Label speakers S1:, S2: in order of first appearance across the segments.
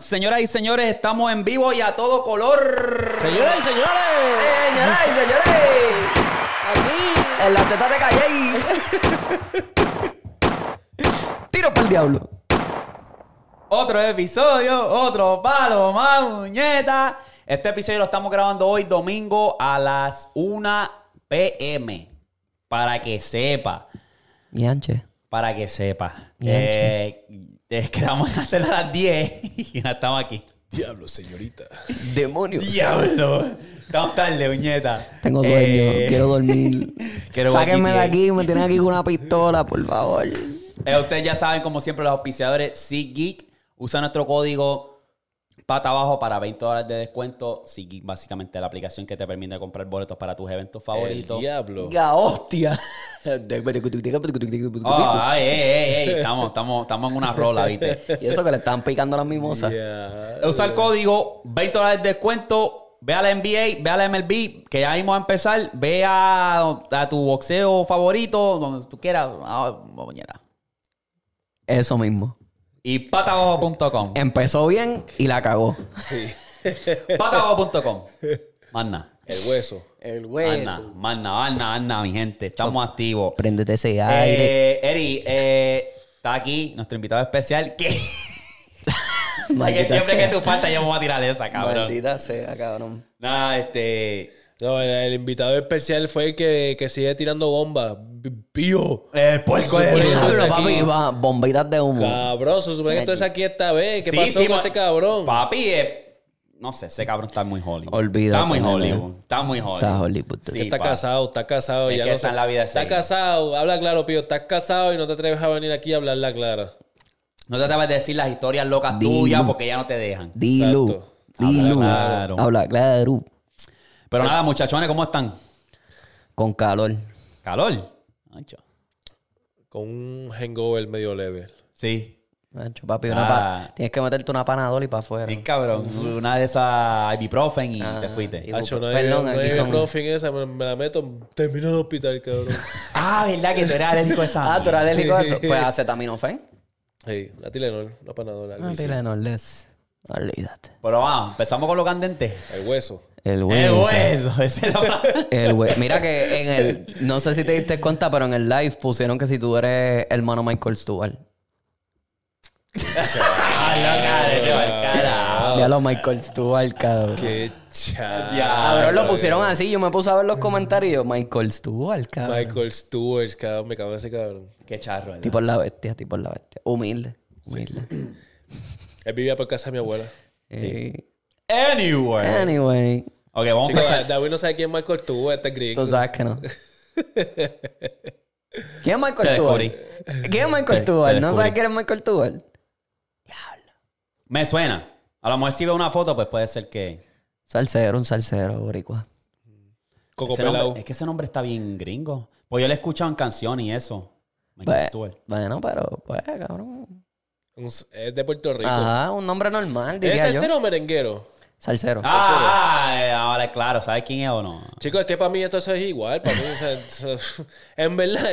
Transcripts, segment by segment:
S1: Señoras y señores, estamos en vivo y a todo color.
S2: Señoras y señores,
S1: Eh, Señoras y señores,
S2: aquí.
S1: en la teta de calle. Tiro para el diablo. Otro episodio, otro palo más muñeta. Este episodio lo estamos grabando hoy domingo a las 1 pm. Para que sepa.
S2: Y Anche.
S1: Para que sepa.
S2: Bien,
S1: Eh, eh, quedamos en hacer a las 10 y ya estamos aquí.
S3: Diablo, señorita.
S2: Demonios.
S1: ¡Diablo! Estamos tarde, uñeta.
S2: Tengo sueño, quiero dormir.
S1: quiero
S2: Sáquenme de
S1: guaquipié.
S2: aquí, me tienen aquí con una pistola, por favor.
S1: Eh, ustedes ya saben, como siempre, los auspiciadores SeatGeek. Usa nuestro código pata abajo para 20 dólares de descuento. SeatGeek, básicamente, la aplicación que te permite comprar boletos para tus eventos favoritos.
S3: El diablo.
S2: Ya, hostia.
S1: Ah, ey, ey, ey, Estamos, estamos, estamos en una rola, ¿viste?
S2: Y eso que le están picando las mimosas.
S3: Ya.
S1: Usa el código, 20 dólares de descuento. Ve a la NBA, ve a la MLB, que ya mismo va a empezar. Ve a, a tu boxeo favorito, donde tú quieras. Ah, mañana.
S2: Eso mismo.
S1: Y patabajo.com.
S2: Empezó bien y la cagó.
S3: Sí.
S1: patabajo.com. Más nada.
S3: El hueso.
S2: El
S1: Más nada, más nada, más nada, más nada, mi gente. Estamos activos.
S2: Préndete ese aire.
S1: Eh, Eri, eh, está aquí nuestro invitado especial que, que
S2: Maldita
S1: siempre que
S2: sea.
S1: tú faltas yo me voy a tirar esa, cabrón.
S2: Maldita sea, cabrón.
S1: Nada, este...
S3: No, el, el invitado especial fue el que, que sigue tirando bombas. B- Pío.
S1: El puerco de...
S2: Diablo,
S3: aquí.
S2: papi, va, bombitas de humo.
S3: Cabrón, se supone que tú eres aquí esta vez. ¿Qué
S1: Sí,
S3: pasó
S1: sí,
S3: con
S1: ma-
S3: ese cabrón?
S1: Papi, eh, no sé, ese cabrón está muy Hollywood.
S2: Olvídate,
S1: Está muy
S2: nene.
S1: Hollywood. Está muy Hollywood.
S2: Está Hollywood.
S1: Sí,
S3: está
S1: pa.
S3: casado, está casado.
S1: Es
S3: ya
S1: que
S3: no
S1: está
S3: sé.
S1: en la vida
S3: Está
S1: seria.
S3: casado. Habla claro, Pío. Estás casado y no te atreves a venir aquí a hablarla clara.
S1: No te atreves de decir las historias locas tuyas porque ya no te dejan.
S2: Dilu.
S3: Exacto.
S2: Dilu.
S1: Habla claro.
S2: Habla claro.
S1: Pero nada, muchachones, ¿cómo están?
S2: Con calor.
S1: ¿Calor? Ancho.
S3: Con un hangover medio leve.
S1: Sí.
S2: Macho, papi, una
S1: Ah.
S2: pa- tienes que meterte una panadol y para afuera.
S1: Bien cabrón, una de esas ibuprofen y te fuiste.
S2: y-
S3: Hacho, no hay,
S2: Perdón,
S3: no
S2: aquí
S3: hay
S2: son-
S3: ibuprofen esa. Me, me la meto. Termino en el hospital, cabrón.
S1: Ah, verdad que tú eras alérgico a esa.
S2: Ah, tú eres
S1: mierda.
S2: alérgico a eso. Pues acetaminofén.
S3: Sí, la Tilenol, la panadora.
S2: No,
S3: sí, sí.
S2: Olvídate.
S1: Pero vamos, empezamos con lo candente.
S3: El hueso.
S2: El
S1: El
S2: hueso.
S1: hueso, esa es la-
S2: El hue- Mira que en el. No sé si te diste cuenta, pero en el live pusieron que si tú eres hermano Michael Stewart.
S1: Ah, loca, vete pa'l carajo.
S2: Ya lo Michael Stewart, cabrón.
S3: Ah. Qué chaval.
S2: Cabrón, lo pusieron así. Yo me puse a ver los comentarios. y yo, Michael Stewart, cabrón.
S3: Michael Stewart, cabrón, me cago en ese cabrón.
S1: Qué charro. ¿verdad?
S2: Tipo es la bestia, tipo es la bestia. Humilde. Humilde.
S3: Él vivía por casa de mi abuela.
S2: Eh, Ah.
S1: Anyway.
S2: Anyway.
S1: Ok, vamos a
S3: Chicos,
S1: empezar.
S3: David no sabe quién es Michael Stewart, este es gringo.
S2: Tú sabes que no. ¿Quién es Michael
S1: Te
S2: Stewart?
S1: descubrí.
S2: ¿Quién es Michael
S1: Te-
S2: Stewart?
S1: te
S2: ¿No
S1: descubrí.
S2: sabes quién es Michael Stewart?
S1: Me suena. A lo mejor si veo una foto, pues puede ser que.
S2: Salsero, un salsero, boricua.
S3: Coco
S1: Ese
S3: pelado.
S1: nombre- es que ese nombre está bien gringo. Pues yo le he escuchado en canciones y eso. Michael
S2: Pues,
S1: Stewart.
S2: Bueno, pero, pues, cabrón.
S3: Un- Es de Puerto Rico.
S2: Ajá, un nombre normal,
S3: ¿Es
S2: diría yo.
S3: salsero o merenguero?
S2: Salsero.
S1: Ah, ah, eh, ahora claro, ¿sabes quién es o no?
S3: Chicos, es que para mí esto es igual. Para mí, o sea, es- en verdad.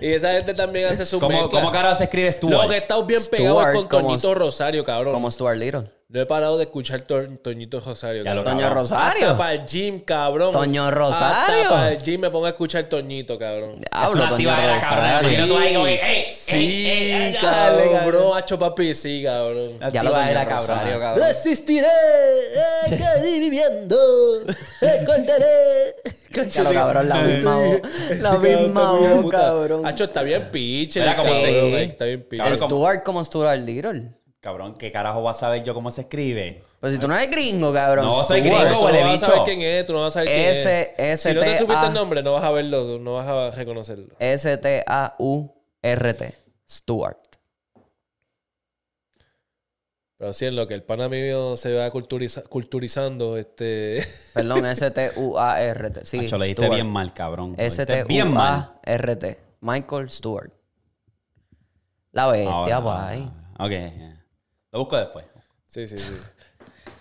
S3: y esa gente también hace su
S1: ¿Cómo,
S3: mezcla.
S1: ¿cómo carajo se escribe
S3: Lo que
S1: Stewart?
S3: estás bien pegado es
S2: Stewart,
S3: con
S2: como-
S3: Toñito Rosario, cabrón.
S2: Como Stuart Little.
S3: No he parado de escuchar To- Toñito Rosario.
S1: Ya lo
S3: cabrón.
S2: Toño
S1: Cabrón.
S2: Rosario.
S3: Hasta para el gym, cabrón.
S2: Toño Rosario.
S3: Hasta para el gym me pongo a escuchar Toñito, cabrón.
S1: es una
S2: Hablo, Toño
S1: activadera, cabrón.
S2: Rosario.
S1: Imagino tú ahí como que, ey, ey, ey, ey,
S3: Sí,
S1: dale,
S3: cabrón. Hacho papi, sí, cabrón.
S2: Ya lo
S1: Activa
S2: Toño
S1: era, cabrón.
S2: Rosario, cabrón.
S3: Resistiré, seguiré viviendo, recordaré.
S2: Ya lo cabrón, la misma voz. La misma voz, cabrón.
S3: Hacho, está bien pinche.
S1: Era como
S3: cabrón,
S1: sí.
S3: eh, Está bien pinche.
S1: Cabrón, como-
S2: Stuart como Stuart Little.
S1: Cabrón, ¿qué carajo voy a saber yo cómo se escribe?
S2: Pues si tú no eres gringo, cabrón.
S1: No, soy
S2: Stuart.
S1: gringo,
S3: Tú no
S1: huele
S3: vas a
S1: bicho.
S3: saber quién es, tú no vas a saber quién es.
S2: S- S-
S3: Si no te
S2: T-
S3: supiste
S2: A.
S3: el nombre, no vas a verlo, no vas a reconocerlo.
S2: S-T-A-U-R-T. Stuart.
S3: Pero así es lo que el pana mío se va culturiza- culturizando, este...
S2: Perdón, S-T-U-A-R-T. Sí,
S1: Nacho, lo leíste
S2: Stuart.
S1: bien mal, cabrón. Lo leíste bien mal.
S2: S-T-U-A-R-T. Michael Stewart. La bestia,
S1: Ahora,
S2: guay.
S1: ahora. Ok. Lo busco después.
S3: Sí, sí, sí.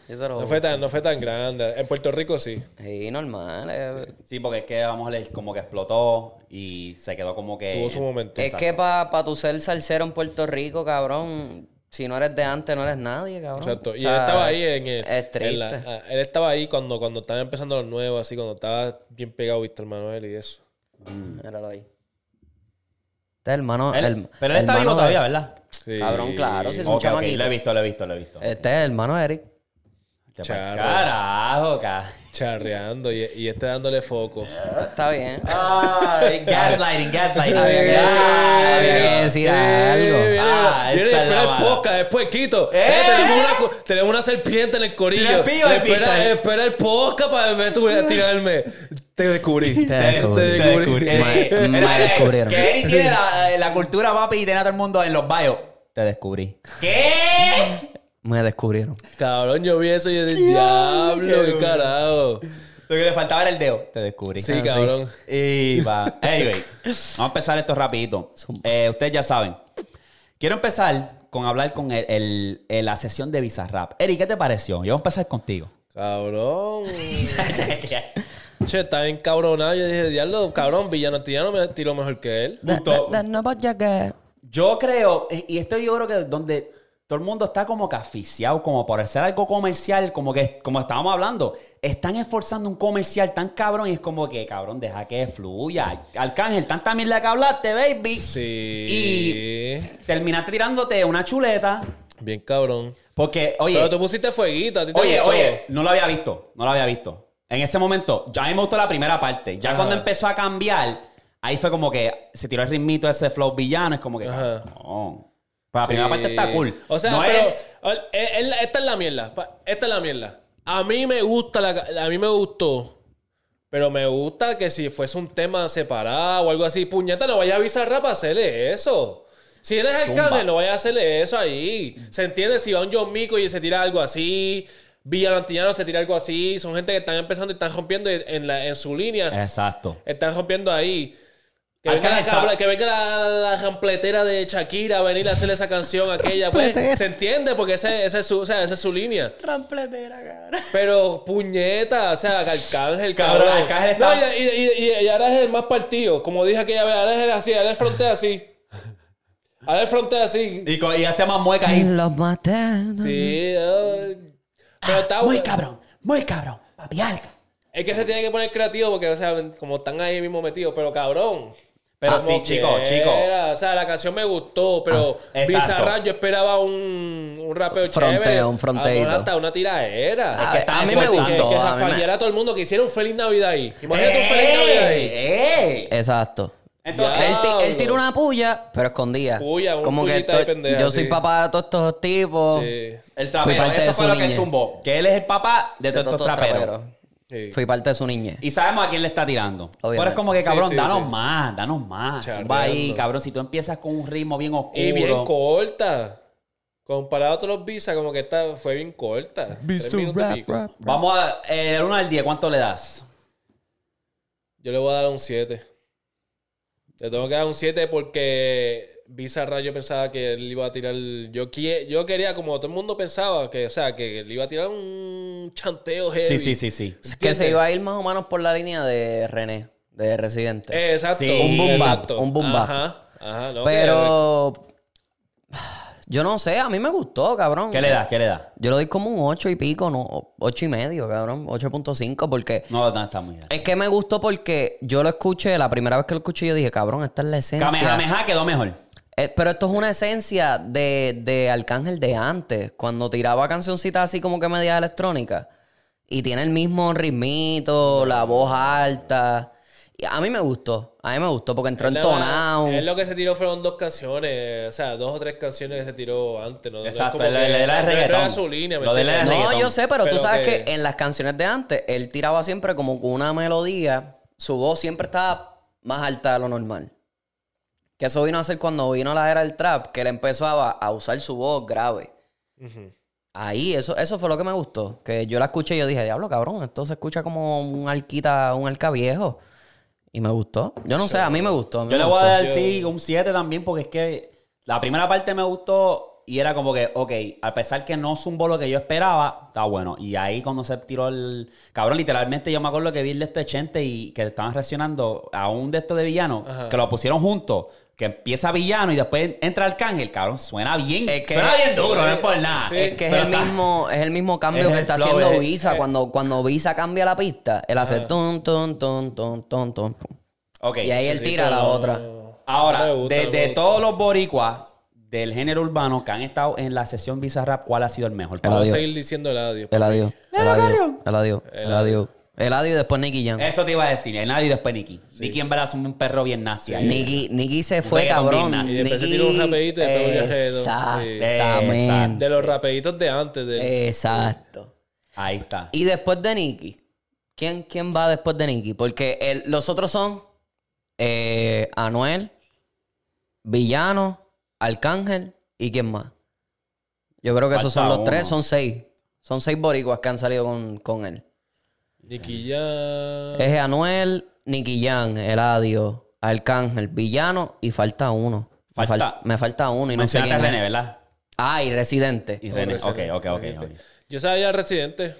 S2: Eso era
S3: No fue tan, no fue tan grande. En Puerto Rico sí.
S2: Sí, normal. eh.
S1: Sí, porque es que vamos, como que explotó y se quedó como que.
S3: Tuvo su momento.
S2: Es que para tu ser salsero en Puerto Rico, cabrón, si no eres de antes, no eres nadie, cabrón.
S3: Exacto.
S2: O
S3: Y
S2: sea,
S3: él estaba ahí en el.
S2: Es triste.
S3: en la- ah, él estaba ahí cuando, cuando estaba empezando los nuevos, así, cuando estaba bien pegado Víctor Manuel y eso.
S2: mm, Míralo ahí. Este hermano.
S1: Él-
S2: el-
S1: pero él está
S2: hermano
S1: vivo
S2: de-
S1: todavía, ¿verdad?
S3: Sí.
S2: Cabrón, claro, sí, es un
S1: Ok, ok,
S2: chamaquito.
S1: lo he visto, lo he visto, lo he visto.
S2: Este es el hermano de Eric.
S1: Te pa'l
S3: Charro.
S1: Carajo, ca.
S3: Charreando y, y este dándole foco.
S2: Está bien.
S1: Ay, gaslighting, gaslighting.
S2: Había que decir,
S3: Ah,
S2: había que decir algo.
S1: Ah, esa
S3: viene,
S1: es la
S3: espera el
S1: mala.
S3: podcast, después Quito. Eh,
S1: ¡Eh!
S3: tenemos, una, cu- tenemos una serpiente en el corillo.
S1: Si no es pío, es Víctor.
S3: espera, espera el podcast para verme tu- tirarme. Te descubrí.
S2: Te descubrí.
S1: Eh, eh,
S2: Me-
S1: eh,
S2: me
S1: eh,
S2: descubrieron.
S1: Que Eric tiene la, eh, la cultura, papi, y tiene a todo el mundo en los bios. Te descubrí. ¿Qué?
S2: Me descubrieron.
S3: Cabrón, yo vi eso y yo dije, diablo, qué
S1: Lo
S3: carajo.
S1: que le faltaba era el dedo. Te descubrí.
S3: Sí, cabrón.
S1: Y va. Anyway, vamos a empezar esto rapidito. Eh, ustedes ya saben. Quiero empezar con hablar con el, el- el- la sesión de Bizarrap. Eric, ¿qué te pareció? Yo voy a empezar contigo.
S3: Cabrón. Che, estaba encabronado. Yo dije, diablo, cabrón, Villano Antillano me tiró mejor que él.
S1: Punto.
S2: That- that- no, but you get-
S1: Yo creo, eh, y esto yo creo que donde todo el mundo está como que asfixiado, como por hacer algo comercial, como que como estábamos hablando, están esforzando un comercial tan cabrón y es como que, cabrón, deja que fluya. Arcángel, tanta mierda que hablaste, baby.
S3: Sí.
S1: Y terminaste tirándote una chuleta.
S3: Bien cabrón.
S1: Porque, oye,
S3: Pero tú pusiste fueguito. A ti te
S1: oye,
S3: gustó.
S1: oye, no lo había visto, no lo había visto. En ese momento, ya a mí me gustó la primera parte. Ya
S3: Ajá.
S1: cuando empezó a cambiar, ahí fue como que se tiró el ritmito ese flow villano. Es como que,
S3: Ajá.
S1: cabrón. Pero la primera
S3: Sí.
S1: parte está cool.
S3: O sea,
S1: no
S3: pero,
S1: es...
S3: ol- eh, eh, esta es la mierda. pa- Esta es la mierda. A mí me gusta la, ca- a mí me gustó. Pero me gusta que si fuese un tema separado o algo así, puñeta, no vaya a avisar para hacerle eso. Si eres
S1: Zumba.
S3: alcalde, no vaya a hacerle eso ahí. ¿Se entiende? Si va un John Mico y se tira algo así, Villalantillano se tira algo así, son gente que están empezando y están rompiendo en, la, en su línea.
S1: Exacto.
S3: Están rompiendo ahí. Que
S1: Alcalde,
S3: venga, la,
S1: sabe-
S3: cabra- que venga la, la rampletera de Shakira a venir a hacerle esa canción a aquella. pues,
S2: Rampletera.
S3: se entiende porque ese- ese es su- o sea, esa es su línea. Pero puñeta, o sea, que Arcángel,
S1: Cabrón,
S3: cabrón.
S1: Arcángel está-
S3: No, y, y- y- y ahora es el más partido. Como dije aquella vez, ahora es el así, ahora es frontea así. Ahora es frontea así.
S1: Y, co- y hace más mueca ahí.
S2: Los maté.
S3: Sí. eh, Pero está
S1: Muy
S3: bueno.
S1: cabrón, muy cabrón. Papi alca.
S3: Es que se tiene que poner creativo porque, o sea, como están ahí mismo metidos, pero cabrón.
S2: Ah,
S1: Pero
S3: como
S1: sí, chico,
S3: quiera,
S1: chico.
S3: O sea, la canción me gustó, pero
S1: Ah, exacto.
S3: Bizarrap yo esperaba un, un rapeo
S2: Fronteo,
S3: chévere.
S2: un fronteíto.
S3: Ah, no, hasta una tiraera. Ah,
S1: Es que están
S2: a mí me
S1: esforzando,
S3: que,
S2: gustó.
S3: que
S2: a mí me-
S3: zafallara a todo el mundo, que hiciera un Feliz Navidad ahí. Imagínate un Feliz Navidad ahí.
S1: ¡Ey!
S2: Exacto.
S1: Entonces,
S3: Ya.
S2: eh, Él, ti- él
S3: Diablo.
S2: tira una puya, pero escondida.
S3: Puya, un
S2: Como que
S3: pullita de
S2: estoy-
S3: pendeja,
S2: yo soy
S3: sí.
S2: papá de todos estos tipos.
S3: Sí,
S1: el trapero,
S2: Fui parte
S1: eso fue
S2: de su
S1: lo que él
S2: niñez.
S1: zumbó. Que él es el papá de,
S2: de
S1: todos estos traperos.
S3: sí.
S2: Fui parte de su niñez.
S1: Y sabemos a quién le está tirando. Pero es
S2: Obviamente.
S1: como que,
S3: Sí,
S1: cabrón,
S3: sí,
S1: danos
S3: sí.
S1: más, danos más.
S3: Charreando.
S1: Va ahí, cabrón. Si tú empiezas con un ritmo bien oscuro.
S3: Y bien corta. Comparado a todos los Visa, como que esta fue bien corta. Tres minutos y pico.
S1: Vamos a. eh, Del 1 al 10, ¿cuánto le das?
S3: Yo le voy a dar un 7. Le tengo que dar un 7 porque Bizarra yo pensaba que él iba a tirar. Yo, qui- yo quería, como todo el mundo pensaba, que, o sea, que él iba a tirar un chanteo heavy.
S1: Sí, sí, sí, sí.
S2: Es Que se iba a ir más o menos por la línea de René, de Residente.
S3: Eh, Exacto.
S1: Sí. Un
S2: boom bap,
S3: exacto.
S2: un boom bap.
S3: Ajá, ajá. no,
S2: pero. Yo no sé, a mí me gustó, cabrón.
S1: ¿Qué le das? ¿Qué le das?
S2: Yo le doy como un 8 y pico, no, 8 y medio, cabrón. 8.5, porque.
S1: No, no está muy bien.
S2: Es que me gustó porque yo lo escuché, la primera vez que lo escuché, yo dije, cabrón, esta es la esencia.
S1: Kamehameha quedó mejor.
S2: Eh, pero esto es una esencia de, de Arcángel de antes, cuando tiraba cancioncitas así como que media electrónica. Y tiene el mismo ritmito, la voz alta. Y a mí me gustó, a mí me gustó porque entró
S3: Él nada más-
S2: entonado.
S3: Él lo que se tiró fueron dos canciones, o sea, dos o tres canciones que se tiró antes. ¿no? No es
S1: Exacto,
S3: como
S1: él-
S3: que-
S1: él era
S3: no
S1: reggaetón.
S3: su línea, ¿me
S1: Lo de él era
S3: entiendes?
S2: No,
S1: reggaetón.
S2: yo sé, pero,
S3: Pero
S2: tú sabes
S3: que-
S2: que... en las canciones de antes, él tiraba siempre como con una melodía, su voz siempre estaba más alta de lo normal. Que eso vino a ser cuando vino la era del trap, que él empezaba a usar su voz grave. Ahí, eso, eso fue lo que me gustó. Que yo la escuché y yo dije, diablo, cabrón, esto se escucha como un arquita, un arca viejo. Y me gustó. Yo no sé, a mí me gustó. a mí
S1: Yo
S2: me
S1: le voy a
S2: gustó.
S1: dar, sí, un 7 también, porque es que la primera parte me gustó. Y era como que, ok, a pesar que no zumbó lo que yo esperaba, está bueno. Y ahí cuando se tiró el. Cabrón, literalmente yo me acuerdo que vi el de este Chente y que estaban reaccionando a un de estos de villano,
S3: Ajá.
S1: que lo pusieron juntos. Que empieza villano y después entra Arcángel, cabrón. Suena bien.
S2: Es que-
S1: suena bien duro, no es por
S3: sí,
S1: nada.
S3: sí.
S2: Es que es
S1: Pero
S2: el,
S1: está-
S2: mismo, es el mismo
S1: Es
S2: cambio que
S1: el
S2: está
S1: flow,
S2: haciendo
S1: es-
S2: Visa.
S3: eh.
S1: es-
S2: Cuando, cuando Visa cambia la pista, él
S3: Ah.
S2: hace ton, ton, ton, ton, ton, ton. pum.
S1: Ok.
S2: Y ahí él tira la otra.
S1: Ahora,
S3: No me gusta,
S1: de,
S3: no
S1: de
S3: me gusta.
S1: todos los boricuas del género urbano que han estado en la sesión Bizarrap, ¿cuál ha sido el mejor?
S2: El
S3: Vamos a
S2: adiós. Eh.
S3: seguir diciendo el adiós.
S2: El adiós. El adiós. El adiós. El
S3: El Eh.
S2: adiós. El adiós y después Nicky Jam.
S1: Eso te iba a decir. El nadie y después Nicky. Nicky en verdad es un perro bien nazi. ahí.
S2: Nicky, Nicky se fue,
S1: reggaetón
S2: cabrón.
S1: bien
S3: Y después se tiró un rapidito y después volvió a reggaetón. Sí.
S2: Exactamente.
S3: De los rapeditos de antes. del-
S2: Exacto.
S1: Ahí está.
S2: Y después de Nicky, ¿quién, quién va después de Nicky? Porque el- los otros son eh, Anuel, Villano, Arcángel y quién más. Yo creo que esos son
S1: Falta
S2: los tres,
S1: uno.
S2: son seis. Son seis boricuas que han salido con, con él.
S3: Nicky Jam.
S2: Es Anuel, Nicky Jam, Eladio, Arcángel, Villano y falta uno. Me fal-
S1: Falta-
S2: me falta uno y no sé
S1: Mencionaste a
S2: quién
S1: René,
S2: es.
S1: ¿verdad?
S2: Ah, y Residente.
S1: Y René. Ok, ok, ok. ok.
S3: Yo sabía Residente.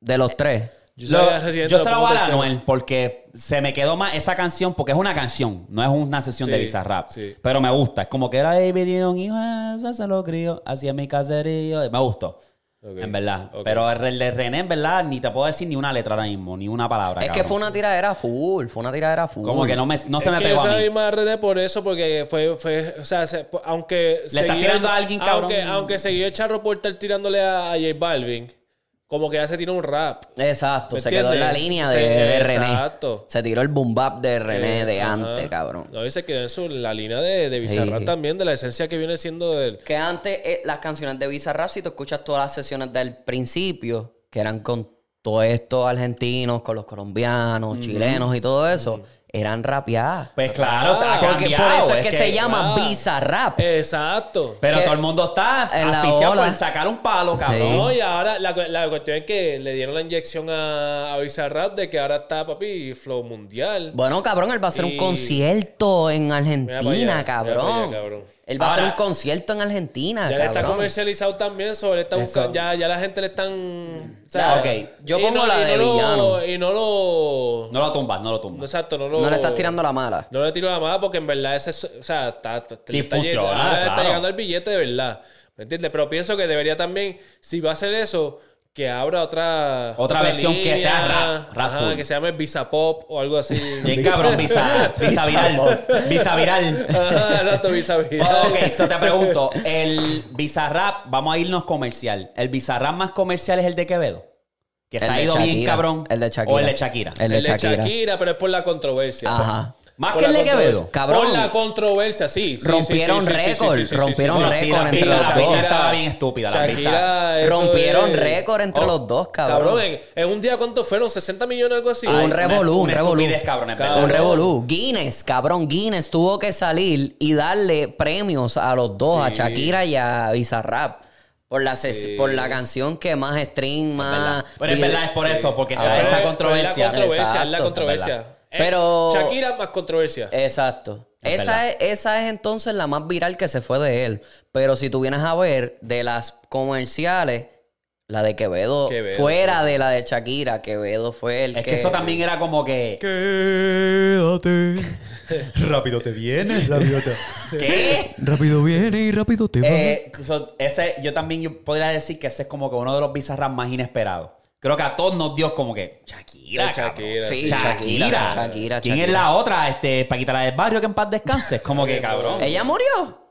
S2: De los tres.
S3: Yo,
S1: Lo-
S3: sabía Residente,
S1: yo
S3: lo
S1: se lo
S3: pongo
S1: voy a dar a
S3: tercero.
S1: Anuel porque se me quedó más esa canción, porque es una canción, no es una sesión
S3: Sí,
S1: de Bizarrap.
S3: sí.
S1: Pero me gusta. Es como que era Baby tiene un hijo, eh, se- se lo crió, así es mi caserío. Me gustó.
S3: Ok,
S1: En verdad.
S3: ok.
S1: Pero el de René, en verdad, ni te puedo decir ni una letra ahora mismo, ni una palabra.
S2: Es que
S1: cabrón.
S2: fue una tiradera full, fue una tiradera full.
S1: Como que no, me, no se
S3: Es
S1: me
S3: que
S1: pegó
S3: yo
S1: a mí.
S3: sabía más René por eso, porque fue, fue o sea, se- aunque...
S1: Le estás tirando a alguien, cabrón.
S3: Aunque, aunque seguía el charro por estar tirándole a, a J Balvin, como que ya se tiró un rap.
S2: Exacto,
S3: ¿Me
S2: se quedó en la
S3: entiendes?
S2: línea de,
S3: Se-
S2: de René.
S3: exacto.
S2: Se tiró el boom bap de René de
S3: Ajá.
S2: antes, cabrón.
S3: No, y se quedó en su, la línea de, de Bizarrap
S2: Sí.
S3: también, de la esencia que viene siendo del...
S2: Que antes eh, las canciones de Bizarrap, si tú escuchas todas las sesiones del principio, que eran con todos estos argentinos, con los colombianos, chilenos y todo eso, eran rapeadas. Ah,
S1: Pues claro, o sea, ha
S2: Porque por
S1: cambiado,
S2: eso es, que, se llama
S3: ah.
S2: Bizarrap.
S3: Exacto.
S1: Pero
S2: que-
S1: todo el mundo está
S2: en la
S1: aficionado
S2: ola.
S1: por sacar un palo, cabrón.
S3: No, y ahora la, cu- la cuestión es que le dieron la inyección a, a Bizarrap de que ahora está, papi, flow mundial.
S2: Bueno, cabrón, él va a hacer un
S3: Y-
S2: concierto en Argentina,
S3: Mira pa' allá,
S2: cabrón.
S3: mira pa' allá, cabrón.
S2: Él va a hacer un
S1: Ahora-
S2: concierto en Argentina,
S3: Ya le está
S2: Ah, cabrón.
S3: comercializado también, sobre está
S1: Eso.
S3: buscando, ya, ya la gente le están. O
S2: Ya, ok. Yo
S3: y
S2: pongo la
S3: y
S2: de
S3: lo-
S2: villano.
S3: y no lo.
S1: No lo tumbas, no lo
S3: no,
S1: tumbas.
S3: exacto, no lo.
S2: No le estás tirando la mala.
S3: No le tiro la mala porque en verdad ese. es- O sea, está. está
S1: Sí,
S3: le está
S1: funciona,
S3: llegando- ahora le está
S1: claro.
S3: llegando el billete de verdad. ¿Me entiendes? Pero pienso que debería también, si va a hacer eso, que abra otra.
S1: Otra versión que sea rap, rap
S3: ajá,
S1: full.
S3: que se llame Visa Pop o algo así.
S1: Bien cabrón, visa, visa viral. Visa viral.
S3: Ajá, exacto, Visa Viral.
S1: Ok, so te pregunto, el Bizarrap, vamos a irnos comercial. ¿El Bizarrap más comercial es el de Quevedo? Que se
S2: El
S1: ha
S2: de
S1: ido bien,
S2: Shakira.
S1: cabrón.
S2: El de Shakira.
S1: O el de Shakira.
S2: El de
S3: El de
S2: Shakira.
S3: Shakira, pero es por la controversia.
S2: Ajá.
S1: Más
S3: Por
S1: que el
S3: la
S1: de Quevedo.
S3: controversia.
S2: Cabrón.
S3: Por la controversia, sí. sí,
S2: Rompieron
S3: sí, sí, sí, sí,
S2: récord,
S3: sí, sí, sí,
S2: rompieron
S3: sí, sí, sí.
S2: récord
S1: la
S2: entre
S1: pista-
S2: los
S1: la
S2: dos.
S1: pista estaba bien estúpida, la pista.
S3: Shakira, eso
S2: Rompieron
S3: es-
S2: récord entre
S3: Oh,
S2: los dos, cabrón.
S3: Cabrón, en, en un día cuánto fueron, 60 millones algo así.
S2: un
S1: Una-
S2: revolú, un
S1: una
S2: revolú.
S1: estupidez, cabrón, es
S3: Cabrón.
S1: verdad.
S2: Un revolú. Guinness, cabrón. Guinness tuvo que salir y darle premios a los dos, a
S3: Sí.
S2: Shakira y a Bizarrap. Por la, ses- por la canción que más stream, más.
S1: Pero en verdad es por eso, porque
S2: Ah,
S3: Pero
S1: está
S3: es-
S1: esa
S3: pero Es la
S1: controversia.
S3: controversia, es la
S2: Exacto,
S1: es
S3: controversia.
S1: verdad.
S3: Eh,
S2: Pero- Eh,
S3: Shakira más controversia.
S2: Exacto.
S1: Es
S2: esa, es, esa es entonces la más viral que se fue de él. Pero si tú vienes a ver de las comerciales, la de Quevedo,
S3: Quevedo,
S2: fuera de la de Shakira, Quevedo fue el
S1: Es
S2: que...
S1: que eso también era como que.
S4: Quédate. rápido te vienes, rápido te...
S1: ¿Qué?
S4: Rápido viene y rápido te va.
S1: Eh, so, ese, yo también yo podría decir que ese es como que uno de los bizarras más inesperados. Creo que a todos nos dio como que Shakira,
S3: Eh, Shakira,
S1: cabrón.
S2: sí.
S1: Shakira.
S2: Shakira, Shakira,
S1: ¿Quién es
S2: Shakira.
S1: la otra? Este, Paquita la del barrio que en paz descanse. Es como que cabrón.
S2: ¿Ella murió?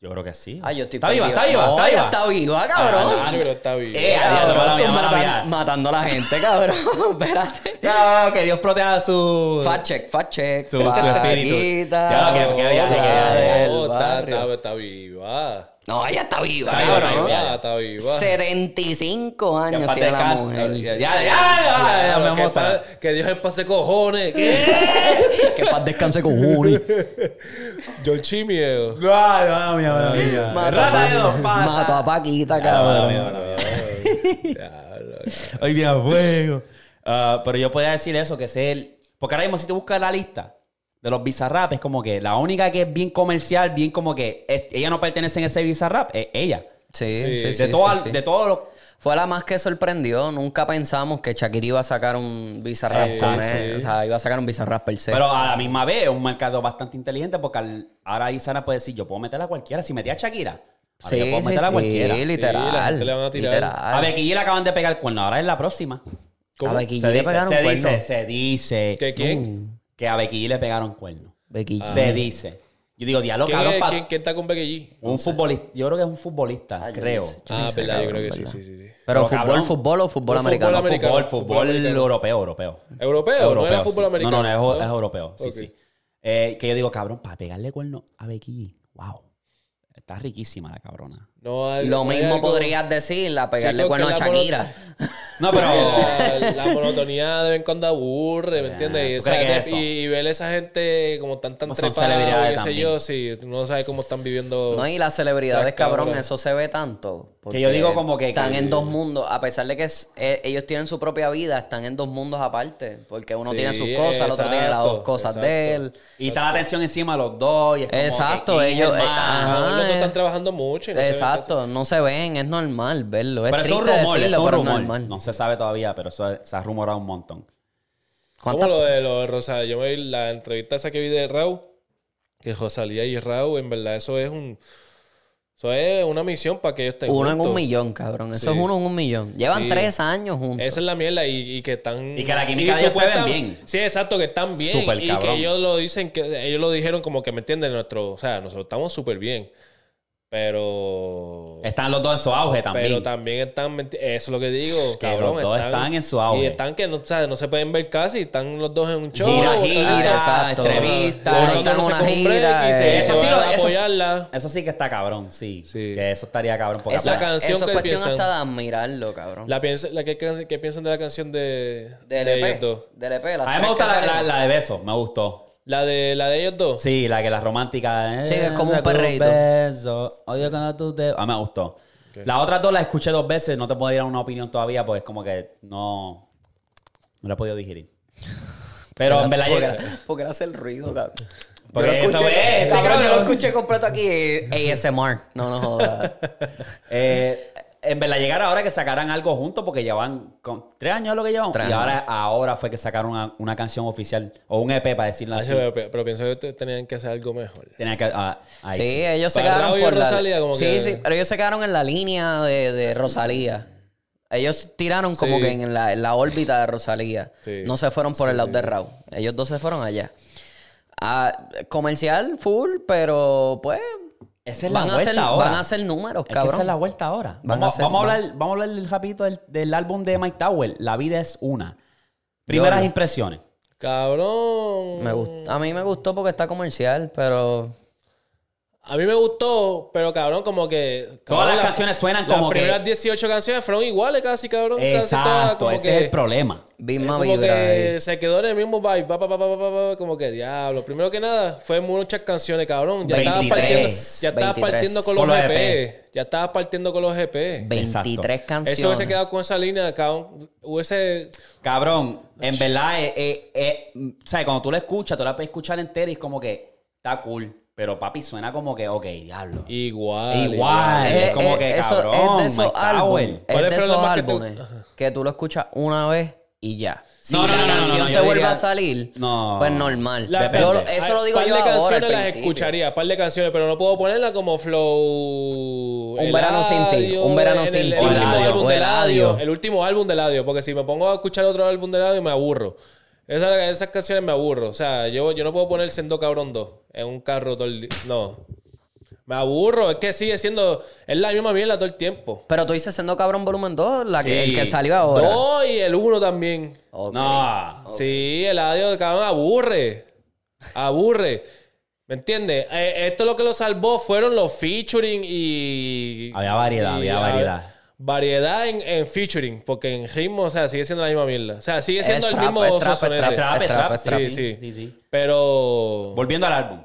S1: Yo creo que sí.
S2: Ay, yo estoy
S1: está viva, está
S2: perdido.
S1: viva,
S2: No,
S1: está
S2: ella
S1: viva.
S2: está viva, cabrón.
S1: Ah,
S3: Yo creo que está viva.
S1: Eh, a diablo,
S2: Cabrón,
S1: mala mía,
S2: tú
S1: mala
S2: matan-
S1: mía.
S2: matando a la gente, cabrón. Espérate.
S1: No, que Dios proteja su.
S2: Fact check, fact check.
S1: Su- su espíritu.
S2: Paquita,
S1: Ya, que- que viaje, que viaje.
S2: del
S3: No, está,
S2: barrio.
S3: está, está viva.
S2: No, ella está viva,
S1: Está viva,
S2: cabrón.
S3: Está
S1: no, ya,
S3: viva,
S1: ya.
S3: está viva.
S2: 75
S1: Que en
S2: años
S1: paz
S2: tiene la
S1: descanse.
S2: mujer.
S1: Ya, ya, ya, ya, ya,
S3: Claro,
S1: mi
S3: que,
S1: hermosa.
S3: pa- que Dios en pase cojones. ¿Qué?
S2: Que paz descanse con Juni.
S3: John Chimiel.
S1: Ay, mala mía, mala mía. Rata de dos patas.
S2: Mató a Paquita,
S1: Ya, mala mía,
S2: cabrón.
S1: mala mía.
S3: Diablo.
S1: Ay, bien Ah, fuego. pero yo podía decir eso, que es el. Porque ahora mismo, si tú buscas la lista, de los Bizarrap es como que la única que es bien comercial, bien como que es- ella no pertenece en ese Bizarrap, es ella.
S2: Sí,
S3: Sí,
S2: sí, sí.
S1: de,
S2: sí,
S1: todas-
S2: sí.
S1: de todos los...
S2: Fue la más que sorprendió. Nunca pensamos que Shakira iba a sacar un Bizarrap
S3: Sí,
S2: con
S3: sí.
S2: él. O sea, iba a sacar un Bizarrap per se.
S1: Pero a la misma vez es un mercado bastante inteligente porque al- ahora Isana puede decir, yo puedo meter a cualquiera. Si metía a Shakira, ahora
S2: sí,
S1: yo puedo
S2: sí,
S1: meter a
S2: sí,
S1: cualquiera.
S2: literal.
S3: Sí, la gente le van a tirar.
S2: literal.
S1: A Becky G le acaban de pegar el cuerno, ahora es la próxima.
S2: A
S3: ¿Cómo?
S2: Becky
S1: se
S2: G le
S1: dice,
S2: pegaron
S1: se
S2: cuerno.
S1: dice, se dice Uh.
S3: ¿Qué, quién?
S1: que a Becky G le pegaron cuerno.
S2: Becky G.
S1: Se dice. Yo digo, diablo,
S3: ¿Quién,
S1: cabrón,
S3: es-
S1: pa-
S3: quién- quién está con Becky G?
S1: un futbolista. Yo creo que es un futbolista,
S2: Ah, yo
S1: creo.
S2: no sé, yo no
S3: Ah,
S2: sé,
S3: verdad, yo
S2: cabrón,
S3: creo que sí,
S2: verdad.
S3: sí, sí. sí.
S2: Pero
S1: Pero,
S2: fútbol,
S1: cabrón,
S2: fútbol o
S3: fútbol
S2: fútbol americano.
S1: No,
S3: americano,
S1: fútbol,
S3: fútbol
S1: fútbol
S3: americano.
S1: europeo, europeo.
S3: ¿Europeo? ¿No era
S1: sí.
S3: fútbol americano?
S1: No, no, es, eu- es europeo. Sí,
S3: Ok.
S1: sí. Eh, que yo digo, cabrón, para pegarle cuerno a Becky G, wow. Está riquísima la cabrona.
S3: No, al-
S2: Lo
S3: no hay
S2: mismo
S3: algo-
S2: podrías decir, a pegarle
S3: Chicos,
S2: cuerno
S3: que
S2: a
S3: la mono-
S2: Shakira.
S1: No, pero.
S3: La, la monotonía de vez en cuando aburre, ¿me
S1: Ah,
S3: entiendes? Y,
S1: ¿tú
S3: esa
S1: crees que
S3: gente-
S1: es eso?
S3: y- y ver a esa gente como tan tan
S1: Como son
S3: trepada,
S1: celebridades
S3: qué sé
S1: también.
S3: yo, sí, tú no sabes cómo están viviendo.
S2: No, y las celebridades,
S3: Las
S2: cabrón,
S3: cabras.
S2: eso se ve tanto. porque
S1: yo digo como que-
S2: Están
S1: que-
S2: en dos mundos. A pesar de que es- eh, ellos tienen su propia vida, están en dos mundos aparte. Porque uno
S3: Sí,
S2: tiene sus cosas, el otro tiene las
S3: exacto,
S2: dos cosas
S3: exacto.
S2: de él.
S1: Y está la atención encima de los dos. y es como que,
S2: Exacto,
S1: ¿quién es
S2: ellos-
S1: el más?
S2: ah,
S3: A lo mejor los
S2: Ajá,
S3: dos
S2: eh.
S3: están trabajando mucho. y no se ven casi.
S2: Exacto, no se ven, es normal verlo. Es
S1: pero eso es
S2: triste
S1: un rumor,
S2: decirlo,
S1: eso es un
S2: pero es
S1: rumor.
S2: normal.
S1: No se sabe todavía, pero eso se ha rumorado un montón.
S2: ¿Cuántas-
S3: Como lo de, lo de Rosalía. Yo me vi la entrevista esa que vi de Raúl, que Rosalía y Raúl, en verdad, eso es un. Eso es una misión para que ellos estén
S2: Uno en
S3: juntos.
S2: un millón, cabrón. Eso
S3: Sí.
S2: es uno en un millón. Llevan
S3: Sí.
S2: tres años juntos.
S3: Esa es la mierda y, y que están...
S1: Y que la química de ellos se
S3: supuestam-
S1: ven bien.
S3: Sí, exacto, que están bien.
S1: Súper
S3: y
S1: cabrón.
S3: que ellos lo dicen, que ellos lo dijeron como que, ¿me entienden? Nuestro, o sea, nosotros estamos súper bien.
S2: Oh.
S3: Pero...
S1: Están los dos en su auge también.
S3: Pero también están... menti- Eso es lo que digo,
S1: Que
S3: cabrón.
S1: los dos están en su auge.
S3: Y están que no, o sea, no se pueden ver casi. Están los dos en un show.
S1: gira,
S3: están-
S1: gira,
S2: exacto.
S1: entrevistas.
S2: Uno está
S3: Están
S2: en
S3: dándose
S2: una
S3: como un break y
S2: gira.
S3: se-
S2: eh,
S3: Eso
S1: sí
S3: van a
S1: sí-
S3: apoyarla.
S1: eso sí que está cabrón, sí.
S3: Sí.
S1: Que eso estaría cabrón. Porque
S2: eso,
S3: la canción
S2: eso es
S3: que
S2: cuestión
S3: piensan.
S2: hasta de admirarlo, cabrón.
S3: La, piensa- la que, que- que piensan de la canción de,
S2: del
S3: de
S2: EP.
S3: ellos dos.
S2: Del EP. las
S1: a mí me
S2: tres
S1: gusta
S2: que
S1: la, la-
S2: salieron.
S1: la de besos, me gustó.
S3: La de, la de ellos dos.
S1: Sí, la que la romántica.
S2: Sí, que es como un
S1: saca
S2: perreíto.
S1: beso, Odio cuando tú te. Ah, me gustó. Las otras dos las escuché dos veces. No te puedo dar una opinión todavía porque es como que no. No la he podido digerir. Pero en verdad.
S2: porque,
S1: llega-
S2: era- porque era hacer ruido, cabrón.
S1: Porque
S2: yo lo
S1: eso
S2: escuché,
S1: es, este
S2: cabrón, yo lo
S1: cabrón.
S2: escuché completo aquí eh, ASMR. No, no jodas.
S1: eh, en verdad, llegar ahora que sacaran algo juntos porque llevan con- tres años lo que llevan.
S2: Tres
S1: Y ahora, ahora fue que sacaron una, una canción oficial o un EP para decirlo
S3: Ah,
S1: así.
S3: sí, pero, pero pienso que ustedes tenían que hacer algo mejor.
S1: Tenía que. ah, ahí
S2: Sí,
S1: sí.
S2: ellos se
S3: Para
S2: quedaron
S3: Raúl y
S2: por la...
S3: Rosalía, como
S2: sí,
S3: que-
S2: sí, pero ellos se quedaron en la línea de, de Rosalía. Ellos tiraron como
S3: Sí.
S2: que en la, en la órbita de Rosalía.
S3: Sí.
S2: No se fueron por el lado de Raúl. Ellos dos se fueron allá. Ah, comercial, full, pero pues...
S1: Esa es la
S2: van, a
S1: vuelta
S2: hacer,
S1: ahora.
S2: van a hacer números,
S1: Es que
S2: cabrón.
S1: esa es la vuelta ahora.
S2: Van
S1: vamos,
S2: a ser-
S1: vamos a
S2: van-
S1: hablar, vamos a hablar rapidito del, del álbum de Mike Tower. La vida es una. Primeras
S2: Yo-
S1: impresiones.
S3: Cabrón.
S2: Me gust- A mí me gustó porque está comercial, pero...
S3: A mí me gustó, pero cabrón, como que.
S1: Todas
S3: cabrón,
S1: las
S3: la-
S1: canciones suenan
S3: Las
S1: como
S3: primeras
S1: que.
S3: 18 canciones fueron iguales casi, cabrón. casi todas,
S1: Exacto,
S3: como
S1: ese
S3: que-
S1: es el problema.
S3: es
S2: Vilma
S3: como
S2: vibra ahí.
S3: que se quedó en el mismo vibe, pa, pa, pa, pa, pa, pa, pa, como que diablo. Primero que nada, fue muchas canciones, cabrón. Ya estabas
S2: 23,
S3: partiendo, ya estabas
S2: 23.
S3: partiendo con los
S1: Con los
S3: EP. Ya estabas partiendo con los EP.
S2: 23 canciones.
S3: Eso hubiese quedado con esa línea, cabrón. Hubiese.
S1: Cabrón, en verdad, eh, eh, eh, mm, ¿sabes? Cuando tú la escuchas, tú la puedes escuchar entera y es como que está cool. Pero papi, suena como que, ok, diablo.
S3: Igual.
S1: Igual.
S2: Eh,
S1: Es como
S2: eh,
S1: que,
S2: eso-
S1: cabrón,
S2: es de esos
S1: Mike Tower.
S2: álbumes, es
S3: ¿Cuáles
S2: de
S3: fueron
S2: esos
S3: los más que te-
S2: álbumes que tú lo escuchas una vez y ya. Si
S1: No, no,
S2: la
S1: no, no, no,
S2: canción
S1: no,
S2: te
S1: yo
S2: vuelve
S1: diría-
S2: a salir,
S1: No.
S2: pues normal.
S3: La-
S2: Yo lo-
S3: Hay
S2: eso lo digo
S3: par
S2: yo
S3: de
S2: ahora.
S3: canciones
S2: al
S3: las
S2: principio.
S3: escucharía, par de canciones, pero no puedo ponerla como flow.
S2: Un verano sin ti,
S3: Eladio,
S2: un verano
S3: el-
S2: sin
S3: el,
S2: ti,
S3: el último
S1: Eladio,
S3: álbum
S2: o
S3: de Eladio,
S2: Eladio.
S3: el último álbum de Eladio, porque si me pongo a escuchar otro álbum de Eladio me aburro. Esa- esas canciones me aburro, o sea, yo, yo no puedo poner Sendo Cabrón 2 en un carro todo el día, no. Me aburro, es que sigue siendo, es la misma mierda todo el tiempo.
S2: Pero tú dices siendo cabrón volumen 2, la que,
S1: Sí.
S2: el que salió ahora.
S3: Dos y el uno también.
S2: Ok.
S1: No.
S3: Sí, el audio cabrón aburre. Aburre. ¿Me entiendes? Eh, esto lo que lo salvó fueron los featuring y.
S1: Había variedad, había variedad.
S3: Variedad en, en featuring, porque en ritmo, o sea, sigue siendo la misma mierda. O sea, sigue
S2: Es
S3: siendo el
S2: trap,
S3: mismo
S2: es trap, es
S3: sazonete.
S1: Trap,
S2: Es
S1: trap,
S2: trap, es
S1: trap.
S3: trap.
S1: Sí,
S3: Sí,
S1: sí,
S3: sí.
S1: sí.
S3: Pero.
S1: Volviendo al álbum.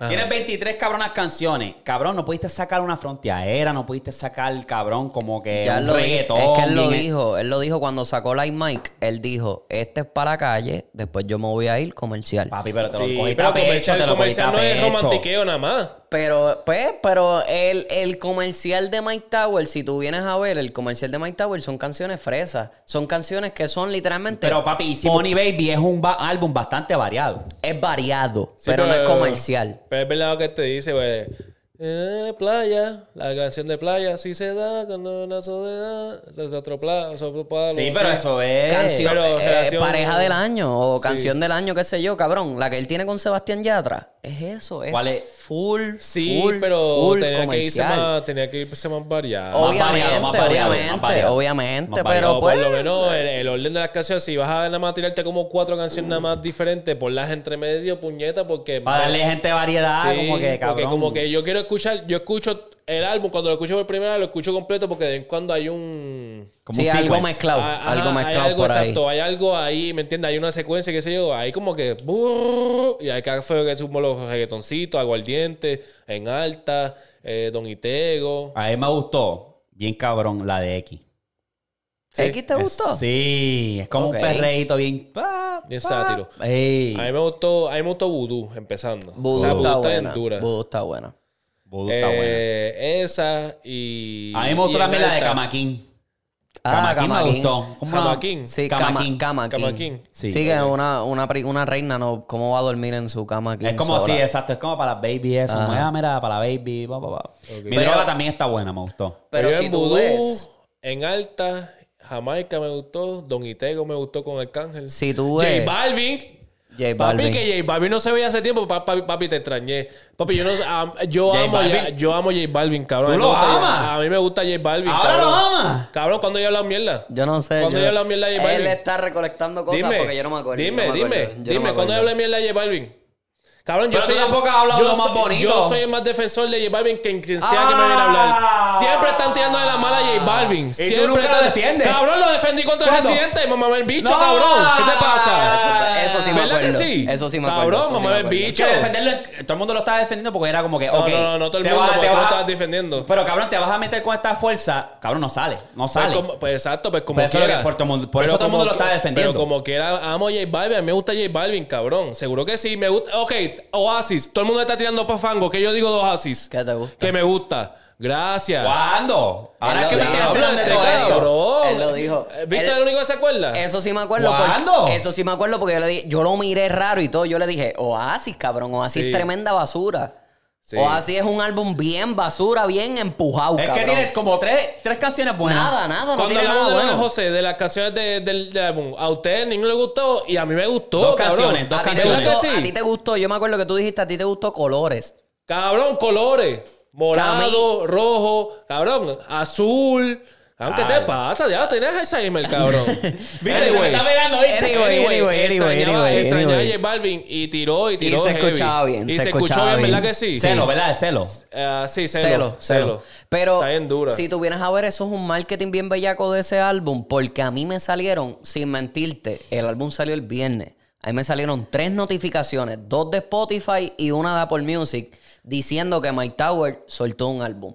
S3: Ajá.
S1: Tienes 23 cabronas canciones. Cabrón, no pudiste sacar una fronteadera, no pudiste sacar, cabrón, como que
S2: Ya
S1: un
S2: lo di-
S1: reggaetón.
S2: es que él lo
S1: bien-
S2: dijo, él lo dijo cuando sacó Light Mike, él dijo, este es para la calle, después yo me voy a ir comercial.
S1: Papi, pero te lo
S3: Sí,
S1: cogiste
S3: pero
S1: a pecho,
S3: comercial,
S1: te lo cogiste
S3: comercial
S1: a
S3: no es
S1: pecho.
S3: romantiqueo nada más.
S2: Pero, pues, pero el, el comercial de Mike Tower, si tú vienes a ver, el comercial de Mike Tower son canciones fresas. Son canciones que son literalmente.
S1: Pero papi, y Simone Baby es un ba- álbum bastante variado.
S2: es variado,
S3: Sí,
S2: pero, no es comercial.
S3: Pero es verdad lo que te dice, güey. Eh, playa, la canción de playa, sí se da, con una soledad, se se otro plazo, otro palo,
S1: Sí,
S3: o
S1: pero
S3: sea.
S1: eso es.
S2: Canción,
S3: pero
S2: eh,
S3: relación-
S2: pareja del año o
S3: Sí.
S2: canción del año, qué sé yo, cabrón. La que él tiene con Sebastián Yatra. Es eso, es,
S1: ¿Cuál es?
S2: full,
S3: Sí,
S2: full,
S3: pero
S2: full
S3: tenía que irse
S2: comercial.
S3: más, tenía que irse más variado.
S1: Oh,
S2: Obviamente,
S1: variado, más variado,
S2: obviamente,
S1: más variado.
S2: obviamente,
S1: Más
S2: pero
S1: variado,
S3: O por
S2: pues,
S3: lo menos el, el orden de las canciones, si vas a nada más tirarte como cuatro canciones nada más diferentes, ponlas entre medio, puñeta, porque
S1: Para darle gente variedad,
S3: Sí,
S1: como que,
S3: porque
S1: cabrón.
S3: como que yo quiero escuchar, yo escucho el álbum, cuando lo escucho por primera vez, lo escucho completo porque de vez en cuando hay un...
S1: como
S2: sí,
S1: un
S2: algo
S1: sequence.
S2: mezclado,
S3: Ah,
S2: algo
S3: ajá,
S2: mezclado
S3: hay algo
S2: por ahí.
S3: exacto, hay algo ahí, ¿me entiendes? Hay una secuencia, qué sé yo, ahí como que... burr, y acá fue que sumo los reggaetoncitos, aguardiente, en alta, eh, Don Itego.
S1: A él me gustó, bien cabrón, la de X.
S3: Sí.
S2: ¿X te gustó?
S1: Eh, Sí, es como
S2: Ok.
S1: un perreíto bien. pa,
S3: Bien
S1: pa.
S3: sátiro.
S1: Ey.
S3: A mí me gustó, a mí me gustó Voodoo, empezando.
S2: Vudú
S3: O sea,
S2: está
S3: Vudú está
S2: buena.
S3: bien dura.
S2: Vudú está buena.
S1: Voodoo está buena.
S3: Eh, Esa y...
S1: A mí me gustó
S3: y en
S1: también la de
S3: alta.
S1: Camaquín.
S2: Ah,
S1: Camaquín me
S2: Camaquín.
S1: gustó. Como una-
S3: Camaquín.
S2: Sí,
S1: Camaquín.
S2: Cama- Camaquín.
S3: Camaquín.
S1: Sí.
S2: Sí, que una, una, pri- una reina, no, ¿cómo va a dormir en su cama aquí?
S1: Es como así,
S2: sola?
S1: exacto. Es como para las baby eso. Como,
S2: Ajá.
S1: ah, mira, para la baby. pa, pa, pa. Mi
S2: Pero-
S1: droga también está buena, me gustó.
S2: Pero
S3: Yo
S2: si
S3: en
S2: tú
S3: Vudú,
S2: ves,
S3: En alta, Jamaica me gustó, Don Itego me gustó con Arcángel.
S2: si tú
S3: J
S2: ves...
S3: Balvin.
S2: J
S3: Papi,
S2: Balvin.
S3: que J Balvin no se veía hace tiempo. pa- Papi, papi, te extrañé. Papi, yo, no, am- yo,
S1: J
S3: amo, a-
S1: Balvin.
S3: yo amo a J Balvin, cabrón.
S1: ¿Tú
S3: A mí
S1: lo
S3: me gusta-
S1: amas?
S3: A mí me gusta J Balvin.
S1: Ahora
S3: cabrón.
S1: lo amas.
S3: Cabrón, ¿cuándo yo he hablado mierda?
S2: Yo no sé.
S3: ¿Cuándo
S2: yo-
S3: yo le hablé a J Balvin?
S2: Él está recolectando cosas
S3: Dime,
S2: porque yo no me acuerdo. yo
S3: Dime,
S2: no me
S3: dime,
S2: acuerdo, yo no me
S3: dime,
S2: acuerdo.
S3: ¿cuándo yo hablé mierda de J Balvin? Cabrón, yo
S1: Pero tú
S3: soy.
S1: tampoco has hablado
S3: yo
S1: lo más
S3: soy-
S1: bonito.
S3: Yo soy el más defensor de J Balvin que en quien sea que me viene a
S1: Ah.
S3: hablar. Siempre están tirando de la mala a J Balvin.
S1: Y tú
S3: Siempre
S1: nunca lo
S3: están-
S1: defiendes.
S3: Cabrón, lo defendí contra
S1: ¿Cuándo?
S3: el presidente. Mamá el bicho,
S1: No.
S3: cabrón. ¿Qué te
S1: Eso-
S3: pasa?
S2: Eso sí me
S3: ¿Verdad que
S2: acuerdo.
S3: sí?
S2: Eso sí me acuerdo.
S3: Cabrón,
S2: eso sí
S3: mamá
S2: me
S3: del
S2: acuerdo.
S3: bicho.
S1: Que defenderlo, todo el mundo lo estaba defendiendo porque era como que,
S3: No,
S1: ok.
S3: no, no, no todo el
S1: te
S3: mundo,
S1: vas-
S3: porque
S1: te
S3: tú lo
S1: vas- Pues,
S3: estabas defendiendo.
S1: Pero cabrón, te vas a meter con esta fuerza. Cabrón, no sale. No
S3: Pues
S1: sale.
S3: como- pues exacto, pues como
S1: Pero eso es lo
S3: quiera.
S1: que- por todo mundo- por
S3: Pero
S1: eso todo el mundo
S3: como
S1: lo está
S3: que-
S1: defendiendo.
S3: Pero como quiera, amo a J Balvin. A mí me gusta J Balvin, cabrón. Seguro que sí. Me gusta. Ok, Oasis. Todo el mundo está tirando pa' fango. ¿Qué yo digo de Oasis?
S2: ¿Qué te gusta?
S3: Que me gusta. Gracias.
S1: ¿Cuándo? Ahora es
S2: Él lo
S1: que me
S2: dijo.
S1: estoy hablando de
S2: Él lo
S1: todo
S2: dijo.
S1: esto.
S3: Cabrón.
S2: Él lo dijo.
S3: Eh, ¿Víctor
S2: Él-
S3: es el único que se acuerda?
S2: Eso sí me acuerdo. porque-
S1: ¿Cuándo?
S2: eso sí me acuerdo porque yo le di- yo lo miré raro y todo. Yo le dije, Oasis, cabrón, Oasis
S3: Sí.
S2: es tremenda basura.
S3: Sí.
S2: Oasis es un álbum bien basura, bien empujado,
S1: Es que
S2: cabrón.
S1: tiene como tres, tres canciones buenas.
S2: Nada, nada, no
S3: Cuando
S2: tiene
S3: hablamos
S2: nada
S3: de Manuel
S2: bueno.
S3: José, de las canciones de- del, del álbum, a usted ninguno le gustó y a mí me gustó.
S1: Dos
S3: cabrón.
S1: canciones, dos
S2: A ti, te
S1: canciones.
S2: gustó,
S3: ¿Verdad que sí?
S2: a ti te gustó, yo me acuerdo que tú dijiste, a ti te gustó Colores.
S3: Cabrón, colores. Morado, rojo, cabrón, azul. Aunque
S1: Ay.
S3: te pasa, ya tienes Alzheimer, cabrón.
S1: Viste, se me está pegando, ¿viste?
S2: Anyway, anyway, anyway,
S3: extrañaba-
S2: anyway,
S3: extrañaba
S2: anyway.
S3: a J Balvin y tiró y tiró.
S2: se
S3: heavy.
S2: escuchaba bien,
S3: Y
S2: se
S3: se, escuchó
S2: escuchaba
S3: bien, ¿verdad
S2: bien.
S3: que sí?
S1: Celo, ¿verdad? Celo.
S3: Ah, sí,
S2: Celo,
S3: celo.
S2: celo. Pero
S3: Está bien dura.
S2: si tú vienes a ver, eso es un marketing bien bellaco de ese álbum, porque a mí me salieron, sin mentirte, el álbum salió el viernes. A mí me salieron tres notificaciones, dos de Spotify y una de Apple Music, diciendo que Mike Tower soltó un álbum.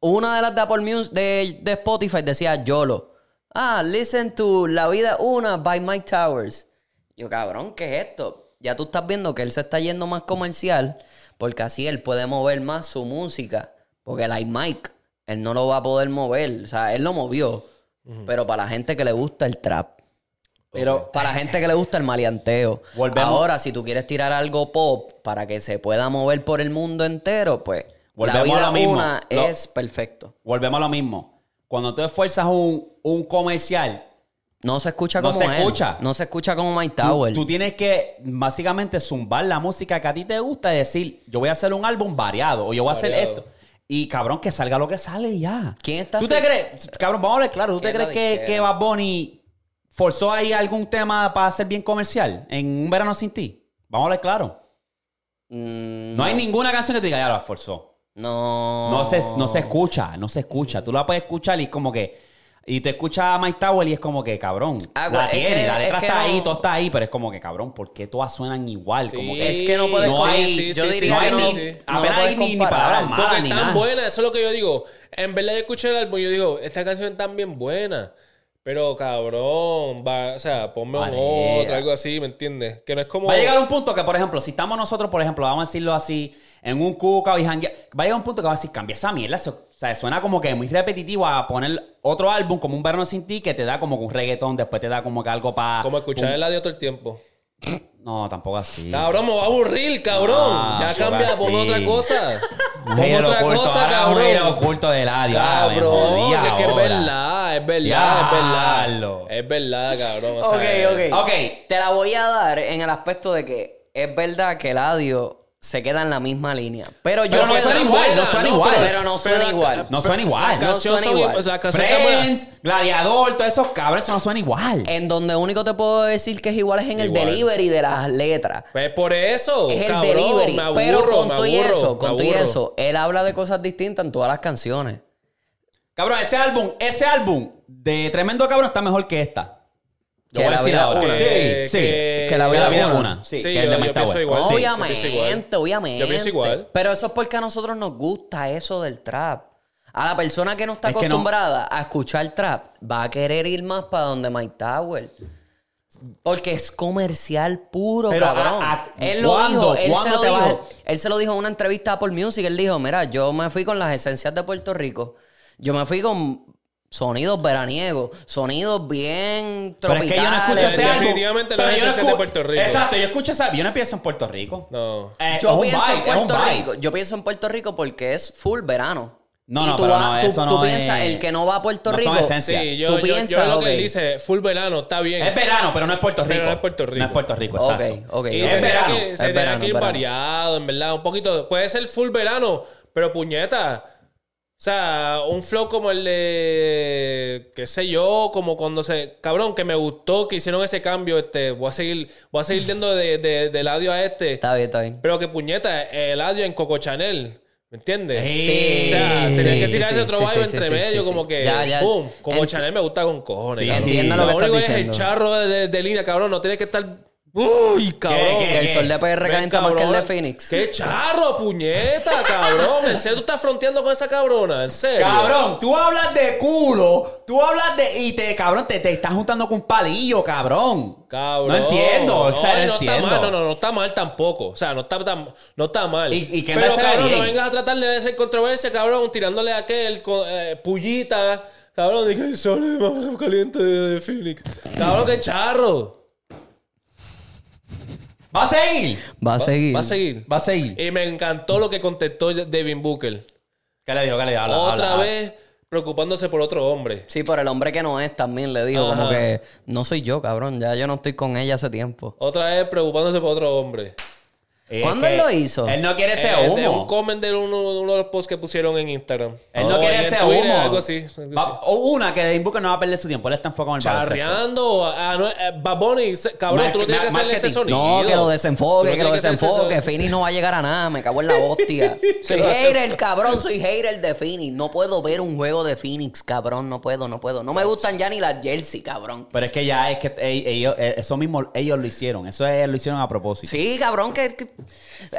S2: Una de las de Apple Music, de, de Spotify decía YOLO. Ah, listen to La Vida Una by Mike Towers. Yo, cabrón, ¿qué es esto? Ya tú estás viendo que él se está yendo más comercial porque así él puede mover más su música. Porque like Mike, él no lo va a poder mover. O sea, él lo movió. Pero para la gente que le gusta el trap.
S1: Pero
S2: Para la gente que le gusta el maleanteo.
S1: Volvemos.
S2: Ahora, si tú quieres tirar algo pop para que se pueda mover por el mundo entero, pues
S1: Volvemos a
S2: la vida
S1: lo mismo.
S2: una
S1: Lo-
S2: es perfecto.
S1: volvemos a lo mismo. Cuando tú esfuerzas un, un comercial,
S2: No se escucha
S1: No
S2: como
S1: se
S2: él.
S1: escucha.
S2: No se escucha como Mike
S1: tú,
S2: Tower.
S1: tú tienes que básicamente zumbar la música que a ti te gusta y decir, yo voy a hacer un álbum variado o yo voy a hacer
S3: Variado.
S1: esto. Y cabrón, que salga lo que sale y ya.
S2: ¿Quién está
S1: ¿Tú te
S2: fi-
S1: crees? Cabrón, vamos a hablar claro. ¿Tú te
S2: ¿Quién
S1: crees
S2: la
S1: que,
S2: disquera?
S1: que Bad Bunny forzó ahí algún tema para ser bien comercial en Un Verano Sin Ti? Vamos a hablar claro.
S2: Mm,
S1: No hay ninguna canción que te diga, ya la forzó.
S2: no.
S1: No se, no se escucha, no se escucha. Tú la puedes escuchar y es como que, Y te escuchas a Mike Tower y es como que, cabrón,
S2: Ah,
S1: la
S2: es
S1: tiene,
S2: que-
S1: la letra
S2: es que
S1: está ahí,
S2: no-
S1: todo está ahí, pero es como que, cabrón, ¿por qué todas suenan igual? Como
S3: Sí.
S1: que
S2: Es que no puedes.
S1: No hay-
S2: yo
S3: sí, sí,
S2: diría
S1: no hay
S2: que no,
S1: ni-
S2: no lo
S1: apenas
S2: puedes
S1: hay ni- ni
S2: comparar.
S1: palabras más.
S3: Porque
S1: ni
S3: es
S1: nada.
S3: tan buena, eso es lo que yo digo. En verdad yo escuché el álbum y yo digo, esta canción es tan bien buena. Pero cabrón, va- o sea, ponme un
S1: Varea.
S3: otro, algo así, ¿me entiendes? Que no es como.
S1: Va a llegar un punto que, por ejemplo, si estamos nosotros, por ejemplo, vamos a decirlo así, en un cuca y janguea, va a llegar un punto que va a decir, cambia esa mierda. eso- o sea, suena como que muy repetitivo a poner otro álbum como un verano sin ti que te da como que un reggaetón, después te da como que algo para.
S3: Como escuchar el audio todo el tiempo.
S1: No, tampoco así.
S3: Cabrón, me va a aburrir, cabrón.
S1: Ah,
S3: ya
S1: sí,
S3: cambia,
S1: va,
S3: pon
S1: sí.
S3: otra cosa.
S1: Un
S3: Pon
S1: género
S3: otra
S1: oculto,
S3: cosa,
S1: ahora un género
S3: cabrón.
S1: oculto del ah, adiós.
S3: Cabrón, es que es verdad, es verdad, es verdad.
S1: Diablo.
S3: Es verdad, cabrón. o
S2: Ok,
S3: sea,
S2: ok.
S1: Ok.
S2: Te la voy a dar en el aspecto de que es verdad que Eladio se queda en la misma línea. Pero yo
S1: Pero no
S2: creo-
S1: suena igual, no suena igual.
S2: Pero no suena
S3: pero-
S2: igual.
S1: No suena igual.
S3: La canción
S2: suena
S3: son-
S2: igual.
S3: o sea, la canción está buena. Eh,
S1: Friends, Gladiador, todos esos cabros, eso no suena igual.
S2: En donde único te puedo decir que es igual es en
S3: Igual.
S2: el delivery de las letras.
S3: Pues por eso.
S2: Es el
S3: cabrón,
S2: delivery.
S3: me aburro,
S2: pero con
S3: me
S2: todo y
S3: aburro,
S2: eso,
S3: me
S2: con todo y
S3: aburro.
S2: eso, él habla de cosas distintas en todas las canciones.
S1: Cabrón, ese álbum, ese álbum de Tremendo Cabrón está mejor que esta. Yo voy
S2: Que
S1: a
S2: la
S1: decir
S2: vida
S1: ahora.
S2: una.
S1: Sí,
S3: Que-
S1: sí.
S3: que-
S1: Que la vida es una. Sí,
S3: Sí,
S1: que
S3: yo-
S1: el de
S3: yo
S1: Mike
S3: pienso
S1: Tower.
S3: igual. Sí, yo
S2: obviamente,
S3: pienso igual.
S2: obviamente.
S3: Yo pienso igual.
S2: Pero eso es porque a nosotros nos gusta eso del trap. A la persona que no está
S1: Es que no-
S2: acostumbrada a escuchar trap va a querer ir más para donde Mike Tower. Porque es comercial puro,
S1: Pero,
S2: cabrón.
S1: ¿a- a-
S2: él lo
S1: cuándo?
S2: dijo, él se
S1: ¿Cuándo
S2: lo
S1: te vas a-
S2: dijo. Él se lo dijo en una entrevista a Apple Music. Él dijo, mira, yo me fui con las esencias de Puerto Rico. Yo me fui con sonidos veraniegos, sonidos bien
S1: Pero
S2: tropicales.
S1: es que yo no escucho ese álbum.
S3: Definitivamente
S1: Pero
S3: no es
S1: yo
S3: ese de
S1: escu-
S3: Puerto Rico.
S1: Exacto, yo escucho ese Yo no pienso en Puerto Rico.
S3: No.
S1: Eh,
S2: Yo
S1: es un
S2: pienso en
S1: vibe, es un
S2: Puerto
S1: vibe.
S2: Rico. Yo pienso en Puerto Rico porque es full verano.
S1: No,
S2: Y
S1: no,
S2: tú
S1: pero
S2: vas-
S1: no,
S2: tú,
S1: eso
S2: tú
S1: no
S2: piensas,
S1: es-
S2: el que no va a Puerto
S1: No son
S2: Rico.
S1: esencias.
S3: Sí, yo,
S2: Tú
S3: yo- yo
S2: piensas,
S3: lo que
S2: ok.
S3: él dice, full verano, está bien.
S1: Es verano, pero no es Puerto Rico.
S3: Pero no es Puerto Rico.
S1: No es Puerto Rico,
S2: Ok,
S1: exacto.
S2: ok,
S3: Y
S2: ok.
S1: Es
S3: tendría
S1: verano.
S3: que-
S2: es
S3: se tendría
S2: verano,
S3: que ir
S2: verano.
S3: variado, en verdad, un poquito. Puede ser full verano, pero puñeta. O sea, un flow como el de. qué sé yo, como cuando se. Cabrón, que me gustó que hicieron ese cambio. Este, voy a seguir, voy a seguir yendo de, de, del audio a este.
S2: Está bien, está bien.
S3: Pero que puñeta, el audio en Coco Chanel. ¿Me entiendes?
S1: Sí.
S3: O sea, tenía
S1: Sí,
S3: que tirar
S2: sí,
S3: ese otro
S2: sí,
S3: baile
S2: sí,
S3: entre
S2: sí, sí,
S3: medio,
S2: sí.
S3: como que.
S2: Ya, ya.
S3: ¡Pum! Como
S2: Ent-
S3: Chanel me gusta con cojones.
S1: Sí,
S3: cabrón.
S2: entiendo lo que estás
S3: único
S2: diciendo.
S3: es el charro de, de, de Lina, cabrón. No tienes que estar. ¡Uy, cabrón!
S1: qué,
S2: Que el
S1: qué?
S2: sol de PR
S3: Ven,
S2: calienta más que el de
S3: cabrón.
S2: Phoenix.
S3: ¡Qué charro, puñeta, cabrón! ¿En serio tú estás fronteando con esa cabrona? ¿En serio?
S1: Cabrón, tú hablas de culo, tú hablas de. Y te, cabrón, te, te estás juntando con un palillo, cabrón.
S3: Cabrón.
S1: No entiendo, o sea,
S3: y
S1: no,
S3: Está
S1: entiendo.
S3: mal, no, no, no está mal tampoco. O sea, no está, tan- no está mal.
S1: Y- y que
S3: Pero,
S1: no se ve
S3: cabrón,
S1: bien.
S3: no vengas a tratar de hacer controversia, cabrón, tirándole a aquel co- eh, pullita. Cabrón, de que el sol es más caliente de, de Phoenix. Cabrón, qué charro.
S1: Va a seguir.
S2: Va a seguir.
S3: Va a seguir.
S1: Va a seguir.
S3: Y me encantó lo que contestó Devin Booker.
S1: ¿Qué le dijo? ¿Qué le dijo? Habla, habla,
S3: Otra
S1: habla.
S3: vez preocupándose por otro hombre.
S2: Sí, por el hombre que no es también le dijo como
S3: Ajá.
S2: que no soy yo, cabrón. Ya yo no estoy con ella hace tiempo.
S3: Otra vez preocupándose por otro hombre.
S1: Y
S2: ¿Cuándo
S1: es
S2: él
S1: que
S2: lo hizo?
S1: Él no quiere ese
S3: Eh, de
S1: humo.
S3: un comment de uno, uno de los posts que pusieron en Instagram.
S1: Él no
S3: O
S1: quiere
S3: en
S1: ese
S3: Twitter,
S1: humo.
S3: Algo así. algo
S1: Va-
S3: así.
S1: o una que Devin Booker no va a perder su tiempo. Él está enfocado en el baloncesto.
S3: Charreando. a- a- no- eh, Bad Bunny, se- cabrón,
S1: Mar-
S3: tú no tienes que
S1: ma-
S3: hacerle ese
S1: marketing.
S3: sonido.
S2: No, que lo
S3: Tú
S2: desenfoque,
S3: no
S2: que lo
S3: tienes hacer
S2: desenfoque.
S3: eso.
S2: Fini no va a llegar a nada, me cago en la hostia. Soy hater, cabrón, soy hater de Phoenix. No puedo ver un juego de Phoenix, cabrón, no puedo, no puedo. No me gustan ya ni las jersey, cabrón.
S1: Pero es que ya es que eh, ellos, eh, eso mismo ellos lo hicieron. Eso es- lo hicieron a propósito.
S2: Sí, cabrón, que, que-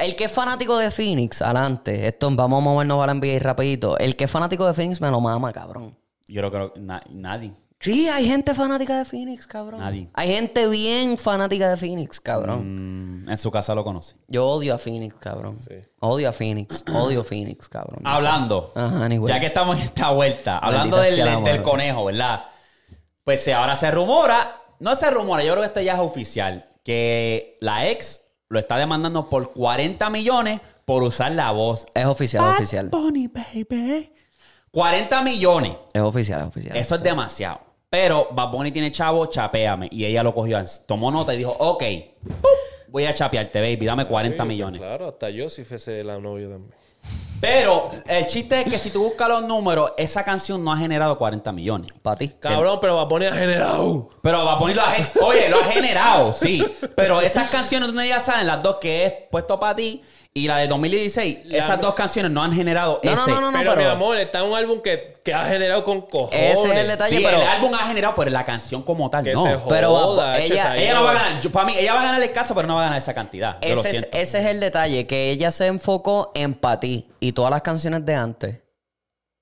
S2: el que es fanático de Phoenix, adelante. Esto, vamos a movernos a la NBA rapidito. El que es fanático de Phoenix me lo mama, cabrón.
S1: Yo no creo que na- nadie.
S2: Sí, hay gente fanática de Phoenix, cabrón.
S1: Nadie.
S2: Hay gente bien fanática de Phoenix, cabrón.
S1: mm, en su casa lo conoce.
S2: Yo odio a Phoenix, cabrón. Odio a Phoenix. Odio Phoenix, cabrón. No sé.
S1: Hablando.
S2: Ajá, anyway.
S1: Ya que estamos en esta vuelta, hablando
S2: Maldita
S1: del,
S2: sea la
S1: del- del
S2: madre.
S1: conejo, ¿verdad? Pues eh, ahora se rumora, no se rumora, yo creo que esto ya es oficial, que la ex lo está demandando por 40 millones por usar la voz.
S2: Es oficial,
S1: Ah.
S2: es oficial.
S1: Bad Bunny, baby. 40 millones.
S2: Es oficial, es oficial.
S1: Eso es demasiado. Pero Bad Bunny tiene chavo, chapéame. Y ella lo cogió, tomó nota y dijo, ok, ¡pum! voy a chapearte, baby, dame 40 millones.
S3: Claro, hasta yo si fuese la novia también.
S1: Pero el chiste es que si tú buscas los números, esa canción no ha generado 40 millones.
S2: Para ti.
S3: Cabrón, pero va a poner a generado.
S1: Pero va a ponerlo a gen- Oye, lo ha generado, sí. Pero esas canciones, donde ya saben, las dos que es puesto para ti y la de 2016, esas dos canciones no han generado
S2: No, no,
S1: ese.
S2: no, no, no,
S3: pero,
S2: pero-
S3: mi amor, está un álbum que, que ha generado con cojones.
S2: Ese es el detalle,
S1: Sí,
S2: pero.
S1: el álbum ha generado, pero la canción como tal,
S3: Que
S1: no.
S3: se joda.
S2: Pero va-
S3: H,
S2: ella-
S3: esa
S1: Ella no va a ganar. Yo- para mí, ella va a ganar el caso, pero no va a ganar esa cantidad. Yo lo
S2: Ese es,
S1: siento.
S2: ese es el detalle, que ella se enfocó en Pati y todas las canciones de antes.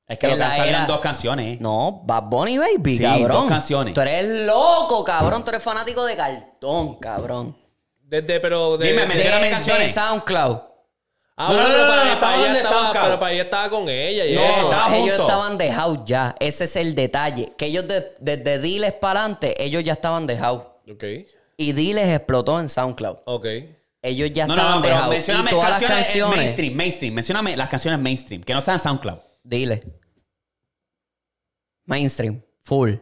S1: Es que lo
S2: en
S1: que han
S2: la
S1: salido
S2: era-
S1: en dos canciones.
S2: No, Bad Bunny Baby,
S1: Sí,
S2: cabrón.
S1: dos canciones.
S2: Tú eres loco, cabrón. Tú eres fanático de cartón, cabrón.
S3: Desde, pero... de-
S1: Dime,
S3: de-
S1: me- Mencióname
S2: Desde
S1: canciones.
S2: SoundCloud.
S3: Ah,
S1: No,
S3: bueno,
S1: no,
S3: pero
S1: no, no,
S3: para, para
S1: estamos
S3: ella
S1: en
S3: estaba,
S1: Soundcloud.
S3: pero para ella estaba con ella. Y
S2: No,
S3: eso.
S1: estaban
S2: ellos
S1: juntos.
S2: estaban dejados ya. Ese es el detalle. Que ellos de- desde Diles para adelante, ellos ya estaban dejados.
S3: Ok,
S2: Y Diles explotó en SoundCloud.
S3: ok.
S2: Ellos ya
S1: No, no,
S2: estaban
S1: no, pero
S2: dejados.
S1: mencioname
S2: y todas
S1: canciones,
S2: las canciones.
S1: mainstream, mainstream. Mencioname las canciones mainstream, que no sean SoundCloud.
S2: Diles. Mainstream. Full.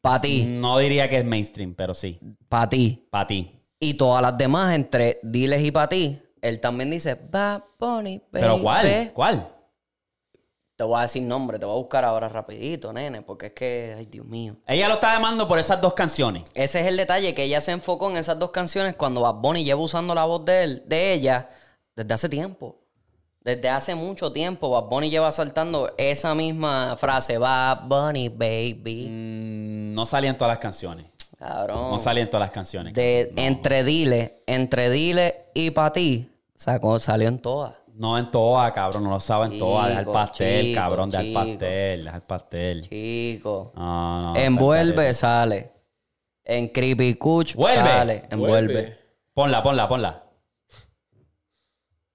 S2: Para ti.
S1: No diría que es mainstream, pero sí.
S2: Para ti.
S1: Para ti.
S2: Y todas las demás, entre Diles y para ti, él también dice, Bad Bunny, baby.
S1: ¿Pero cuál? ¿Cuál?
S2: Te voy a decir nombre, te voy a buscar ahora rapidito, nene, porque es que, ay, Dios mío.
S1: Ella lo está demandando por esas dos canciones.
S2: Ese es el detalle, que ella se enfocó en esas dos canciones cuando Bad Bunny lleva usando la voz de, él, de ella desde hace tiempo. Desde hace mucho tiempo, Bad Bunny lleva saltando esa misma frase, Bad Bunny, baby.
S1: Mm, no salían todas las canciones.
S2: Cabrón.
S1: No salían todas las canciones.
S2: Oh. De,
S1: No,
S2: Entre Diles, entre Diles y para ti, sacó, salió en todas.
S1: No en todas, cabrón. No lo saben
S2: Chico,
S1: todas. Deja el pastel,
S2: chico,
S1: cabrón. Deja el
S2: chico.
S1: pastel. Deja el pastel.
S2: Chico.
S1: No, no, sácate.
S2: Envuelve, sale. En Creepy Cuch,
S1: Vuelve.
S2: sale. Envuelve.
S1: Ponla, ponla, ponla.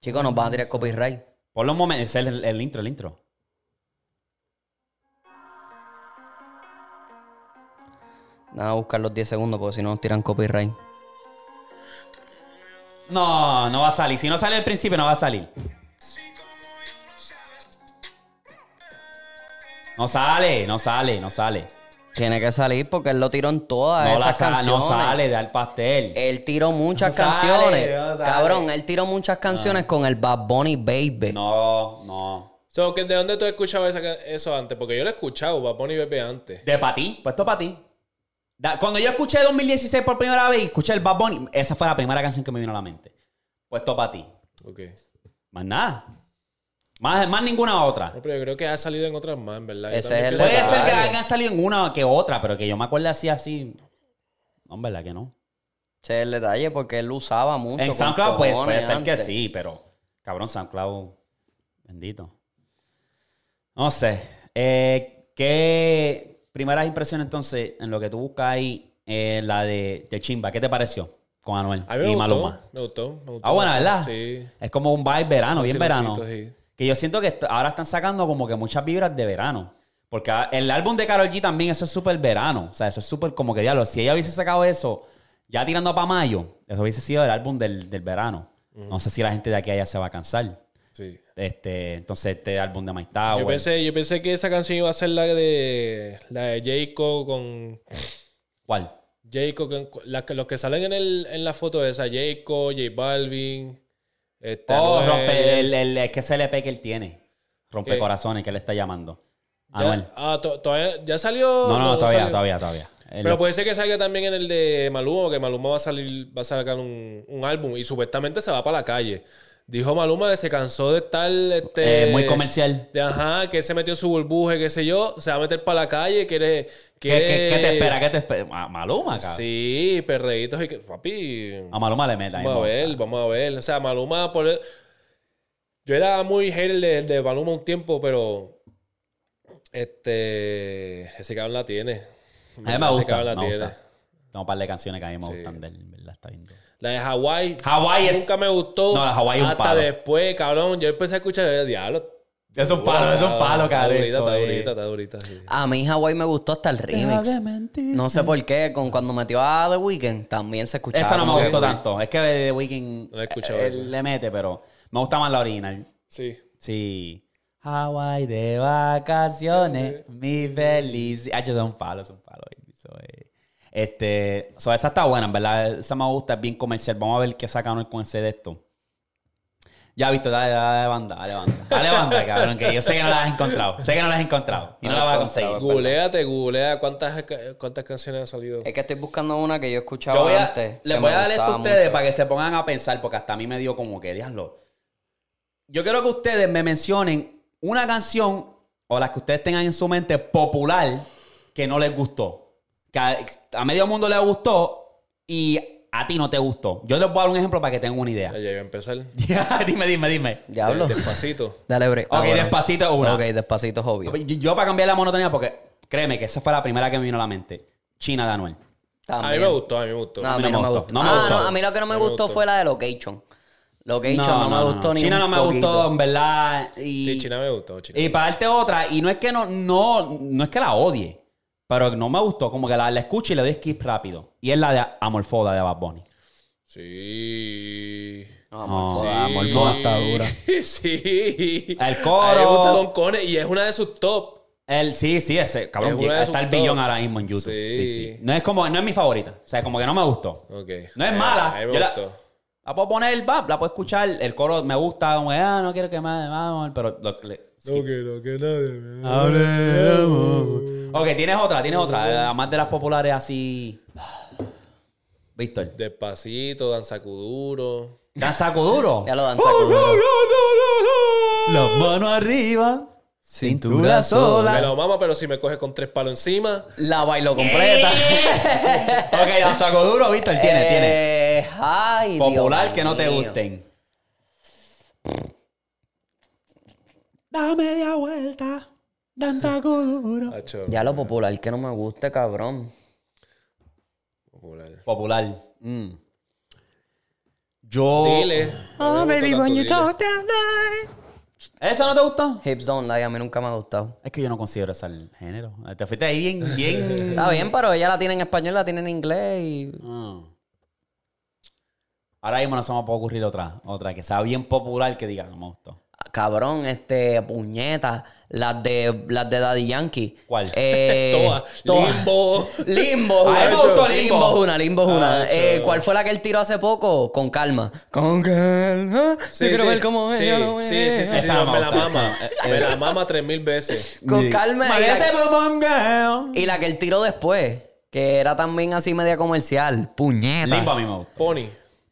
S2: Chicos, nos van a tirar copyright.
S1: Ponlo un momento. Es el, el intro, el intro.
S2: Nada, a buscar los 10 segundos porque si no nos tiran copyright.
S1: No, no va a salir. Si no sale al principio, no va a salir. No sale, no sale, no sale.
S2: Tiene que salir porque él lo tiró en todas
S1: No, la
S2: Ah, esas
S1: sa- no
S2: canciones.
S1: sale, da el pastel.
S2: Él tiró muchas
S1: No sale,
S2: canciones.
S1: no sale.
S2: Cabrón, él tiró muchas canciones con el Bad Bunny Baby.
S1: No, no.
S3: So, que ¿De dónde tú escuchabas esa- eso antes? Porque yo lo he escuchado, Bad Bunny Bebé antes.
S1: De para ti, Pues puesto para ti. Da- Cuando yo escuché 2016 por primera vez y escuché el Bad Bunny, esa fue la primera canción que me vino a la mente. Pues Puesto para ti.
S3: Ok.
S1: Más nada. Más, más ninguna otra.
S3: No, pero yo creo que ha salido en otras más, en verdad. Yo
S2: Ese
S3: también
S2: es el
S3: pienso-
S1: Puede ser que
S2: Dale.
S1: hayan salido en una que otra, pero que yo me acuerde así, así. No, en verdad que no.
S2: Ese es el detalle porque él lo usaba mucho.
S1: En
S2: con
S1: SoundCloud pues,
S2: cojones
S1: puede ser que
S2: antes.
S1: sí, pero cabrón, SoundCloud, bendito. No sé. Eh, ¿Qué primeras impresiones entonces en lo que tú buscas ahí, eh, la de, de Chimba? ¿Qué te pareció con Anuel
S3: A mí me
S1: y
S3: gustó,
S1: Maluma?
S3: Me gustó, me gustó.
S1: Ah, bueno,
S3: mucho.
S1: ¿verdad?
S3: Sí.
S1: Es como un vibe verano, bien verano.
S3: Silocito, sí.
S1: Que yo siento que est- ahora están sacando como que muchas vibras de verano. Porque a- el álbum de Karol G también, eso es súper verano. O sea, eso es súper como que diablo. Si ella hubiese sacado eso ya tirando para mayo, eso hubiese sido el álbum del, del verano. No sé si la gente de aquí a allá se va a cansar.
S3: sí.
S1: Este, entonces, este álbum de My
S3: Yo
S1: Tower.
S3: pensé, yo pensé que esa canción iba a ser la de la de Jacob con
S1: ¿Cuál?
S3: Jacob con- la que- los que salen en el en la foto esa Jacob, J Balvin, este
S1: Oh,
S3: Anuel.
S1: rompe, el, el- es que ese LP que él tiene. Rompe
S3: ¿Qué?
S1: corazones, que él está llamando.
S3: Ya-
S1: Anuel.
S3: Ah, to- todavía ya salió.
S1: No, no, no, todavía,
S3: salió.
S1: todavía, todavía. El-
S3: Pero puede ser que salga también en el de Maluma, porque Maluma va a salir, va a sacar un, un álbum y supuestamente se va para la calle. Dijo Maluma que se cansó de estar este,
S1: eh, muy comercial.
S3: De, ajá, que se metió en su burbuja, y qué sé yo, se va a meter para la calle, quiere,
S1: ¿Qué,
S3: quiere...
S1: qué- qué te espera? ¿Qué te espera? Ma- Maluma, cabrón.
S3: Sí, perreitos y que, papi,
S1: A Maluma le meta.
S3: vamos a ver, vamos a ver. O sea, Maluma, por el- yo era muy hater de, de Maluma un tiempo, pero este, ese cabrón la tiene.
S1: A mí me
S3: Ese
S1: gusta.
S3: cabrón la
S1: me
S3: tiene.
S1: gusta. Tengo un par de canciones que a mí me gustan de él, en ¿verdad? Está viendo.
S3: La de Hawái.
S1: Hawái es-
S3: Nunca me gustó.
S1: No, la Hawái es un
S3: Hasta
S1: palo.
S3: después, cabrón. Yo empecé a escuchar el diablo.
S1: Es un palo, es un palo,
S3: Está
S1: cabrón.
S3: durita,
S1: eso eh.
S3: está
S1: es.
S3: durita, está durita. sí.
S2: A mí Hawaii me gustó hasta el remix. No sé por qué, con cuando metió a The Weeknd también se escuchaba.
S1: Esa no
S2: como
S1: me
S2: que-
S1: gustó tanto. Es que The Weeknd
S3: No la he escuchado
S1: eh,
S3: esa.
S1: le mete, pero me gusta más la original.
S3: Sí.
S1: Sí. Hawaii de vacaciones, mi felicidad. Ah, yo doy un palo, es un palo. baby, eso es. Este, so, esa está buena, en ¿verdad? Esa me gusta, es bien comercial. Vamos a ver qué sacan hoy con ese de esto. Ya, visto, dale, dale, dale banda, dale banda. Dale banda, cabrón, que yo sé que no la has encontrado. Sé que no la has encontrado. Y no,
S2: No
S1: la
S2: la
S1: vas a
S2: he
S1: conseguir.
S2: encontrado.
S3: Googleate, googlea cuántas, ca- cuántas canciones han salido.
S1: Eh,
S2: Es que estoy buscando una que yo escuchaba
S1: Yo voy a,
S2: antes.
S1: les
S2: que
S1: voy
S2: me
S1: a dar esto a
S2: gustaba
S1: ustedes
S2: mucho.
S1: para que se pongan a pensar, porque hasta a mí me dio como que, diablo. Yo quiero que ustedes me mencionen una canción o las que ustedes tengan en su mente popular que no les gustó. Que a, a medio mundo les gustó y a ti no te gustó. Yo les voy a dar un ejemplo para que tengan una idea.
S3: Ya iba a empezar.
S1: dime, dime, dime.
S2: Diablo.
S3: Despacito.
S2: Dale, break.
S1: Ok, despacito es una.
S2: Ah, Ok, despacito es obvio.
S1: Yo, yo para cambiar la monotonía, porque créeme que esa fue la primera que me vino a la mente. China de Anuel.
S3: A mí me gustó, a mí me gustó.
S2: No, a mí no, me gustó.
S1: No me
S2: ah,
S1: gustó.
S2: no, a mí lo que no me,
S3: No me
S2: gustó,
S3: gustó.
S2: fue la de Location. Location no, me gustó ni
S1: China
S2: un
S1: no me
S2: poquito.
S1: gustó, en verdad. Y...
S3: Sí, China me gustó, China.
S1: Y Eh, para darte otra, y no es que no, no, no es que la odie, pero no me gustó, como que la, la escucho y le doy skip rápido. Y es la de Amorfoda de Bad Bunny.
S3: Sí.
S2: No,
S1: No,
S2: amor,
S3: Sí.
S2: joda, amor, joda, está dura.
S3: Sí.
S1: El coro.
S3: A mí me gusta Don Cone y es una de sus top.
S1: El, sí, sí, ese
S3: Es
S1: cabrón.
S3: una de
S1: está
S3: sus
S1: el billón
S3: top.
S1: ahora mismo en YouTube. Sí. sí,
S3: Sí.
S1: No es como, no es mi favorita. O sea, como que no me gustó.
S3: Ok.
S1: No es
S3: A-
S1: mala.
S3: A
S1: Yo
S3: mí me
S1: la-
S3: gustó.
S1: La puedo poner el bap, la puedo escuchar. El coro me gusta, como que, ah, no quiero que me vamos, pero lo- le- skip.
S3: que no, que nadie me-
S1: Ok, tienes otra, tienes otra. Además de las populares así. Víctor.
S3: Despacito, danza cuduro.
S1: ¿Danzaco duro? Oh,
S2: Ya lo dan saco duro.
S4: Las
S1: Mano arriba,
S4: Cintura sola.
S3: Me lo mama, pero si me coge con tres palos encima.
S2: La bailo completa.
S1: ok, danzaco duro, Víctor, Eh, tiene, tiene.
S2: Eh, Ay, Dios
S1: Popular que no te
S2: mío.
S1: gusten. Da media vuelta, danzaco duro.
S3: Acho,
S2: Ya lo popular que no me guste, cabrón.
S3: popular.
S1: Popular. Mm. Yo.
S3: Dile. Oh, baby, when you talk.
S1: ¿Esa no te gustó?
S2: Hips Don't Lie a mí nunca me ha gustado.
S1: Es que yo no considero esa el género. Te fuiste ahí bien, bien.
S2: Está bien, pero ella la tiene en español, la tiene en inglés y...
S1: Mm. Ahora mismo no se me puede ocurrir otra, otra que sea bien popular que diga, no me gustó.
S2: Cabrón, este, puñeta. Las de, las de Daddy Yankee.
S1: ¿Cuál?
S2: Eh,
S3: Toa.
S2: todas.
S3: Limbo.
S2: Limbo,
S1: A mí me gustó Limbo.
S2: Limbo. Limbo es una, Limbo es una.
S3: Ah,
S2: Eh,
S3: sí.
S2: ¿Cuál fue la que él tiró hace poco? Con calma. Con calma.
S3: Sí,
S2: Yo quiero
S3: sí,
S2: ver cómo es.
S3: sí,
S2: yo no
S3: sí,
S2: veo.
S3: sí, sí, sí,
S1: Esa
S3: no,
S1: me
S3: me la
S1: gusta,
S3: mama.
S1: esa.
S3: Me la mama tres mil veces.
S2: Con calma. Y
S1: María se
S2: la,
S1: Bubble Girl.
S2: y la que él tiró después. Que era también así media comercial. Puñeta.
S1: Limbo a mí me gusta.
S3: Pony.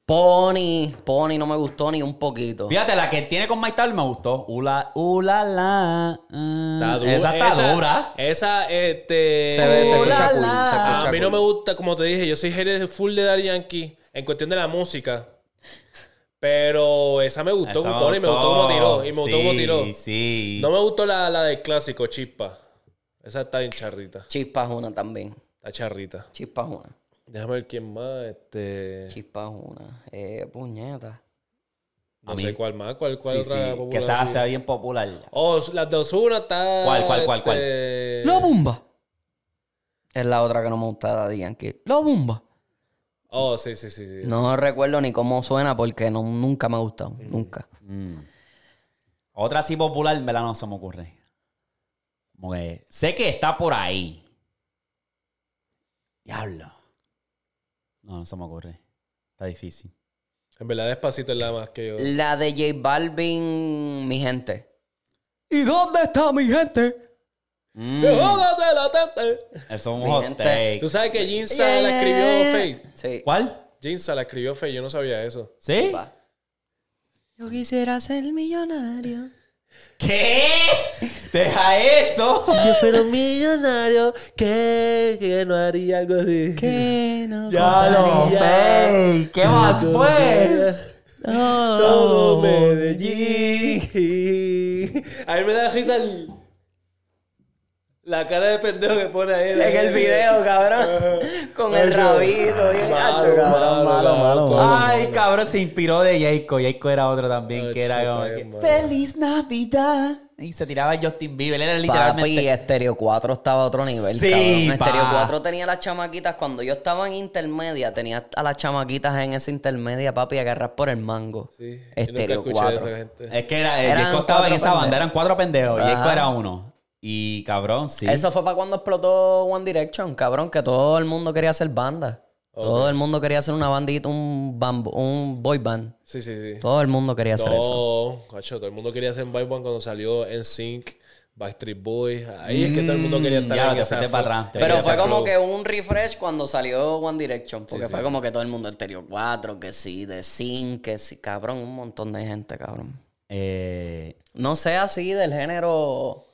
S2: Pony. Pony no me gustó ni un poquito.
S1: Fíjate, la que tiene con Mike Tyler me gustó. Ula, ula, la. mm.
S3: Está dura.
S1: Esa está dura.
S3: Esa, este.
S2: Se ve, se
S1: Uh, la,
S2: escucha cool.
S1: la.
S2: Se escucha
S3: A mí
S2: cool.
S3: no me gusta, como te dije, yo soy hater full de Daddy Yankee en cuestión de la música. Pero esa me gustó
S1: Esa
S3: un montón y me gustó cómo tiró. Y me gustó cómo
S1: Sí,
S3: tiró.
S1: Sí.
S3: No me gustó la, la del clásico, Chispa. Esa está bien charrita.
S2: Chispas una también.
S3: Está charrita.
S2: Chispas una.
S3: Déjame ver quién más. Este.
S2: Chispas una. Eh, puñeta.
S1: A
S3: No
S1: mí-
S3: sé cuál más. ¿Cuál, cuál
S1: Sí, sí,
S3: otra
S1: Que
S3: popular
S1: esa
S3: así?
S1: sea bien popular.
S3: Oh, las de Ozuna está.
S1: ¿Cuál, cuál, cuál, cuál?
S3: este,
S2: La bomba. Eh, Es la otra que no me gusta de Daddy Yankee. La bomba.
S3: Oh, sí, sí, sí. sí.
S2: No recuerdo ni cómo suena porque no, nunca me ha gustado. Nunca.
S1: Mm. Otra así popular, en verdad, no se me ocurre. Como que sé que está por ahí. Diablo. No, no se me ocurre. Está difícil.
S3: En verdad, despacito es la más que
S1: Mm.
S3: yo.
S2: La de J Balvin, mi gente.
S4: ¿Y dónde está mi gente?
S3: Jódate la tete.
S1: Eso es un
S2: Mi
S1: hot
S2: gente.
S1: take.
S3: Tú sabes que Jinza
S2: Yeah,
S3: la
S2: yeah,
S3: escribió
S2: yeah.
S3: Fate.
S2: Sí.
S1: ¿Cuál?
S3: Jinza la escribió Fate, yo no sabía eso.
S1: ¿Sí?
S2: Va. Yo quisiera ser millonario.
S1: ¿Qué? Deja eso.
S3: Yo fuera un millonario, que, no haría algo así.
S2: Que no.
S1: Ya lo ve. ¿Qué más pues?
S3: Todo Medellín. A mí me da risa el- la cara de pendejo que pone ahí.
S2: En el video, cabrón. Con el rabito. Bien gacho, cabrón. Malo, malo, malo.
S1: Ay, cabrón, se inspiró de Jayco. Jayco era otro también
S3: Ay,
S1: que era
S3: chuta,
S1: como
S3: qué
S1: que,
S3: malo.
S1: ¡Feliz Navidad! Y se tiraba el Justin Bieber. Era literalmente...
S2: Papi, Estéreo 4 estaba a otro nivel,
S1: Sí,
S2: cabrón. Estéreo
S1: pa.
S2: 4 tenía las chamaquitas. Cuando yo estaba en intermedia, tenía a las chamaquitas en esa intermedia, papi, agarrar por el mango.
S3: Sí, yo nunca
S2: Estéreo
S3: escuché
S2: 4.
S3: de esa gente.
S1: Es que era, el
S2: Eran
S1: disco estaba en
S2: cuatro
S1: esa banda,
S2: pendejos.
S1: eran cuatro pendejos. Y Disco
S2: Ajá.
S1: era uno. Y cabrón, sí.
S2: Eso fue para cuando explotó One Direction, cabrón, que todo el mundo quería hacer banda. Todo el mundo quería hacer una bandita, un, bambo- un boy band.
S3: Sí, sí, sí.
S2: Todo el mundo quería hacer eso.
S3: No, cacho, todo el mundo quería hacer un Bad One cuando salió en Sync, Backstreet Boys. Ahí es que todo el mundo quería estar
S1: Mm, ya,
S3: en
S1: te
S3: esa
S1: fuiste para
S3: fo-
S1: atrás.
S3: en
S2: Pero
S3: ese
S2: fue como
S3: flow.
S2: que un refresh cuando salió One Direction. Porque
S3: Sí,
S2: fue
S3: sí.
S2: como que todo el mundo Stereo 4, que sí, de Sync, que sí. Cabrón, un montón de gente, cabrón.
S1: Eh,
S2: No sé así del género.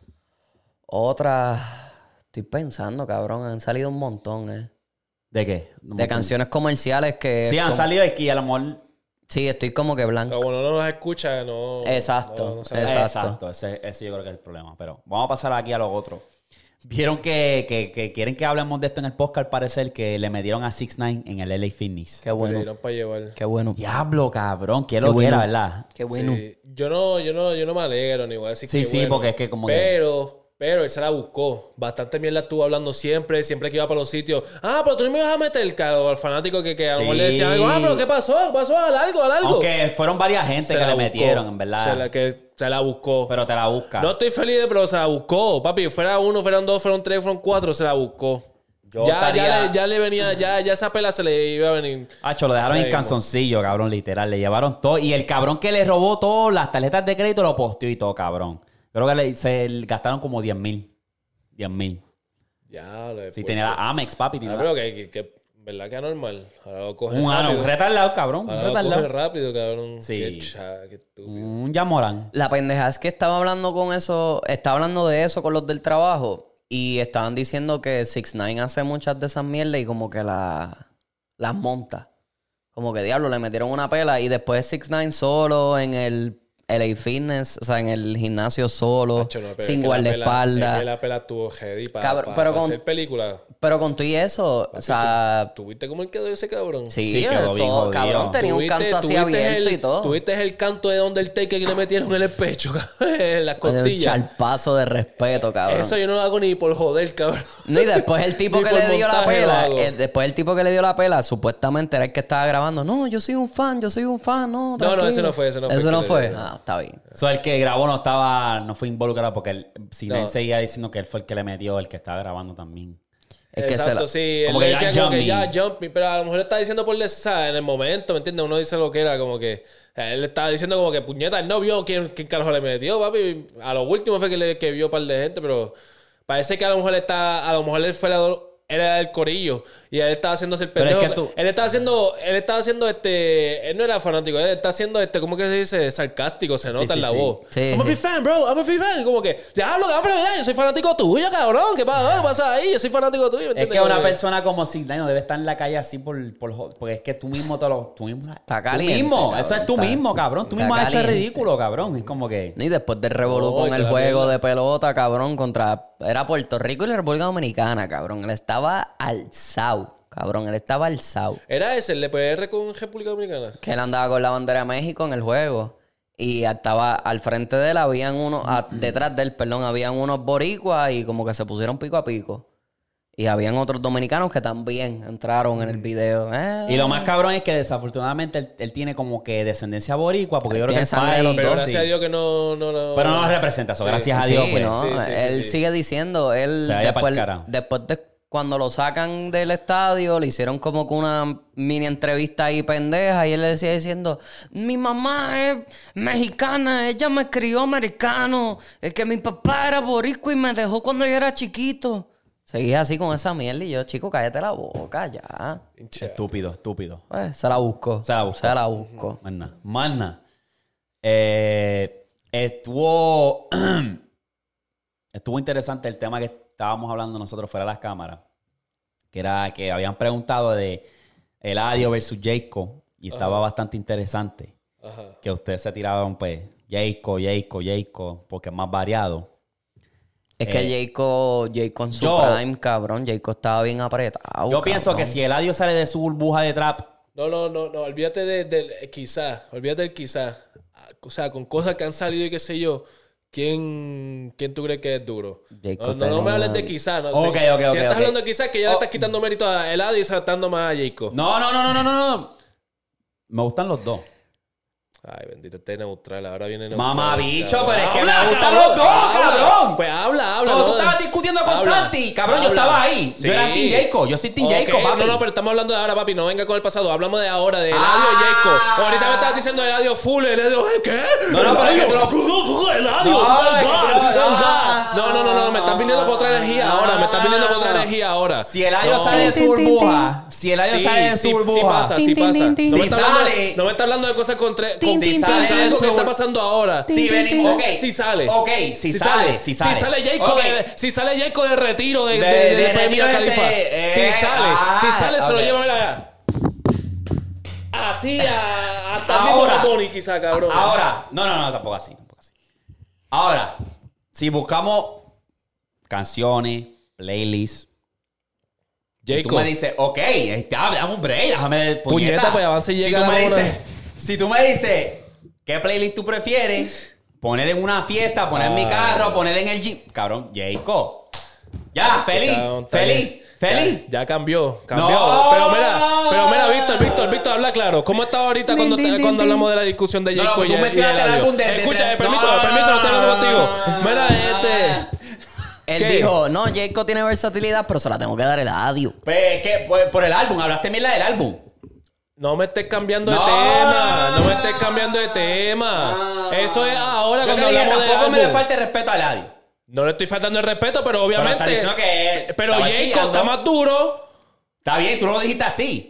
S2: Otra. Estoy pensando, cabrón. Han salido un montón, eh.
S1: ¿De qué? No me
S2: De canciones comerciales que.
S1: Sí, han
S2: como-
S1: salido aquí, a lo mejor.
S2: Sí, estoy como que blanco.
S3: Como no nos escucha, no.
S2: Exacto,
S3: no- no sabe.
S2: Exacto.
S1: Ese, ese yo creo que es el problema. Pero vamos a pasar aquí a los otros. Vieron que, que- que quieren que hablemos de esto en el podcast, al parecer, que le metieron a 6ix9ine en el LA Fitness.
S2: Qué
S3: Le
S2: bueno.
S3: dieron para llevar.
S2: Qué bueno.
S1: Diablo, cabrón. Quién
S2: Qué
S1: lo quiera,
S2: bueno.
S1: ¿verdad?
S2: Qué bueno.
S3: Sí. Yo no, yo no, yo no me alegro ni voy a decir
S1: Sí,
S3: que
S1: sí,
S3: bueno.
S1: porque es que como que-
S3: Pero, pero él se la buscó. Bastante bien la estuvo hablando siempre, siempre que iba para los sitios. Ah, pero tú no me ibas a meter, caro, al fanático que, que a lo mejor le decía
S1: Sí.
S3: algo. Ah, pero ¿qué pasó? ¿Qué pasó? Al algo, al algo.
S1: Aunque fueron varias gente
S3: Se
S1: que
S3: la
S1: le
S3: buscó.
S1: metieron, en
S3: Se
S1: verdad.
S3: la, que, se la buscó.
S1: Pero te la busca.
S3: No estoy feliz, de- pero se la buscó. Papi, fuera uno, fueron dos, fueron tres, fueron cuatro, se la buscó.
S1: Yo
S3: ya,
S1: estaría-
S3: ya, le, ya le venía, ya, ya esa pela se le iba a venir.
S1: Hacho, lo dejaron en
S3: Ahí
S1: canzoncillo, cabrón, literal. Le llevaron todo. Y el cabrón que le robó todas las tarjetas de crédito lo posteó y todo, cabrón. Creo que le, se le gastaron como 10 mil. 10 mil.
S3: Ya, lo de
S1: Si
S3: puerco.
S1: tenía la Amex, papi. Tenía
S3: Ah,
S1: la-
S3: pero que, que, que- verdad que anormal. Ahora lo coge
S1: Un, ano,
S3: rápido.
S1: un retardado, cabrón. Un
S3: Ahora lo coge
S1: retardado.
S3: rápido, cabrón.
S1: Sí.
S3: Qué cha- qué estúpido.
S1: Un Yamorán.
S2: La pendeja es que estaba hablando con eso, estaba hablando de eso con los del trabajo y estaban diciendo que 6ix9ine hace muchas de esas mierdas y como que la- las monta. Como que diablo, le metieron una pela y después 6ix9ine solo en el LA Fitness, o sea, en el gimnasio solo,
S3: Hacho, no, pero es
S2: sin
S3: que la pela-
S2: guardaespaldas.
S3: es que la pela tuvo heavy para
S2: Cabrón, pero con-
S3: hacer película.
S2: Pero con todo y eso, o sea,
S3: ¿Tuviste cómo él quedó ese cabrón?
S2: sí,
S1: Sí, quedó
S2: todo-
S1: bien jodido.
S2: cabrón, tenía un
S3: Tuviste-
S2: canto así
S3: tuviste
S2: abierto
S3: el-
S2: y todo.
S3: Tuviste el canto de Undertaker que le metieron en el pecho, cabrón, en las
S2: Tenía un
S3: costillas.
S2: charpazo de respeto, cabrón.
S3: Eh, Eso yo no lo hago ni por joder, cabrón.
S2: No, y después el tipo
S3: Ni
S2: que
S3: por
S2: le dio la
S3: montaje
S2: pela,
S3: lo hago.
S2: eh, después el tipo que le dio la pela, supuestamente era el que estaba grabando. No, yo soy un fan, yo soy un fan, no.
S3: no,
S2: tranquilo".
S3: ese no fue, ese no fue
S2: Eso
S3: el que
S2: no
S3: le
S2: fue.
S3: dio la
S2: Ah, está bien.
S1: So, el que grabó no estaba, no fue involucrado porque él, si
S3: No.
S1: él seguía diciendo que él fue el que le metió, el que estaba grabando también.
S2: Es que se
S3: Exacto,
S2: la-
S3: sí. Él
S1: Como
S3: le
S1: que ya
S3: decía como que
S1: jumping.
S3: ya jumping, pero a lo mejor está diciendo por esa en el momento, ¿me entiendes? Uno dice lo que era, como que él estaba diciendo como que puñeta, él no vio quién, quién carajo le metió, papi. A lo último fue que, le, que vio un par de gente, pero parece que a lo mejor él está, a lo mejor él fue la- era el corillo y él estaba haciéndose el
S1: Pero es
S3: pendejo.
S1: que tú-
S3: Él estaba haciendo, él estaba haciendo este, él no era fanático, él está haciendo este, ¿cómo que se dice? Sarcástico, se nota
S1: sí,
S3: en la
S1: sí.
S3: voz.
S2: Sí,
S3: I'm a
S2: sí.
S3: big fan, bro, I'm a big fan. Como que, diablo, cabrón, mira, yo soy fanático tuyo, cabrón, ¿qué pasa? ¿Qué pasa ahí? Yo soy fanático tuyo.
S1: Es
S3: ¿entiendes?
S1: que una
S3: Como que-
S1: persona como Sidney no debe estar en la calle así por, por jo- porque es que tú mismo te lo tú mismo
S2: Está
S1: tú
S2: caliente,
S1: mismo,
S2: cabrón,
S1: eso es tú
S2: está-
S1: mismo, cabrón, tú
S2: está
S1: mismo has hecho el
S2: caliente.
S1: ridículo, cabrón, es como que
S2: Y después del revolú
S3: No,
S2: con
S3: y
S2: el
S3: la
S2: juego
S3: mierda.
S2: de pelota, cabrón, contra. Era Puerto Rico y la República Dominicana, cabrón. Él estaba alzado, cabrón. Él estaba alzado.
S3: Era ese, el de PR con República Dominicana.
S2: Que él andaba con la bandera de México en el juego. Y estaba al frente de él, habían unos, a- detrás de él, perdón, habían unos boricuas y como que se pusieron pico a pico. Y habían otros dominicanos que también entraron en el video. Eh,
S1: y lo más cabrón es que desafortunadamente él, él tiene como que descendencia boricua, porque yo creo que
S2: Tiene
S1: el
S2: sangre de los
S1: padre-
S3: Pero
S2: dos,
S1: sí.
S3: gracias a Dios que no. no, no
S1: Pero no lo representa eso, gracias a Dios,
S2: sí,
S1: pues.
S2: ¿no?
S3: Sí, sí, sí,
S2: él
S3: sí.
S2: sigue diciendo, él
S1: Se vaya
S2: después,
S1: pa'l cara.
S2: después de cuando lo sacan del estadio, le hicieron como que una mini entrevista ahí pendeja y él le decía diciendo, mi mamá es mexicana, ella me crió americano, es que mi papá era boricua y me dejó cuando yo era chiquito. Seguía así con esa mierda y yo, chico, cállate la boca ya.
S3: Hincha.
S1: Estúpido, estúpido.
S2: Pues, se la busco.
S1: Se la buscó.
S2: Se la busco.
S1: Magna. Magna. Eh, estuvo. estuvo interesante el tema que estábamos hablando nosotros fuera de las cámaras. Que era que habían preguntado de Eladio versus Jayco. Y estaba bastante interesante.
S3: Ajá.
S1: Que ustedes se tiraban, pues, Jayco, Jayco, Jayco, porque es más variado.
S2: Es que Jacob, Jacob en su
S1: Eh. yo-
S2: prime, cabrón, Jacob estaba bien apretado.
S1: Yo pienso
S2: cabrón.
S1: que si Eladio sale de su burbuja de trap,
S3: No, no, no, no. Olvídate de- del quizá. Olvídate del quizá. O sea, con cosas que han salido y qué sé yo. ¿Quién, quién tú crees que es duro?
S2: Jacob
S3: No, no, no me
S2: tenía-
S3: hables de quizá. No,
S1: Ok, ok,
S3: si, si
S1: ok,
S3: estás
S1: ok. Oh.
S3: hablando de quizá, que ya le estás quitando mérito a Eladio y saltando más a Jacob.
S1: No, no, no, no, no, no, no. Me gustan los dos.
S3: Ay, bendito, este neutral. Ahora viene neutral.
S1: Mamá bicho,
S3: cabrón.
S1: pero es que
S3: Habla,
S1: me gustan
S3: cabrón,
S1: los dos,
S3: habla.
S1: cabrón.
S3: Pues habla, habla.
S1: Cuando tú
S3: no,
S1: estabas discutiendo con con
S3: Habla,
S1: Santi. Cabrón, yo
S3: habla.
S1: estaba ahí.
S3: Sí.
S1: Yo era Team Jacob. Yo soy Team
S3: Ok,
S1: Jacob, papi.
S3: No, no, pero estamos hablando de ahora, papi. No venga con el pasado. Hablamos de ahora, de Eladio
S1: Ah.
S3: Jacob. Ahorita me estabas diciendo Eladio Full, Eladio... ¿Qué?
S1: No, no, pero es que
S3: Eladio,
S1: tú
S3: Eladio,
S1: No,
S3: oh my
S1: es que
S3: God,
S1: tú lo-
S3: oh God.
S1: no,
S3: No, no, no, no. Me estás viniendo con otra energía
S1: no,
S3: ahora.
S1: no,
S3: Me estás viniendo
S1: no,
S3: con otra
S1: no.
S3: energía ahora.
S1: Si el año
S3: No.
S1: sale de su
S5: Tin, tin,
S1: burbuja, si el año
S3: Sí,
S1: sale de su
S3: sí, sí
S1: burbuja.
S3: pasa, sí
S5: Tin, tin,
S3: pasa.
S5: tin, tin.
S3: No me
S1: Si
S3: está hablando-
S1: sale-
S3: No me está hablando de cosas contra...
S5: Tin,
S3: con-
S5: tin,
S3: contra
S5: tin, tin.
S3: algo que
S1: Sur-
S3: está pasando ahora.
S1: Si
S5: Tin, tin,
S1: venimos,
S5: tin.
S1: ok.
S3: Sí sale.
S1: Ok, si sale, si sale.
S3: Jacob
S1: Ok.
S3: de- si sale Jacob de retiro de,
S1: De-
S3: de,
S1: de
S3: de- de
S1: retiro
S3: Mira
S1: ese,
S3: Khalifa.
S1: eh,
S3: si sale,
S1: ah,
S3: si sale se
S1: ok.
S3: lo lleva mira, mira. Así a, hasta el
S1: Ahora.
S3: mismo Bad Bunny quizá, cabrón.
S1: Ahora, no, no, no, tampoco así, tampoco así. Ahora, si buscamos canciones, playlists, y tú
S3: Jacob.
S1: me dices, ok, este, ah, dame un break, déjame el
S3: Puñeta, pues, avance y llega
S1: si tú
S3: la
S1: me
S3: hora.
S1: dices, Si tú me dices, ¿qué playlist tú prefieres? Poner en una fiesta, poner en mi
S3: Ah.
S1: carro, poner en el jeep. Cabrón, Jacob. Ya, feliz,
S3: Cabrón, está
S1: feliz,
S3: bien.
S1: feliz.
S3: Ya, ya cambió, cambió.
S1: No.
S3: Pero mira, pero mira, Víctor, Víctor, Víctor, habla claro. ¿Cómo estaba ahorita
S5: Tin,
S3: cuando,
S5: tin,
S3: está-
S5: tin,
S3: cuando
S5: tin.
S3: hablamos de la discusión de
S1: No, no,
S3: Jacob
S1: tú
S3: y- y
S1: mencionaste el
S3: Eladio?
S1: álbum de- de-
S3: Escucha,
S1: de-
S3: eh, permiso,
S1: No, no,
S3: permiso, no estoy hablando contigo.
S1: no, no,
S3: Mira,
S1: no, no, no,
S3: este...
S2: Él
S3: ¿Qué?
S2: dijo, no, Jacob tiene versatilidad, pero se la tengo que dar el adiós.
S1: Pues, ¿qué? Pues, por el álbum, hablaste mierda del álbum.
S3: No me estés cambiando
S1: No.
S3: de tema. No me estés cambiando de tema. Ah. Eso es ahora
S1: Ah. Yo
S3: cuando
S1: te dije,
S3: hablamos de
S1: tampoco me le
S3: álbum.
S1: falte respeto a Eladio.
S3: No le estoy faltando el respeto, pero
S1: Pero
S3: obviamente.
S1: está diciendo que.
S3: Pero
S1: estaba
S3: Jacob
S1: chillando.
S3: está más duro.
S1: Está bien, tú no lo dijiste así.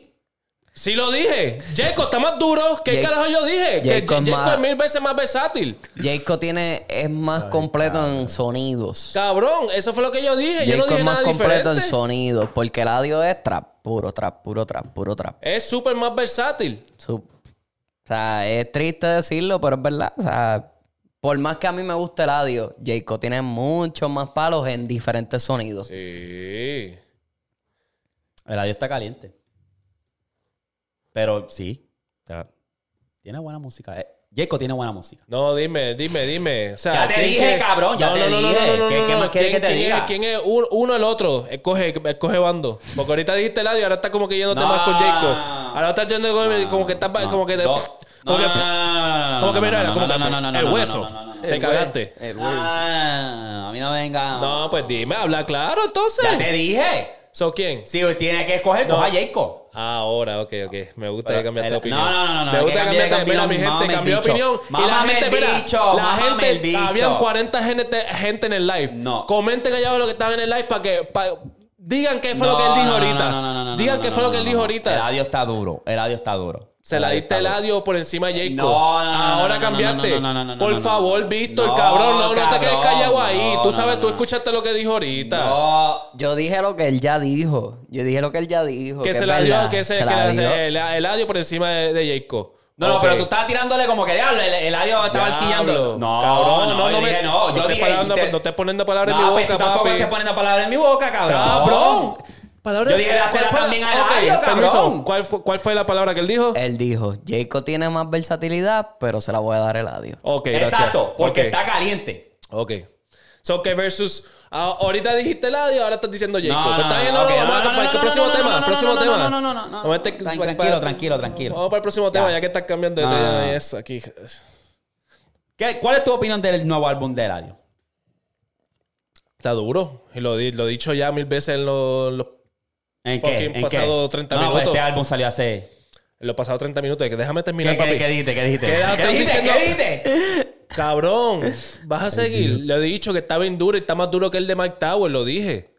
S3: Sí lo dije. Jacob está más duro. ¿Qué
S2: Jake-
S3: carajo yo dije? que
S2: Jacob
S3: Jacob
S2: es
S3: es
S2: más-
S3: mil veces más versátil.
S2: Jacob tiene, es más completo en sonidos.
S3: Cabrón, eso fue lo que yo dije. yo no
S2: Jacob
S3: dije
S2: es más
S3: nada
S2: completo
S3: diferente.
S2: en sonidos, porque el adiós es trap, puro trap, puro trap, puro trap.
S3: Es súper más versátil.
S2: Su- o sea, es triste decirlo, pero es verdad. O sea, por más que a mí me guste el adiós, Jacob tiene muchos más palos en diferentes sonidos.
S3: Sí.
S1: Eladio está caliente. Pero sí. pero tiene buena música. Eh, Jacob tiene buena música.
S3: No, dime, dime, dime. O sea,
S1: Ya te
S3: ¿quién
S1: dije, cabrón, ya te dije. ¿Qué- qué más quieres que
S3: ¿Quién-
S1: te
S3: quién
S1: diga?
S3: es- ¿Quién es un- uno el otro? Escoge, escoge bando. Porque ahorita dijiste el audio, ahora estás como que yéndote
S1: No.
S3: más con Jacob. Ahora estás yendo con- como que estás
S1: No,
S3: como que te-
S1: no,
S3: como que-
S1: no, no,
S3: como que
S1: no,
S3: mira,
S1: no,
S3: era
S1: no,
S3: como
S1: no,
S3: que-
S1: no, no, no,
S3: el
S1: no, no,
S3: hueso.
S1: no, no, no, no.
S3: Te cagaste.
S1: Ah, a mí no me venga.
S3: No, pues dime, habla claro entonces.
S1: Ya te dije.
S3: ¿So quién?
S1: Si tiene que escoger, coja a Jacob.
S3: Ah, Ahora, ok, ok. Me gusta
S1: Pero,
S3: que cambiaste de
S1: el-
S3: opinión.
S1: no, no, no, no,
S3: Me
S1: que
S3: gusta
S1: cambié de
S3: cambiar de opinión. Mi
S1: opinión,
S3: gente
S1: mámame
S3: cambió
S1: el
S3: de opinión.
S1: bicho.
S3: Y la
S1: Mámame
S3: gente,
S1: el
S3: mira,
S1: bicho,
S3: la
S1: mámame
S3: gente,
S1: el bicho.
S3: habían 40 gente, gente en el live.
S1: No.
S3: Comenten allá lo que estaban en el live para que... pa- digan qué fue lo que él dijo
S1: No, no, no,
S3: ahorita.
S1: no, no, no, no,
S3: digan
S1: no,
S3: qué
S1: no,
S3: fue lo
S1: no,
S3: que él
S1: no,
S3: dijo
S1: no.
S3: ahorita.
S1: Eladio está duro. Eladio está duro.
S3: Se la
S1: Eladio
S3: diste
S1: está
S3: el
S1: duro.
S3: adiós por encima de Jacob.
S1: No, no, no,
S3: Ahora
S1: no, no,
S3: cambiaste.
S1: no, no, no, no, no,
S3: por
S1: no, no.
S3: favor, Víctor,
S1: No,
S3: cabrón, no, no te quedes
S1: cabrón,
S3: callado ahí.
S1: no,
S3: tú
S1: no,
S3: sabes,
S1: no,
S3: tú
S1: no.
S3: escuchaste lo que dijo ahorita.
S1: No.
S2: Yo dije lo que él ya dijo. Yo dije lo que él ya dijo.
S3: que
S2: es
S3: se la dio,
S2: verdad,
S3: que se,
S2: se la
S3: que
S2: dio.
S3: se- el, el adiós por encima de, de Jacob.
S1: No, no,
S3: Ok.
S1: pero tú estabas tirándole como que diablo, el, el Eladio estaba
S3: Diablo,
S1: alquillando. No,
S3: cabrón, no,
S1: yo
S3: no me-
S1: dije, no,
S3: no
S1: yo
S3: estés
S1: dije.
S3: parando-
S1: y te-
S3: pues, no estés poniendo palabras en
S1: No,
S3: mi
S1: pues,
S3: boca,
S1: tú tampoco
S3: papi.
S1: estés poniendo palabras en mi boca, cabrón.
S3: ¡Cabrón! Palabra-
S1: Yo dije, dásela
S3: ¿Cuál fue
S1: también a
S3: Ok,
S1: Eladio, cabrón. Eh,
S3: permiso. ¿Cuál, fue- ¿Cuál fue la palabra que él dijo?
S2: Él dijo, Jacob tiene más versatilidad, pero se la voy a dar el adiós.
S3: Ok, gracias.
S1: Exacto, porque
S3: Ok,
S1: está caliente.
S3: Ok. So, que versus. ah, ahorita dijiste Eladio, ahora estás diciendo Jacob.
S1: No, no,
S3: está bien,
S1: no,
S3: no, no,
S1: ok,
S3: vamos
S1: no,
S3: a
S1: no,
S3: para
S1: no,
S3: el
S1: no,
S3: próximo
S1: no, no,
S3: tema.
S1: no, no,
S3: próximo
S1: no,
S3: tema.
S1: no, no, no, no, no.
S3: Vamos a este-
S1: Tran-
S3: para-
S1: tranquilo, tranquilo, tranquilo.
S3: Vamos para el próximo tema, ya que estás cambiando de
S1: No, no,
S3: tema.
S1: no.
S3: Es aquí.
S1: ¿Qué- ¿Cuál es tu opinión del nuevo álbum de Eladio?
S3: Está duro. Y lo, di- lo he dicho ya mil veces en los, los-
S1: ¿En qué?
S3: Fucking
S1: ¿En qué?
S3: pasado 30
S1: no, pues,
S3: minutos.
S1: este álbum salió hace.
S3: en los pasados 30 minutos. Que déjame terminar,
S1: ¿Qué, qué,
S3: papi.
S1: qué dijiste? ¿Qué dijiste?
S3: ¿Qué
S1: ¿Qué
S3: edad estás
S1: dijiste?
S3: diciendo?
S1: ¿Qué dijiste?
S3: Cabrón, vas a seguir. Le he dicho que está bien duro y está más duro que el de Mike Tower, lo dije.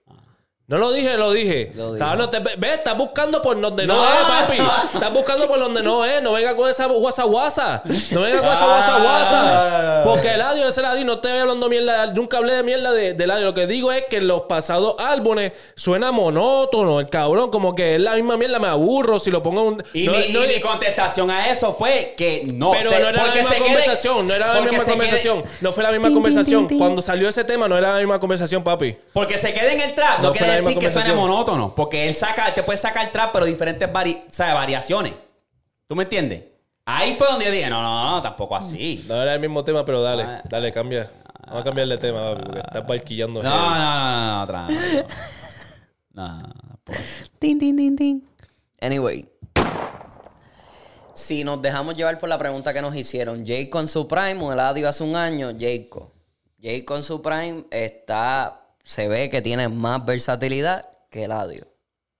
S3: No lo dije, lo dije.
S2: Lo
S3: Cabrón, te- ve, estás buscando por donde no,
S1: No.
S3: es, papi. Estás buscando por donde no es. No venga con esa guasa guasa. No venga con esa guasa
S1: Ah.
S3: guasa. Porque el audio es el audio. No estoy hablando mierda. Nunca hablé de mierda de, del audio. Lo que digo es que en los pasados álbumes suena monótono el cabrón. Como que es la misma mierda. Me aburro si lo pongo en un.
S1: Y,
S3: no-
S1: mi,
S3: no-
S1: y mi contestación a eso fue que no.
S3: pero
S1: se-
S3: no era la
S1: porque
S3: misma
S1: se quede-
S3: conversación, no era la
S1: porque
S3: misma
S1: se quede-
S3: conversación. No fue la misma
S5: Tin, tin,
S3: conversación.
S5: tin, tin.
S3: Cuando salió ese tema, no era la misma conversación, papi.
S1: Porque se quede en el trap no,
S3: No fue
S1: quiere
S3: la misma
S1: decir que suene
S3: conversación.
S1: monótono. Porque él saca, te puede sacar trap, pero diferentes vari- o sea, variaciones. ¿Tú me entiendes? Ahí fue donde yo dije, no, no, no, tampoco así.
S3: No era el mismo tema, pero dale,
S1: Ah.
S3: dale, cambia. Vamos a cambiar de tema, papi, porque estás barquillando.
S1: No, no, no, no, no, no, no, no, no, no, pues.
S5: Tin, tin, tin, tin.
S2: Anyway. Si nos dejamos llevar por la pregunta que nos hicieron, Jacob en su prime, o el adiós hace un año, Jacob. Jacob en su prime está se ve que tiene más versatilidad que Eladio.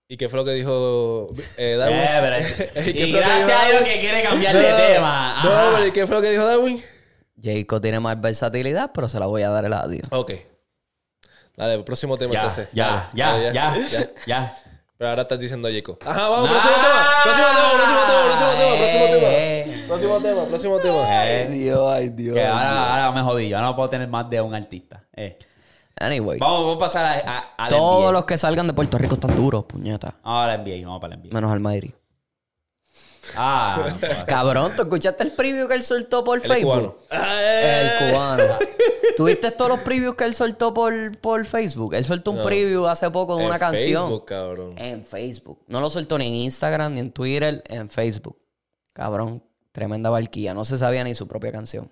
S3: ¿Y qué fue lo que dijo eh, Darwin?
S1: Eh, pero-
S3: ¿Y qué
S1: y
S3: fue lo que
S1: gracias
S3: dijo
S1: a Dios
S3: Darwin?
S1: que quiere cambiar de
S3: No,
S1: tema. Ah. Ajá.
S3: No, pero ¿y qué fue lo que dijo Darwin?
S2: Jayco tiene más versatilidad, pero se la voy a dar a Eladio.
S3: Ok. Dale, próximo tema
S1: Ya,
S3: entonces.
S1: ya,
S3: Dale,
S1: ya,
S3: dale,
S1: ya, ya, ya.
S3: Pero ahora estás diciendo Yeco. Ajá, vamos, próximo tema. Próximo tema, próximo tema, próximo tema, próximo
S1: Eh.
S3: tema. Próximo tema, próximo tema.
S1: Eh,
S4: Dios, ay, Dios.
S1: que ahora, ahora me jodí, yo no puedo tener más de un artista. Eh.
S2: Anyway,
S1: Vamos, vamos a pasar a, a, al NBA.
S2: todos los que salgan de Puerto Rico están duros, puñeta.
S1: Vamos al NBA, vamos para el NBA.
S2: Menos al Madrid.
S1: Ah, no puedo hacer.
S2: Cabrón, ¿tú escuchaste el preview que él soltó por
S3: Él es
S2: Facebook?
S3: cubano.
S1: Eh.
S2: El cubano. ¿Tuviste todos los previews que él soltó por, por Facebook? Él soltó un preview hace poco de
S3: En
S2: una canción.
S3: Eh, Facebook, cabrón.
S2: En Facebook. No lo soltó ni en Instagram, ni en Twitter, en Facebook. Cabrón, tremenda barquilla. No se sabía ni su propia canción.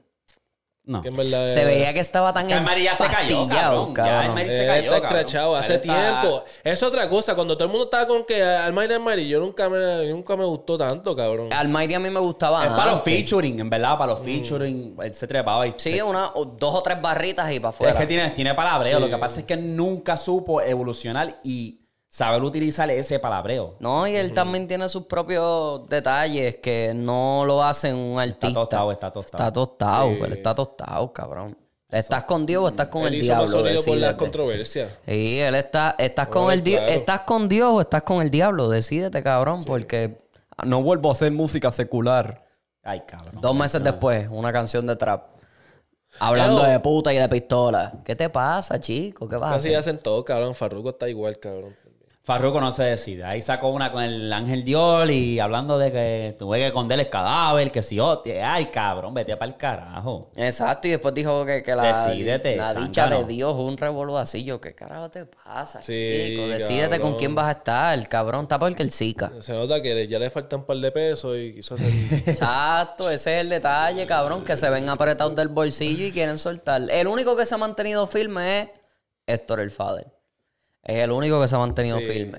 S1: No.
S3: Que en verdad.
S2: Se
S3: eh,
S2: veía que estaba tan
S1: Que el Mari ya se cayó,
S2: empastillado,
S1: cabrón. Ya el Mari-
S3: él
S1: se cayó,
S3: está
S1: cabrón.
S3: escrachado hace
S1: Él está-
S3: tiempo. Es otra cosa. Cuando todo el mundo estaba con que Almighty Almighty, yo nunca me, nunca me gustó tanto, cabrón.
S2: Almighty a mí me gustaba
S1: Es para los
S2: antes.
S1: featuring, en verdad, para los
S3: Mm.
S1: featuring. Él se trepaba y
S2: Sí,
S1: se-
S2: una, o dos o tres barritas y para
S1: Es
S2: afuera.
S1: que tiene, tiene palabreo. Lo que pasa es que nunca supo evolucionar y saber utilizar ese palabreo.
S2: No, y él también tiene sus propios detalles que no lo hacen un artista.
S1: Está tostado, está tostado.
S2: Está tostado,
S3: Sí.
S2: pero está tostado, cabrón. ¿Estás con Dios o estás con el
S3: él hizo
S2: diablo?
S3: más sonido por las
S2: Decídete.
S3: controversias.
S2: Sí, él está, estás con
S3: Bueno,
S2: el di-
S3: claro.
S2: estás con Dios o estás con el diablo, decídete, cabrón, porque
S4: No vuelvo a hacer música secular.
S1: Ay, cabrón.
S2: dos meses después, una canción de trap. Hablando
S3: Pero-
S2: de puta y de pistola. ¿Qué te pasa, chico? ¿Qué pasa?
S3: Así hacen todo, cabrón. Farruko está igual, cabrón.
S1: Farruko no se decide. Ahí sacó una con el Ángel Diol y hablando de que tuve que esconder el cadáver, que si yo... Ay, cabrón, vete para el carajo.
S2: Exacto, y después dijo que, que la,
S1: Decídete,
S2: la dicha
S1: zángano.
S2: de Dios es un revolvo así. Yo, ¿qué carajo te pasa,
S3: Sí,
S2: chico? Decídete con
S3: cabrón.
S2: quién vas a estar, cabrón. Está porque el Zika.
S3: Se nota que le- ya le faltan un par de pesos y quiso hacer.
S2: Exacto, ese es el detalle, cabrón, que se ven apretados del bolsillo y quieren soltar. El único que se ha mantenido firme es Héctor el Fader. Es el único que se ha mantenido firme.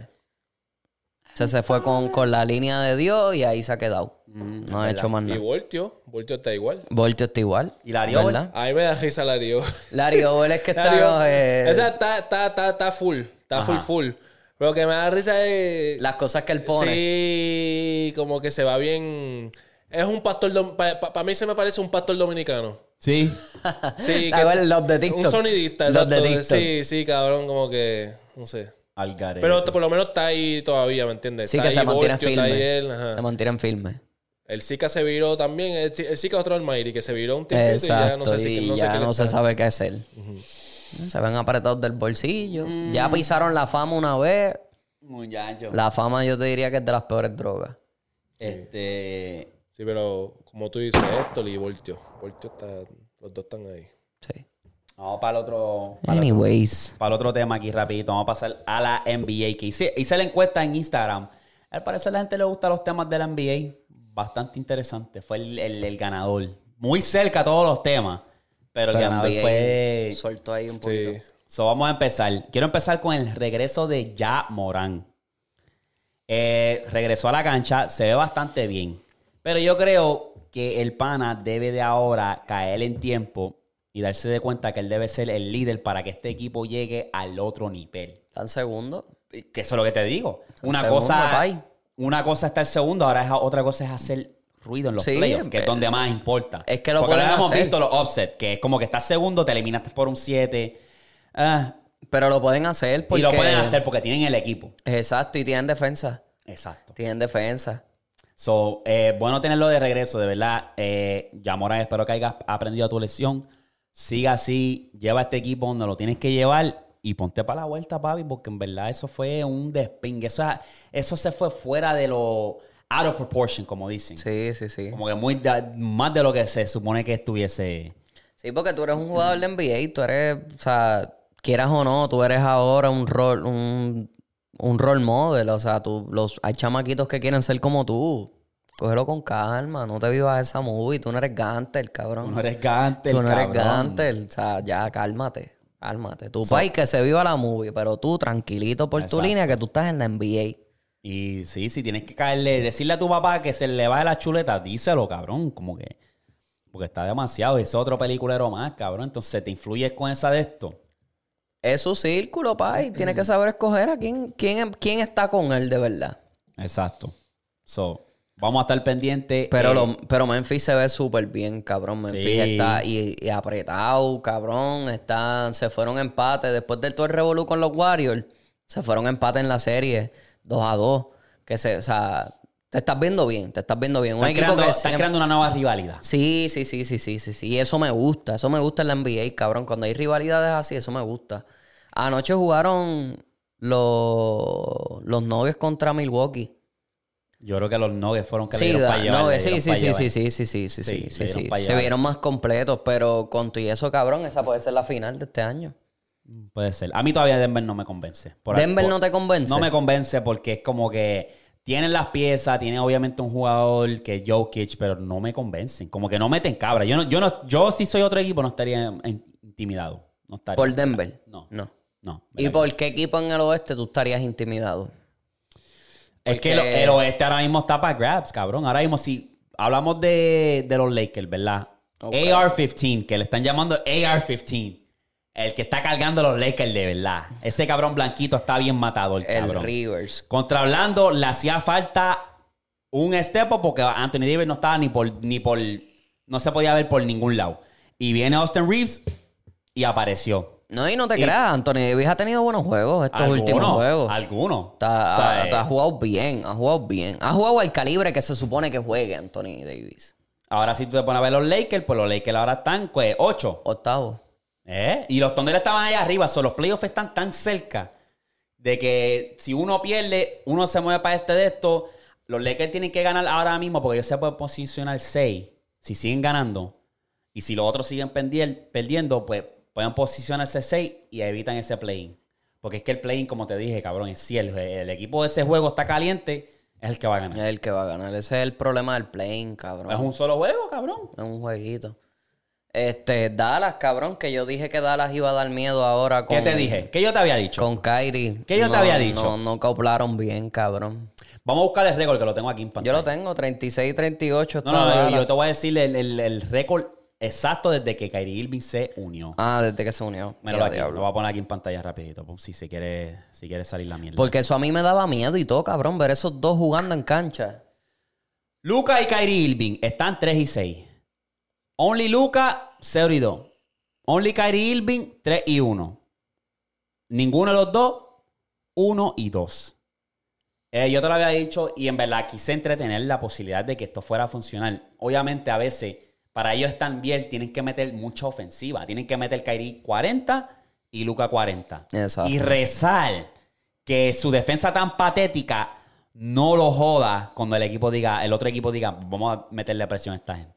S2: O sea, se fue con, con la línea de Dios y ahí se ha quedado.
S3: Mm,
S2: No ha hecho más
S3: y
S2: nada.
S3: Voltio. Voltio está igual.
S2: Voltio está igual.
S1: ¿Y Larioel?
S2: ¿verdad?
S3: A mí me da risa Lario.
S2: Lario Bell es que
S3: Lario-
S2: está... eh,
S3: Esa está, está, está, está full. Está full, full. Pero lo que me da risa es.
S2: Las cosas que él pone.
S3: Sí, como que se va bien. Es un pastor. Para mí se me parece un pastor dominicano.
S1: Sí.
S3: Sí,
S2: Ah, bueno, los de
S3: Un
S2: TikTok.
S3: sonidista,
S2: Los de
S3: exacto.
S2: TikTok.
S3: Sí, sí, cabrón, como que. No sé.
S1: Al garete.
S3: Pero por lo menos está ahí todavía, ¿me entiendes?
S2: Sí,
S3: Está
S2: que se
S3: ahí
S2: mantienen
S3: Voltio, está ahí él,
S2: firmes.
S3: ajá.
S2: Se mantienen firmes.
S3: El Zika se viró también. El, Zika es otro Almighty que se viró un tiempo y ya no
S2: Exacto,
S3: sé si
S2: y
S3: no sé
S2: ya
S3: quién
S2: no se
S3: está.
S2: sabe qué hacer. Se ven apretados del bolsillo. Ya pisaron la fama una vez.
S1: Muchacho.
S2: La fama yo te diría que es de las peores drogas.
S1: Este...
S3: Sí, pero como tú dices, Héctor y Voltio. Voltio está. Los dos están ahí.
S2: Sí.
S1: Vamos para el otro... Para el otro.
S2: Anyways.
S1: para el otro tema aquí rapidito. Vamos a pasar a la NBA. Que hice, hice la encuesta en Instagram. Al parecer a la gente le gustan los temas de la NBA. Bastante interesante. Fue el, el- el ganador. Muy cerca a todos los temas. Pero el
S2: Pero
S1: ganador
S2: NBA
S1: fue...
S2: Soltó ahí un poquito.
S3: Sí.
S1: So, vamos a empezar. Quiero empezar con el regreso de Ja Morán. Eh, regresó a la cancha, se ve bastante bien. Pero yo creo que el pana debe de ahora caer en tiempo y darse de cuenta que él debe ser el líder para que este equipo llegue al otro nivel.
S2: ¿Están segundo?
S1: Que eso es lo que te digo.
S2: Un
S1: Una
S2: segundo,
S1: cosa
S2: pai.
S1: una cosa está el segundo, ahora es- otra cosa es hacer ruido en los
S2: Sí,
S1: playoffs, que es
S2: eh,
S1: donde más importa.
S2: es que lo
S1: Porque
S2: pueden
S1: hemos
S2: hacer.
S1: visto los offsets, que es como que estás segundo, te eliminaste por un 7. Ah,
S2: Pero lo pueden hacer porque...
S1: y lo pueden hacer porque tienen el equipo.
S2: Exacto, y tienen defensa.
S1: Exacto.
S2: Tienen defensa.
S1: So, eh, bueno tenerlo de regreso, de verdad. Eh, Yamorán, espero que hayas aprendido tu lección. Siga así, lleva a este equipo donde lo tienes que llevar y ponte para la vuelta, papi, porque en verdad eso fue un despingue. Eso, eso se fue fuera de lo out of proportion, como dicen.
S2: Sí, sí, sí.
S1: Como que muy da- más de lo que se supone que estuviese.
S2: Sí, porque tú eres un jugador de NBA, tú eres, o sea, quieras o no, tú eres ahora un rol, un, un role model, o sea, tú, los, hay chamaquitos que quieren ser como tú. Cógelo con calma, no te vivas esa movie, tú no eres Gantel, cabrón.
S1: Tú no eres gante,
S2: Tú no eres Gantel, o sea, ya cálmate, cálmate. Tu país que se viva la movie, pero tú tranquilito por tu línea que tú estás en la NBA.
S1: Y sí, si tienes que caerle, decirle a tu papá que se le va de la chuleta, díselo, cabrón, como que. Porque está demasiado, ese es otro peliculero más, cabrón. Entonces te influyes con esa de esto.
S2: Es su círculo, pa, y tiene
S1: Mm.
S2: que saber escoger a quién, quién, quién está con él de verdad.
S1: Exacto. So, vamos a estar pendientes.
S2: Pero,
S1: Eh,
S2: lo- pero Memphis se ve súper bien, cabrón. Memphis
S1: Sí.
S2: está y, y apretado, cabrón. Están, se fueron empate. Después del todo el revolú con los Warriors, se fueron empate en la serie 2 a 2. Que se, o sea, te estás viendo bien, te estás viendo bien. Un
S1: están,
S2: equipo
S1: creando,
S2: que
S1: están
S2: siempre-
S1: creando una nueva rivalidad.
S2: Sí, sí, sí, sí, sí, sí, sí. Y eso me gusta. Eso me gusta en la NBA, cabrón. Cuando hay rivalidades así, eso me gusta. Anoche jugaron los, los Nuggets contra Milwaukee.
S1: Yo creo que los Nuggets fueron que le
S2: Sí,
S1: dieron
S2: da-
S1: para llevar.
S2: no,
S1: le
S2: sí,
S1: dieron
S2: sí,
S1: para
S2: sí,
S1: llevar.
S2: sí, sí, sí, sí,
S1: Sí,
S2: sí, sí,
S1: le
S2: sí,
S1: dieron
S2: sí.
S1: pa'
S2: Se
S1: llevar.
S2: vieron más completos, pero con tu y eso, cabrón, esa puede ser la final de este año.
S1: Puede ser. A mí todavía Denver no me convence. Por-
S2: Denver
S1: por-
S2: no te convence.
S1: No me convence porque es como que tienen las piezas, tienen obviamente un jugador que es Jokic, pero no me convencen. Como que no meten cabra. Yo no, yo no, yo si soy otro equipo no estaría en- intimidado. No estaría.
S2: Por Denver.
S1: No.
S2: No.
S1: No.
S2: ¿Y por qué equipo en el oeste tú estarías intimidado?
S1: Es que el, el oeste ahora mismo está para grabs, cabrón. Ahora mismo, si hablamos de, de los Lakers, ¿verdad? AR-15, que le están llamando AR-15. El que está cargando a los Lakers de verdad. Ese cabrón blanquito está bien matado, el
S2: El
S1: cabrón.
S2: Rivers.
S1: Contra Orlando le hacía falta un estepo porque Anthony Davis no estaba ni por, ni por. No se podía ver por ningún lado. Y viene Austin Reeves y apareció.
S2: No, y no te creas, Anthony Davis ha tenido buenos juegos estos últimos juegos.
S1: Algunos.
S2: Está-
S1: O sea, eh,
S2: ha- ha jugado bien, ha jugado bien. Ha jugado al calibre que se supone que juegue Anthony Davis.
S1: Ahora si tú te pones a ver los Lakers, pues los Lakers ahora están, pues, 8.
S2: Octavo.
S1: ¿Eh? Y los Thunder estaban ahí arriba. So, los playoffs están tan cerca de que si uno pierde, uno se mueve para este de esto. Los Lakers tienen que ganar ahora mismo porque ellos se pueden posicionar 6. Si siguen ganando y si los otros siguen pendiel- perdiendo, pues pueden posicionarse 6 y evitan ese play-in. Porque es que el play-in, como te dije, cabrón, es cielo. El equipo de ese juego está caliente, es el que va a
S2: Es
S1: ganar.
S2: el que va a ganar. Ese es el problema del playing, cabrón.
S1: Es un solo juego, cabrón.
S2: Es un jueguito. Este, Dallas, cabrón, que yo dije que Dallas iba a dar miedo ahora con.
S1: ¿Qué te dije? ¿Qué yo te había dicho?
S2: Con Kyrie.
S1: ¿Qué yo te
S2: No,
S1: había dicho?
S2: No, no coplaron bien, cabrón.
S1: Vamos a buscar el récord que lo tengo aquí en
S2: Yo
S1: pantalla.
S2: lo tengo, 36-38.
S1: No, no, yo, yo te voy a decir el, el- el récord exacto desde que Kyrie Irving se unió.
S2: Ah, desde que se unió.
S1: Míralo
S2: Ya,
S1: aquí,
S2: diablo.
S1: lo voy a poner aquí en pantalla rapidito, por si se quiere, si quiere salir la mierda.
S2: Porque eso a mí me daba miedo y todo, cabrón, ver esos dos jugando en cancha.
S1: Luca y Kyrie Irving están 3 y 6. Only Luca 0 y 2. Only Kyrie Irving 3 y 1. Ninguno de los dos 1 y 2. Eh, yo te lo había dicho y en verdad quise entretener la posibilidad de que esto fuera a funcionar. Obviamente a veces para ellos también tienen que meter mucha ofensiva. Tienen que meter Kyrie 40 y Luca 40.
S2: Exacto.
S1: Y rezar que su defensa tan patética no lo joda cuando el equipo diga, el otro equipo diga, vamos a meterle presión a esta gente.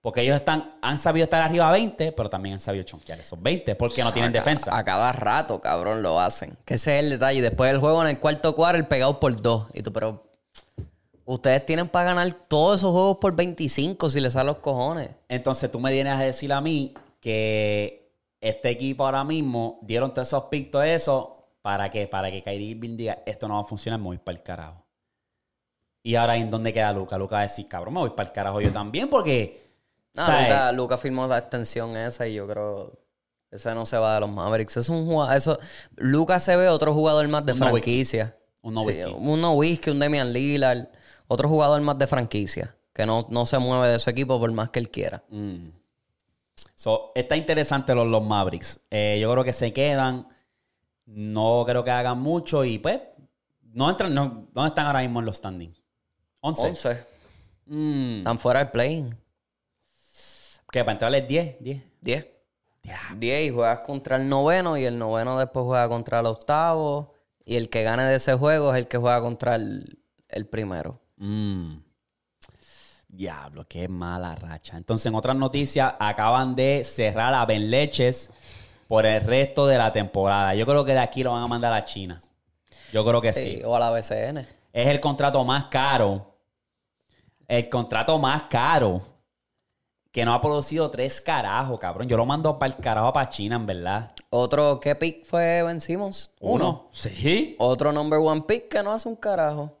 S1: Porque ellos están, han sabido estar arriba 20, pero también han sabido chonquear esos 20 porque no tienen
S2: A ca-
S1: defensa.
S2: A cada rato, cabrón, lo hacen. Que ese es el detalle. Después del juego en el cuarto cuadro, el pegado por dos. Y tú, pero. Ustedes tienen para ganar todos esos juegos por 25 si les salen los cojones.
S1: Entonces tú me vienes a decir a mí que este equipo ahora mismo dieron todos esos pictos eso para que para que Kyrie Irving diga esto no va a funcionar, me voy para el carajo. Y ahora en dónde queda Luca, Luca va a decir, cabrón, me voy para el carajo yo también porque
S2: No,
S1: o sea,
S2: Luca, Luca firmó la extensión esa y yo creo. Esa no se va de los Mavericks. Es un jugador. Eso, Luca se ve otro jugador más de
S1: Un Nowitzki.
S2: franquicia.
S1: Un Nowitzki.
S2: Sí, un Nowitzki, un Damian Lillard. Otro jugador más de franquicia. Que no, no se mueve de su equipo por más que él quiera.
S1: Mm. So, está interesante los, los Mavericks. Eh, yo creo que se quedan. No creo que hagan mucho. Y pues, no entran, no, ¿dónde están ahora mismo en los standings? 11.
S2: 11.
S1: Mm,
S2: Están fuera del playing.
S1: que para entrarles 10, 10.
S2: 10. 10 y juegas contra el noveno y el noveno después juega contra el octavo y el que gane de ese juego es el que juega contra el, el primero.
S1: Mm. Diablo, qué mala racha. Entonces, en otras noticias, acaban de cerrar a Ben Leches por el resto de la temporada. Yo creo que de aquí lo van a mandar a China. Yo creo que sí.
S2: Sí, o a la BCN.
S1: es el contrato más caro. El contrato más caro. Que no ha producido tres carajos, cabrón. Yo lo mando para el carajo para China, en verdad.
S2: Otro, ¿qué pick fue Ben Simmons? Uh, Uno.
S1: Sí.
S2: Otro number one pick que no hace un carajo.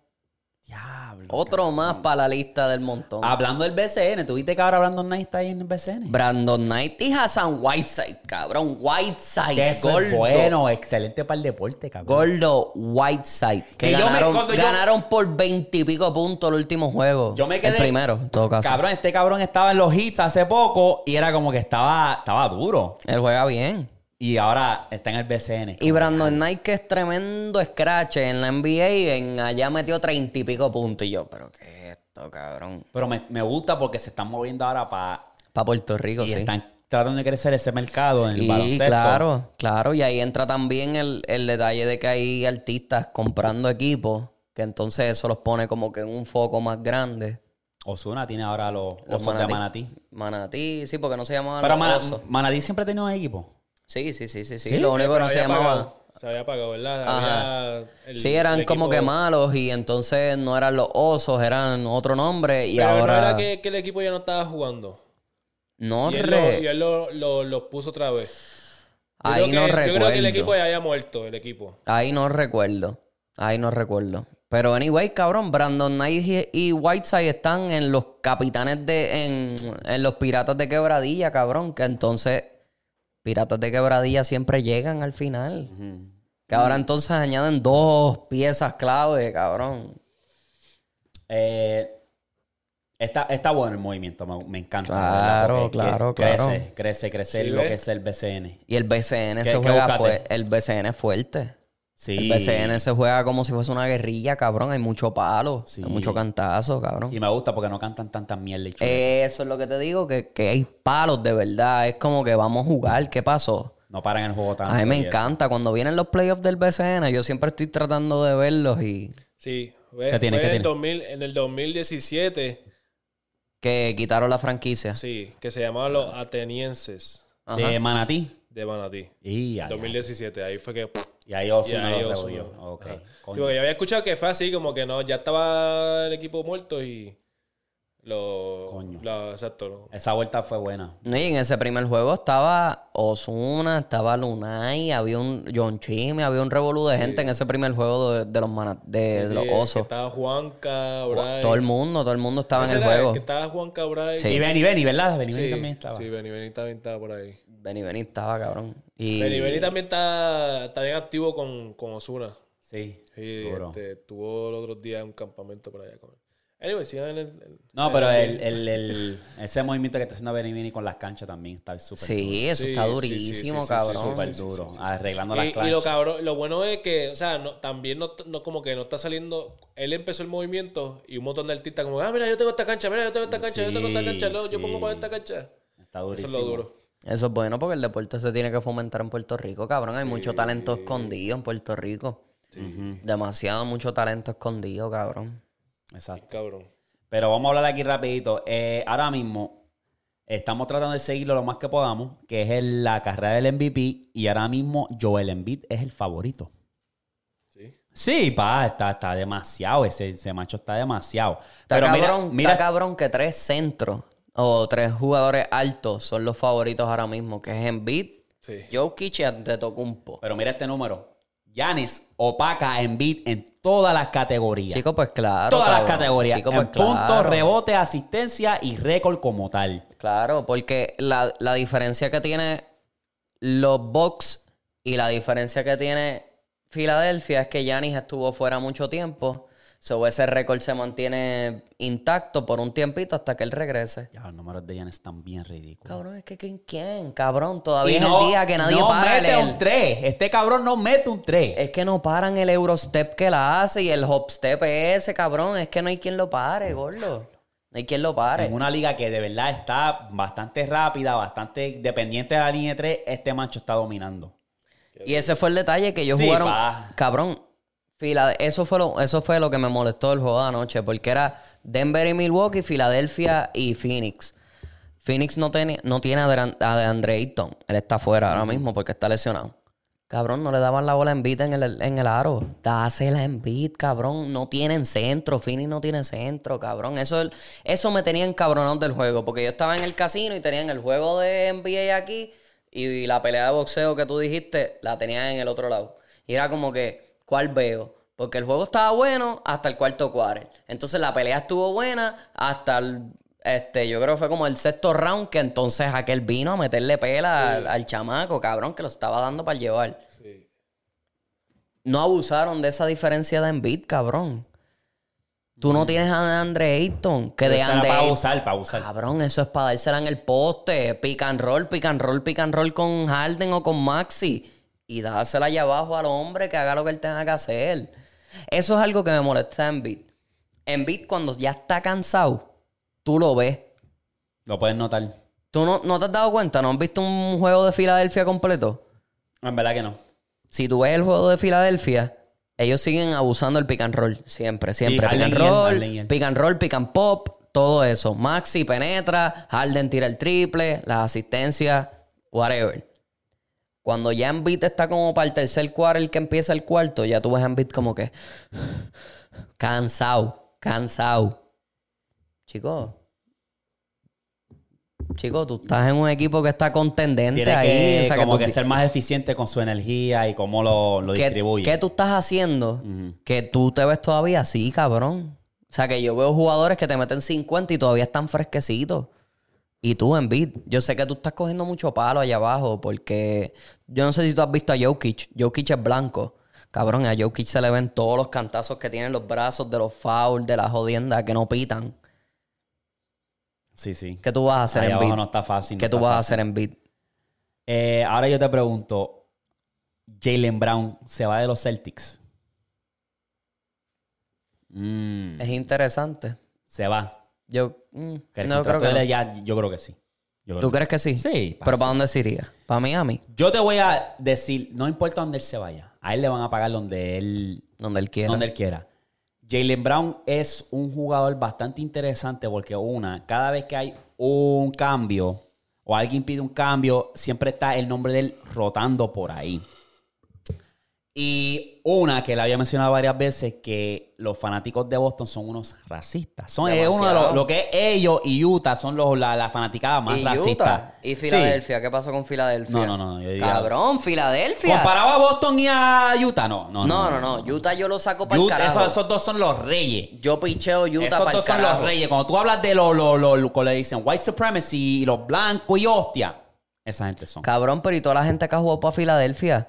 S1: Diablo.
S2: Otro más para la lista del montón.
S1: Hablando del BCN, ¿tuviste que ahora Brandon Knight está ahí en el BCN?
S2: Brandon Knight y Hassan Whiteside, cabrón.
S1: Que
S2: Whiteside,
S1: eso es
S2: gordo.
S1: bueno, excelente para el deporte, cabrón.
S2: Gordo Whiteside. Que,
S1: Que yo me-
S2: ganaron,
S1: cuando yo-
S2: ganaron por veintipico puntos el último juego.
S1: Yo me quedé-
S2: El primero, en todo caso.
S1: Cabrón, este cabrón estaba en los hits hace poco y era como que estaba, estaba duro.
S2: Él juega bien.
S1: Y ahora está en el BCN.
S2: Y Brandon Knight, que es tremendo scratch en la NBA, en allá metió treinta y pico puntos. Y yo, pero ¿qué es esto, cabrón?
S1: Pero me, me gusta porque se están moviendo ahora para...
S2: Para Puerto Rico,
S1: Y
S2: sí.
S1: están tratando de crecer ese mercado en el
S2: Y
S1: baloncesto.
S2: claro, claro. Y ahí entra también el, el detalle de que hay artistas comprando equipos, que entonces eso los pone como que en un foco más grande.
S1: Osuna tiene ahora los,
S2: Los
S1: osos de
S2: manatí.
S1: Manatí.
S2: Manatí, sí, porque no se llamaban
S1: Pero
S2: los
S1: Mana-
S2: osos.
S1: Manatí siempre ha tenido equipo.
S2: Sí, sí, sí, sí, sí. Lo único que
S3: Pero
S2: no se
S3: había
S2: llamaba.
S3: apagado. Se había apagado, ¿verdad?
S2: Ajá.
S3: Había el-
S2: sí, eran
S3: el
S2: como que
S3: equipo-
S2: malos y entonces no eran los osos, eran otro nombre y
S3: Pero
S2: ahora.
S3: no era que, que el equipo ya no estaba jugando.
S2: No,
S3: Y él,
S2: re-
S3: lo, y él lo- lo- lo puso otra vez. Yo
S2: Ahí
S3: creo
S2: no
S3: que-
S2: recuerdo.
S3: Yo creo que el equipo ya había muerto, el equipo.
S2: Ahí no recuerdo. Ahí no recuerdo. Pero anyway, cabrón, Brandon Knight y y Whiteside están en los capitanes de. En, en los piratas de quebradilla, cabrón. Que entonces. Piratas de quebradilla siempre llegan al final. Que ahora entonces añaden dos piezas clave, cabrón.
S1: Eh, está, está bueno el movimiento, me, me encanta.
S2: Claro,
S1: ¿verdad? Porque
S2: claro,
S1: que- crece,
S2: claro.
S1: Crece, crece
S3: Sí,
S1: lo
S3: ¿ves?
S1: que es el BCN.
S2: Y el BCN
S1: ¿Qué- qué
S2: se juega
S1: buscaste?
S2: fue, El BCN es fuerte.
S1: Sí.
S2: El BCN se juega como si fuese una guerrilla, cabrón. Hay mucho palo.
S1: Sí.
S2: Hay mucho cantazo, cabrón.
S1: Y me gusta porque no cantan tantas mierdas. y chuletas.
S2: Eso es lo que te digo, que, que hay palos de verdad. Es como que vamos a jugar, ¿qué pasó?
S1: no paran el juego tanto.
S2: A mí me
S1: y eso.
S2: encanta. Cuando vienen los playoffs del BCN, yo siempre estoy tratando de verlos y
S3: Sí. Fue,
S1: ¿Qué tiene,
S3: fue
S1: qué
S3: en, el
S1: tiene?
S3: 2000 en el 2017,
S2: que quitaron la franquicia.
S3: sí, que se llamaban los atenienses
S2: Ajá.
S1: De Manatí.
S3: de Manatí.
S1: Y, ahí-
S3: 2017, ahí fue que...
S1: y ahí
S3: y
S1: Osuna
S3: ahí
S1: lo
S3: Osuna.
S1: revolvió. Ok.
S3: Ajá.
S1: coño.
S3: Sí, porque yo había escuchado que fue así, como que no, ya estaba el equipo muerto y... Lo,
S1: Coño.
S3: lo- exacto. lo-
S1: Esa vuelta fue buena.
S2: Y en ese primer juego estaba Osuna, estaba Lunay, había un John Chime, había un revolú de gente en ese primer juego de, de los, mana- de
S3: sí,
S2: los
S3: que
S2: osos.
S3: Estaba Juanca, Bray.
S2: Todo el mundo, todo el mundo estaba en
S3: Ese
S2: el
S3: era
S2: juego.
S3: Que estaba Juanca, Bray.
S2: Sí.
S1: Y Benny, Benny, ¿verdad? Benny, Benny
S3: Sí,
S1: también estaba.
S3: sí, Benny Benny también estaba por ahí.
S2: Benny Benny estaba, cabrón. Y...
S3: Benny Benny también está, está bien activo con, con Osuna.
S1: Sí.
S3: Sí,
S1: duro.
S3: este, tuvo los otros días un campamento por allá con él. Anyway, sigan en el. el-
S1: No, pero el, el, el- ese movimiento que está haciendo Benny Benny con las canchas también está súper duro.
S2: Sí, eso
S3: Sí,
S2: está
S3: sí, sí,
S2: durísimo,
S3: sí, sí,
S2: cabrón.
S3: sí,
S1: Súper duro. Arreglando las
S3: Y,
S1: canchas.
S3: y lo cabrón, lo bueno es que, o sea, no- también no, no- como que no está saliendo. Él empezó el movimiento y un montón de artistas como, ah, mira, yo tengo esta cancha, mira, yo tengo esta cancha, yo tengo esta
S1: Sí,
S3: cancha, no,
S1: sí.
S3: yo pongo para esta cancha.
S1: Está
S3: Eso
S1: durísimo.
S3: es lo duro.
S2: Eso es bueno porque el deporte se tiene que fomentar en Puerto Rico, cabrón. Hay mucho talento escondido en Puerto Rico. Demasiado mucho talento escondido, cabrón.
S1: Exacto.
S3: Cabrón.
S1: Pero vamos a hablar aquí rapidito. Eh, ahora mismo estamos tratando de seguirlo lo más que podamos, que es el- la carrera del MVP. Y ahora mismo Joel Embiid es el favorito.
S3: Sí.
S1: Sí, pa, está, está demasiado. Ese, ese macho está demasiado.
S2: Está,
S1: Pero mira,
S2: cabrón, está
S1: mira- este,
S2: cabrón que tres centros o tres jugadores altos son los favoritos ahora mismo, que es Embiid,
S3: Sí.
S2: Jokic y Antetokounmpo.
S1: pero mira este número. Yanis opaca a Embiid en todas las categorías.
S2: Chico, pues claro.
S1: todas las
S2: cabrón.
S1: categorías.
S2: Chico,
S1: en
S2: pues
S1: puntos,
S2: claro.
S1: rebote, asistencia y récord como tal.
S2: Claro, porque la, la diferencia que tiene los Bucks y la diferencia que tiene Filadelfia es que Yanis estuvo fuera mucho tiempo. So ese récord se mantiene intacto por un tiempito hasta que él regrese.
S1: Ya, los números de Yanis están bien ridículos.
S2: Cabrón, es que ¿quién? quién? Cabrón, todavía
S1: Y
S2: es el día que nadie Eh,
S1: no
S2: para
S1: mete
S2: el-
S1: un 3. Este cabrón no mete un 3.
S2: Es que no paran el Eurostep que la hace y el Hopstep ese, cabrón. Es que no hay quien lo pare, gordo. No hay quien lo pare.
S1: En una liga que de verdad está bastante rápida, bastante dependiente de la línea 3, este macho está dominando.
S2: Y ese fue el detalle que ellos
S1: Sí,
S2: jugaron.
S1: pa.
S2: Cabrón. Fila, eso, fue lo, eso fue lo que me molestó el juego de anoche, porque era Denver y Milwaukee, Filadelfia y Phoenix. Phoenix no tiene, no tiene a Deran- a DeAndre Ayton. Él está fuera ahora mismo porque está lesionado. Cabrón, no le daban la bola en beat en el, en el aro. Dásela en beat, cabrón. No tienen centro. Phoenix no tiene centro, cabrón. Eso, es- eso me tenía encabronado del juego. Porque yo estaba en el casino y tenían el juego de NBA aquí. Y la pelea de boxeo que tú dijiste la tenían en el otro lado. Y era como que, ¿cuál veo? Porque el juego estaba bueno hasta el cuarto quarter. Entonces la pelea estuvo buena hasta el. Este, yo creo que fue como el sexto round que entonces aquel vino a meterle pela al, al chamaco, cabrón, que lo estaba dando para llevar.
S3: Sí.
S2: No abusaron de esa diferencia de Embiid, cabrón. Tú no tienes a DeAndre Ayton, que de Ah.
S1: Eso era
S2: Andre
S1: para
S2: Ayton-
S1: usar, para usar.
S2: Cabrón, eso es para dársela en el poste. Pick and roll, pick and roll, pick and roll con Harden o con Maxi. Y dársela allá abajo al hombre que haga lo que él tenga que hacer. Eso es algo que me molesta en Beat. En Beat, cuando ya está cansado, tú lo ves.
S1: Lo puedes notar.
S2: ¿Tú no, no te has dado cuenta? ¿No has visto un juego de Filadelfia completo?
S1: En verdad que no.
S2: Si tú ves el juego de Filadelfia, ellos siguen abusando del pick and roll. Siempre, siempre.
S1: Harden
S2: pick and
S1: y él,
S2: roll,
S1: Harden y él.
S2: pick and roll, pick and pop, todo eso. Maxi penetra, Harden tira el triple, las asistencias, whatever. Cuando ya Embiid está como para el tercer quarter que empieza el cuarto, ya tú ves a Embiid como que cansado, cansado. Chico, chico, tú estás en un equipo que está contendente
S1: Tiene
S2: ahí.
S1: que,
S2: o sea, que
S1: como
S2: tú
S1: que
S2: ti-
S1: ser más eficiente con su energía y cómo lo, lo
S2: ¿Qué,
S1: distribuye.
S2: qué tú estás haciendo que tú te ves todavía así, cabrón? O sea, que yo veo jugadores que te meten 50 y todavía están fresquecitos. Y tú, Embiid, yo sé que tú estás cogiendo mucho palo allá abajo porque yo no sé si tú has visto a Jokic. Jokic es blanco. Cabrón, a Jokic se le ven todos los cantazos que tienen los brazos de los fouls, de la jodienda, que no pitan.
S1: Sí, sí.
S2: ¿Qué tú vas a hacer,
S1: Ahí abajo
S2: Embiid?
S1: no está fácil.
S2: ¿Qué
S1: no
S2: tú
S1: está
S2: vas a
S1: fácil.
S2: hacer, Embiid?
S1: Eh, ahora yo te pregunto, Jalen Brown se va de los Celtics. Mm,
S2: Es interesante.
S1: se va.
S2: Yo mm,
S1: Que el
S2: no creo
S1: contrato
S2: que
S1: de
S2: no.
S1: él ya- yo creo que sí. Yo creo
S2: ¿Tú crees que sí?
S1: Sí,
S2: ¿Pero
S1: pasa.
S2: para dónde se iría? ¿Para Miami?
S1: Yo te voy a decir, no importa dónde él se vaya, a él le van a pagar donde él,
S2: Donde él quiera.
S1: donde él quiera. Jalen Brown es un jugador bastante interesante porque una, cada vez que hay un cambio o alguien pide un cambio, siempre está el nombre de él rotando por ahí. Y una que le había mencionado varias veces, que los fanáticos de Boston son unos racistas. Son es uno de los-
S2: Demasiado.
S1: lo que es ellos y Utah son los, la, la fanaticada más
S2: y
S1: racista.
S2: Utah y
S1: Sí.
S2: Filadelfia. ¿Qué pasó con Filadelfia?
S1: No, no, no, yo diría-
S2: Cabrón, Filadelfia.
S1: Comparado a Boston y a Utah, no. No,
S2: No, no, no. Utah yo lo saco para el
S1: Utah,
S2: carajo.
S1: esos, esos dos son los reyes.
S2: Yo picheo Utah
S1: esos
S2: para el
S1: dos son
S2: carajo.
S1: los reyes. Cuando tú hablas de los, los, los, los- le dicen white supremacy y los blancos y hostia, esa gente son.
S2: Cabrón, pero y toda la gente que ha jugado para Filadelfia.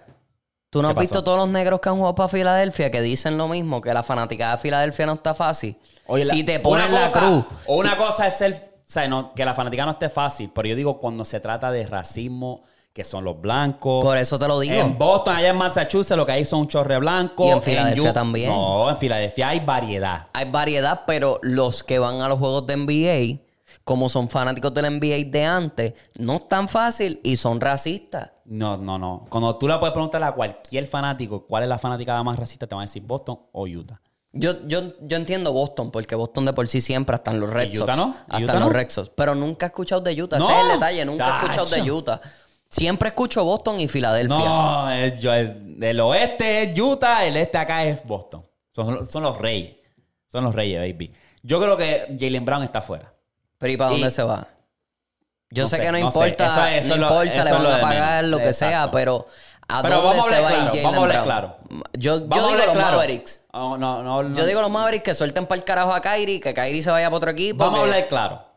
S2: ¿Tú no
S1: ¿Qué
S2: has visto
S1: pasó?
S2: todos los negros que han jugado para Filadelfia que dicen lo mismo? Que la fanaticada de Filadelfia no está fácil.
S1: Oye,
S2: si
S1: la-
S2: te ponen
S1: una
S2: la
S1: cosa-
S2: cruz.
S1: O una cosa es el, o sea, no, que la fanática no esté fácil, pero yo digo cuando se trata de racismo, que son los blancos.
S2: Por eso te lo digo.
S1: En Boston, allá en Massachusetts, lo que hay son chorre blanco.
S2: Y en Filadelfia
S1: Ut-
S2: también.
S1: No, en Filadelfia hay variedad.
S2: hay variedad, pero los que van a los juegos de NBA, como son fanáticos del NBA de antes, no es tan fácil y son racistas.
S1: No, no, no. Cuando tú le puedes preguntar a cualquier fanático cuál es la fanática más racista, te van a decir Boston o Utah.
S2: Yo, yo, yo entiendo Boston, porque Boston de por sí siempre hasta en los Red
S1: ¿Y
S2: Sox.
S1: Utah no? ¿Y
S2: Hasta
S1: Utah
S2: en los
S1: no?
S2: Red Sox. Pero nunca he escuchado de Utah.
S1: No.
S2: Ese es el detalle. Nunca he escuchado de
S1: Chacho.
S2: Utah. Siempre escucho Boston y Filadelfia.
S1: No, es, yo, es- el oeste es Utah, el este acá es Boston. Son, son los reyes. Son los reyes, baby. Yo creo que Jalen Brown está fuera.
S2: Pero ¿y para
S1: Y-
S2: dónde se va? Yo
S1: No
S2: sé,
S1: sé,
S2: que no,
S1: no sé.
S2: importa,
S1: Eso- eso
S2: no
S1: lo-
S2: importa,
S1: eso
S2: le van
S1: lo
S2: a
S1: de
S2: pagar
S1: menos.
S2: lo que sea,
S1: Exacto.
S2: pero ¿a
S1: Pero
S2: dónde
S1: vamos a
S2: se va
S1: hablar
S2: y
S1: claro,
S2: Jalen
S1: vamos a hablar
S2: Brown?
S1: claro.
S2: Yo,
S1: Vamos
S2: yo
S1: a
S2: digo
S1: hablar
S2: los
S1: claro.
S2: Mavericks.
S1: Oh, no, no, no.
S2: Yo digo los Mavericks que suelten para el carajo a Kyrie, que Kyrie se vaya para otro equipo.
S1: Vamos a
S2: que-
S1: hablar claro.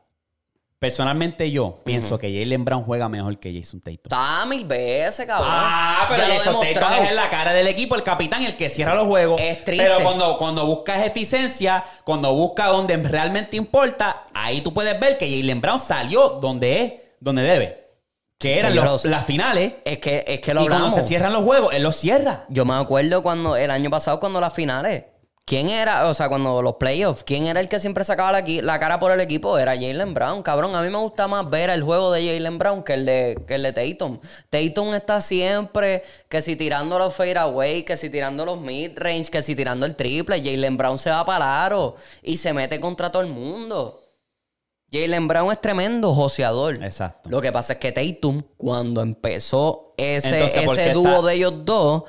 S1: Personalmente yo pienso que Jalen Brown juega mejor que Jason Tatum.
S2: Está Ah, mil veces, cabrón.
S1: Ah, pero
S2: Ya lo he
S1: Jason Tatum
S2: demostrado.
S1: es en la cara del equipo, el capitán, el que cierra los juegos.
S2: Es triste.
S1: Pero cuando, cuando buscas eficiencia, cuando buscas donde realmente importa, ahí tú puedes ver que Jalen Brown salió donde es, donde debe. Que eran
S2: que yo
S1: los-
S2: lo-
S1: las finales.
S2: Es que, es que lo
S1: Y cuando
S2: hablamos.
S1: se cierran los juegos, él los cierra.
S2: Yo me acuerdo cuando el año pasado, cuando las finales. ¿Quién era? O sea, cuando los playoffs, ¿quién era el que siempre sacaba la, qui- la cara por el equipo? Era Jalen Brown, cabrón. A mí me gusta más ver el juego de Jalen Brown que el de, que el de Tatum. Tatum está siempre que si tirando los fadeaway, que si tirando los midrange, que si tirando el triple. Jalen Brown se va para aro y se mete contra todo el mundo. Jalen Brown es tremendo joseador.
S1: Exacto.
S2: Lo que pasa es que Tatum, cuando empezó ese,
S1: Entonces, ¿por
S2: ese
S1: qué
S2: dúo
S1: está-
S2: de ellos dos,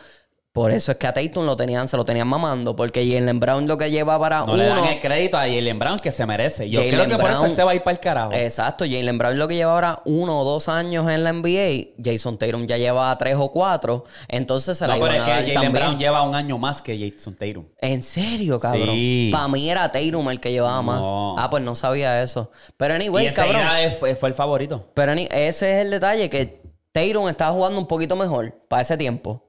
S2: Por eso es que a Tatum lo tenían, se lo tenían mamando, porque Jalen Brown lo que lleva para
S1: No le dan
S2: uno.
S1: el crédito a Jalen Brown que se merece. Yo
S2: Jaylen
S1: creo que por eso
S2: Brown-
S1: él se va a ir para el carajo.
S2: Exacto, Jalen Brown lo que lleva ahora uno o dos años en la NBA, Jason Tatum ya lleva tres o cuatro, entonces se
S1: no,
S2: la
S1: pero
S2: iban
S1: es
S2: a
S1: que
S2: dar
S1: Jalen
S2: también.
S1: Brown lleva un año más que Jason Tatum.
S2: ¿En serio, cabrón?
S1: Sí.
S2: Para mí era Tatum el que llevaba más.
S1: No.
S2: Ah, pues no sabía eso. Pero
S1: y
S2: anyway,
S1: ese
S2: cabrón.
S1: era- eh, fue, fue el favorito.
S2: Pero ni- ese es el detalle, que Tatum estaba jugando un poquito mejor para ese tiempo.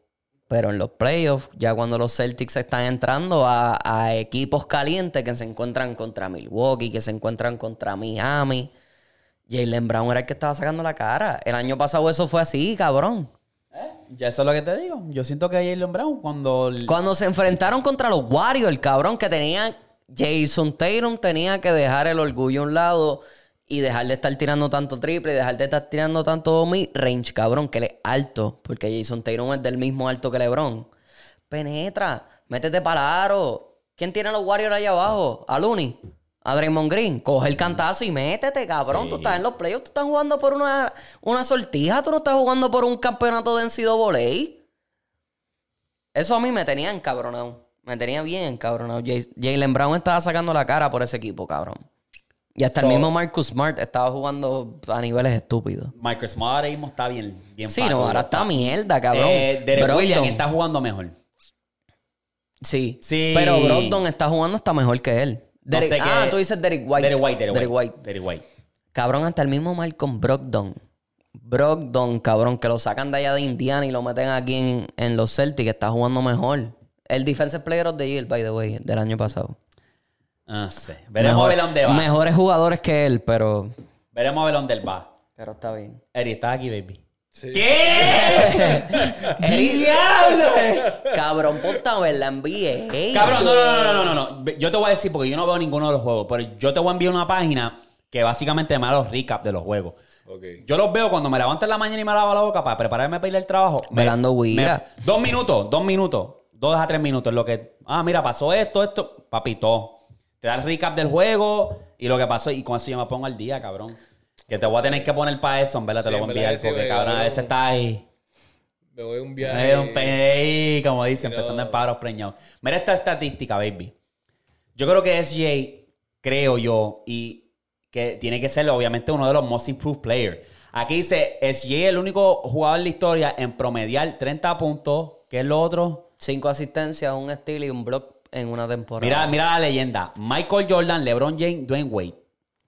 S2: Pero en los playoffs, ya cuando los Celtics están entrando a, a equipos calientes que se encuentran contra Milwaukee, que se encuentran contra Miami, Jalen Brown era el que estaba sacando la cara. El año pasado eso fue así, cabrón.
S1: ¿Eh? Ya eso es lo que te digo. Yo siento que Jalen Brown cuando...
S2: Cuando se enfrentaron contra los Warriors, el cabrón que tenía Jason Tatum tenía que dejar el orgullo a un lado y dejar de estar tirando tanto triple y dejar de estar tirando tanto mid-range, cabrón, que él es alto, porque Jason Tatum es del mismo alto que LeBron. Penetra, métete para aro. ¿Quién tiene a los Warriors ahí abajo? A Looney. A Draymond Green, coge el cantazo y métete, cabrón. Tú estás en los playoffs, tú estás jugando por una, una sortija, tú no estás jugando por un campeonato de NCAA. Eso a mí me tenía encabronado. Me tenía bien encabronado. Jay- Jalen Brown estaba sacando la cara por ese equipo, cabrón. Y hasta el mismo Marcus Smart estaba jugando a niveles estúpidos.
S1: Michael Smart ahora mismo está bien. bien
S2: Sí,
S1: pato,
S2: no, ahora
S1: ya.
S2: está mierda, cabrón.
S1: Eh, Derek
S2: Brogdon.
S1: Williams está jugando mejor.
S2: Sí.
S1: Sí.
S2: Pero Brogdon está jugando hasta mejor que él. Derek-
S1: sé qué-
S2: ah, tú dices Derek White.
S1: Derek White, Derek,
S2: Derek
S1: White.
S2: White.
S1: Derek White.
S2: Cabrón, hasta el mismo Malcolm Brogdon. Brogdon, cabrón, que lo sacan de allá de Indiana y lo meten aquí en, en los Celtics, que está jugando mejor. El Defensive Player of the Year, by the way, del año pasado.
S1: No sé. Ah, Veremos a ver dónde va.
S2: Mejores jugadores que él, pero.
S1: Veremos a ver dónde él va.
S2: Pero está bien.
S1: Eri, estás aquí, baby.
S3: Sí.
S1: ¿Qué? ¡Diablo!
S2: Cabrón, puta, ver la NBA.
S1: Cabrón, no, no, no, no, no, no, no. Yo te voy a decir porque yo no veo ninguno de los juegos, pero yo te voy a enviar una página que básicamente me da los recaps de los juegos.
S3: Ok.
S1: Yo los veo cuando me levanto en la mañana y me lavo la boca para prepararme para ir al trabajo. Me-
S2: Velando guira.
S1: me- Dos minutos, dos minutos, dos a tres minutos. en Lo que, ah, mira, pasó esto, esto. Papito, te da el recap del juego y lo que pasó. Y con eso yo me pongo al día, cabrón. Que te voy a tener que poner para eso, en verdad, te
S3: Sí,
S1: lo voy a
S3: en verdad
S1: enviar.
S3: que sí,
S1: porque,
S3: güey,
S1: cabrón, a
S3: cabrón.
S1: veces está ahí.
S3: Me voy a un
S1: Ahí,
S3: viaje.
S1: un pe- ahí, como dice,
S3: Pero-
S1: empezando en pájaros preñados. Mira esta estadística, baby. Yo creo que SJ, creo yo, y que tiene que ser obviamente uno de los most improved players. Aquí dice, SJ es el único jugador en la historia en promediar 30 puntos. ¿Qué es lo otro?
S2: Cinco asistencias, un estilo y un block en una temporada.
S1: Mira, mira la leyenda. Michael Jordan, LeBron James, Dwayne Wade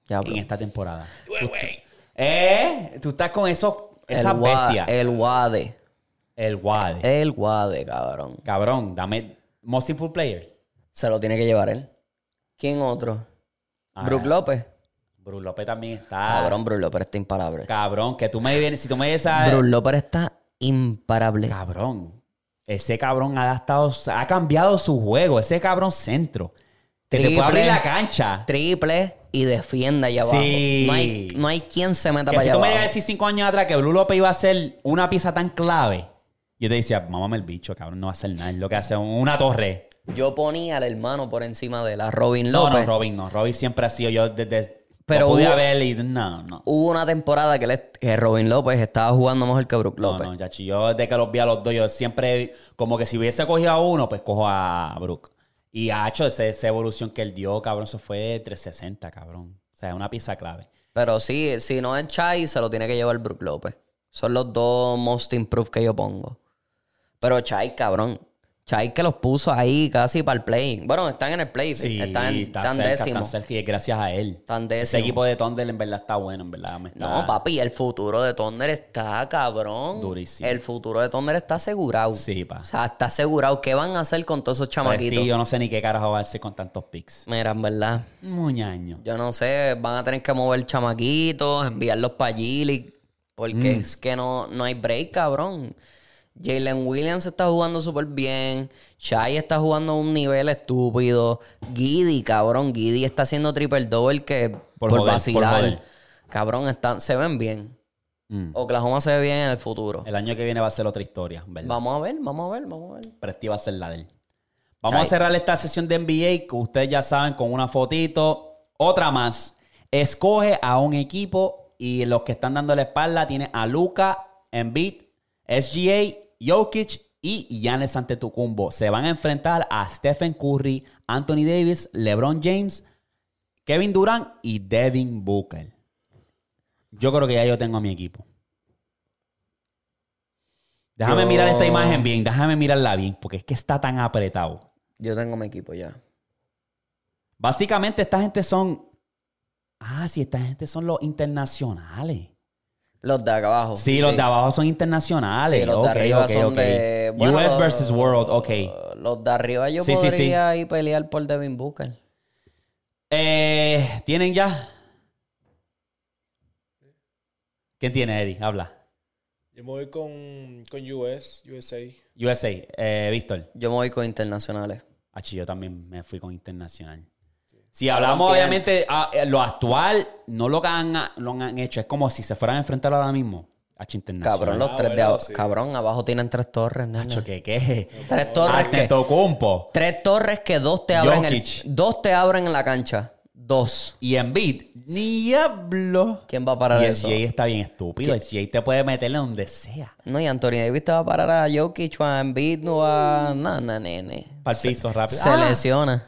S2: ya, bro.
S1: en este- esta temporada. Tú- ¿Eh? Tú estás con esos, esas
S2: el, eh. gua-
S1: bestias. El,
S2: el Wade.
S1: Wade.
S2: El Wade, cabrón.
S1: Cabrón, dame most improved player.
S2: Se lo tiene que llevar él. ¿Quién otro?
S1: Ah,
S2: Brook López.
S1: Bruce López también está.
S2: Cabrón, Brook López está imparable.
S1: Cabrón, que tú me vienes, si tú me vienes a...
S2: Brook López está imparable.
S1: Cabrón, ese cabrón ha adaptado, ha cambiado su juego, ese cabrón centro. Que te puede
S2: Triple.
S1: abrir la cancha.
S2: Triple y defienda allá abajo.
S1: Sí.
S2: No hay, no hay quien se meta
S1: Que
S2: para
S1: si
S2: allá
S1: tú me
S2: abajo.
S1: llegas a decir cinco años atrás que Blue López iba a ser una pieza tan clave, yo te decía, mamame el bicho, cabrón, no va a hacer nada, es lo que hace una torre.
S2: Yo ponía al hermano por encima de la Robin
S1: No, no,
S2: López.
S1: Robin, no, Robin siempre ha sido yo desde...
S2: Pero
S1: Pero podía
S2: hubo-
S1: ver y no, no.
S2: Hubo una temporada que, le- que Robin López estaba jugando mejor que Brook
S1: No,
S2: López.
S1: no, chachi, yo desde que los vi a los dos, yo siempre, como que si hubiese cogido a uno, pues cojo a Brook. Y ha hecho ese- esa evolución que él dio, cabrón, eso fue de 360, cabrón. O sea, es una pieza clave.
S2: Pero sí, si no es Chai, se lo tiene que llevar Brook López. Son los dos most improved que yo pongo. Pero Chai, cabrón. Chai que los puso ahí casi para el play. Bueno, están en el play.
S1: Sí,
S2: están,
S1: está
S2: están
S1: cerca,
S2: décimos.
S1: está cerca y es gracias a él.
S2: Están
S1: Ese
S2: décimos.
S1: equipo de Thunder en verdad está bueno, en verdad. me está-
S2: No, papi, el futuro de Thunder está cabrón.
S1: Durísimo.
S2: El futuro de Thunder está asegurado.
S1: Sí, pa.
S2: O sea, está asegurado. ¿Qué van a hacer con todos esos
S1: Pero este,
S2: chamaquitos?
S1: yo no sé ni qué carajo va a hacer con tantos picks.
S2: Mira, en verdad.
S1: Muñaño.
S2: Yo no sé, van a tener que mover chamaquitos, enviarlos para Gili,
S1: Mm.
S2: porque es que no, no hay break, cabrón. Jalen Williams está jugando súper bien. Shai está jugando a un nivel estúpido. Giddy, cabrón. Giddy está haciendo triple double que
S1: Por
S2: por,
S1: joder, por
S2: vacilar.
S1: joder.
S2: Cabrón, están, se ven bien.
S1: Mm.
S2: Oklahoma se ve bien en el futuro.
S1: El año que viene va a ser otra historia, en ¿verdad?
S2: Vamos a ver, vamos a ver, vamos a ver.
S1: Presti va a ser la de él. Vamos a
S2: Chai.
S1: cerrar esta sesión de NBA, que ustedes ya saben, con una fotito. Otra más. Escoge a un equipo y los que están dando la espalda tienen a Luca, Embiid, SGA, Jokic y Giannis Antetokounmpo. Se van a enfrentar a Stephen Curry, Anthony Davis, LeBron James, Kevin Durant y Devin Booker. Yo creo que ya yo tengo a mi equipo. Déjame
S2: Yo-
S1: mirar esta imagen bien, déjame mirarla bien, porque es que está tan apretado.
S2: Yo tengo mi equipo ya.
S1: Básicamente, esta gente son. Ah, sí, esta gente son los internacionales.
S2: Los de acá abajo.
S1: Sí, los de abajo son internacionales.
S2: Sí, los de
S1: Ah, Ok,
S2: arriba
S1: ok,
S2: son
S1: ok.
S2: de. bueno,
S1: US
S2: los-
S1: versus World, ok.
S2: Los de arriba yo
S1: Sí, sí, sí.
S2: podría ir pelear por Devin Booker.
S1: Eh, ¿Tienen ya? ¿Quién tiene, Eddie? Habla.
S3: Yo me voy con, con US, USA.
S1: USA, eh, Víctor.
S2: Yo me voy con internacionales.
S1: Achi, yo también me fui con internacional. Si hablamos,
S2: Entiendo.
S1: obviamente, a- eh, lo actual, no lo que han, lo han hecho. Es como si se fueran a enfrentar ahora mismo. Achi, internacional.
S2: Cabrón,
S3: Ah,
S2: los tres de
S3: bueno,
S2: abajo.
S3: sí.
S2: Cabrón, abajo tienen tres torres, nene.
S1: Acho, ¿qué? ¿Qué?
S2: Tres
S1: Ah,
S2: torres que.
S1: Antetokounmpo
S2: Tres torres que dos te abren el,
S1: Jokic.
S2: Dos te abren en la cancha. Dos.
S1: y Embiid. ¡Diablo!
S2: ¿Quién va a parar
S1: Y el
S2: eso?
S1: Jay está bien estúpido. El Jay te puede meterle donde sea.
S2: No, y Anthony Davis te va a parar a Jokic o a Embiid o a...
S1: Mm.
S2: No, no, nene.
S1: Para el piso rápido.
S2: Se
S1: ¡Ah!
S2: lesiona.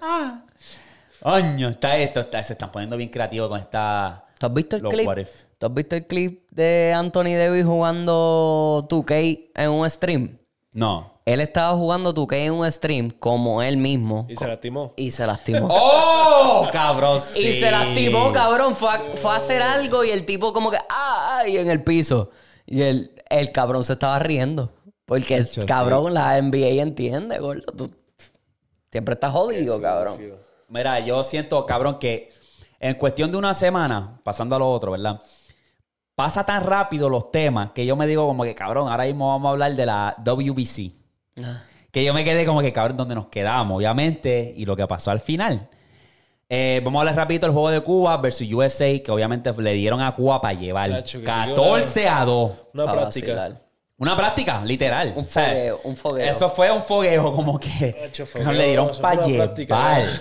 S1: Coño, está esto, está- se están poniendo bien creativos con esta.
S2: ¿Tú has visto el
S1: Los
S2: clip?
S1: what if.
S2: ¿Tú has visto el clip de Anthony Davis jugando 2K en un stream?
S1: No.
S2: Él estaba jugando 2K en un stream como él mismo.
S3: Y se lastimó.
S2: Y se lastimó.
S1: ¡Oh! Cabrón.
S2: Y
S1: sí.
S2: se lastimó, cabrón. Fue a, fue a hacer algo y el tipo como que, ah, ah", y en el piso. Y el, el cabrón se estaba riendo. Porque,
S1: Chacho,
S2: cabrón, la NBA entiende, gordo. Tú siempre estás jodido, cabrón.
S3: Sí.
S1: Mira, yo siento, cabrón, que en cuestión de una semana, pasando a lo otro, ¿verdad? Pasa tan rápido los temas que yo me digo como que, cabrón, ahora mismo vamos a hablar de la WBC.
S3: Ah.
S1: Que yo me quedé como que, cabrón, donde nos quedamos, obviamente, y lo que pasó al final. Eh, vamos a hablar rapidito del juego de Cuba versus USA, que obviamente le dieron a Cuba para llevar
S3: Chacho, que se dio
S1: 14 a 2.
S3: Una
S2: Pa'
S3: práctica.
S2: vacilar.
S1: Una práctica, literal.
S2: Un
S1: O sea,
S2: fogueo, un fogueo.
S1: Eso fue un fogueo, como que
S3: Nacho,
S1: cabrón, le dieron
S3: eso fue
S1: para
S3: una práctica,
S1: llevar.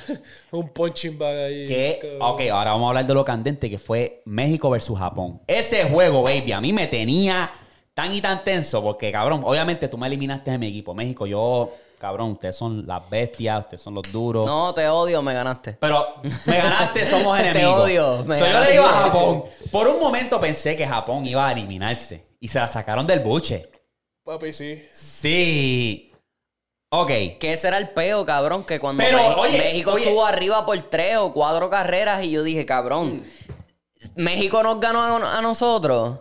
S3: ¿no? Un punching bag ahí.
S1: Que,
S3: cabrón.
S1: ok, ahora vamos a hablar de lo candente que fue México versus Japón. Ese juego, baby, a mí me tenía tan y tan tenso porque, cabrón, obviamente tú me eliminaste de mi equipo. México, yo, cabrón, ustedes son las bestias, ustedes son los duros.
S2: No, te odio, me ganaste.
S1: Pero me ganaste, somos
S2: Te
S1: enemigos.
S2: odio, me
S1: So, yo
S2: ganaste.
S1: le digo a Japón. Por un momento pensé que Japón iba a eliminarse y se la sacaron del buche.
S3: Papi, sí.
S1: Sí. Ok.
S2: ¿Qué será el peo, cabrón? Que cuando
S1: Pero,
S2: Mex-
S1: oye,
S2: México
S1: oye.
S2: estuvo arriba por tres o cuatro carreras y yo dije, cabrón, México nos ganó a, a nosotros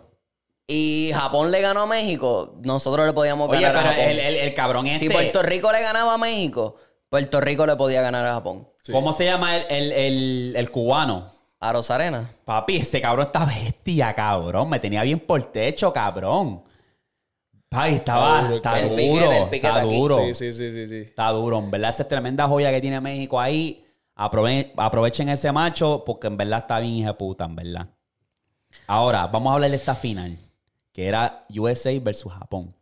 S2: y Japón le ganó a México, nosotros le podíamos
S1: Oye,
S2: ganar
S1: pero
S2: a Japón.
S1: el, el- el cabrón este.
S2: Si Puerto Rico le ganaba a México, Puerto Rico le podía ganar a Japón.
S1: ¿Cómo se llama el, el- el- el cubano?
S2: A Rosarena.
S1: Papi, ese cabrón está bestia, cabrón. Me tenía bien por techo, cabrón. Papi, estaba.
S3: Está duro,
S1: Está
S2: el
S1: duro.
S2: piquete, el piquete
S1: está
S2: aquí.
S1: duro.
S3: Sí, sí, sí, sí, sí.
S1: Está duro, en verdad, esa es tremenda joya que tiene México ahí. Aprove- aprovechen ese macho porque en verdad está bien hija de puta, en verdad. Ahora, vamos a hablar de esta final, que era USA versus Japón.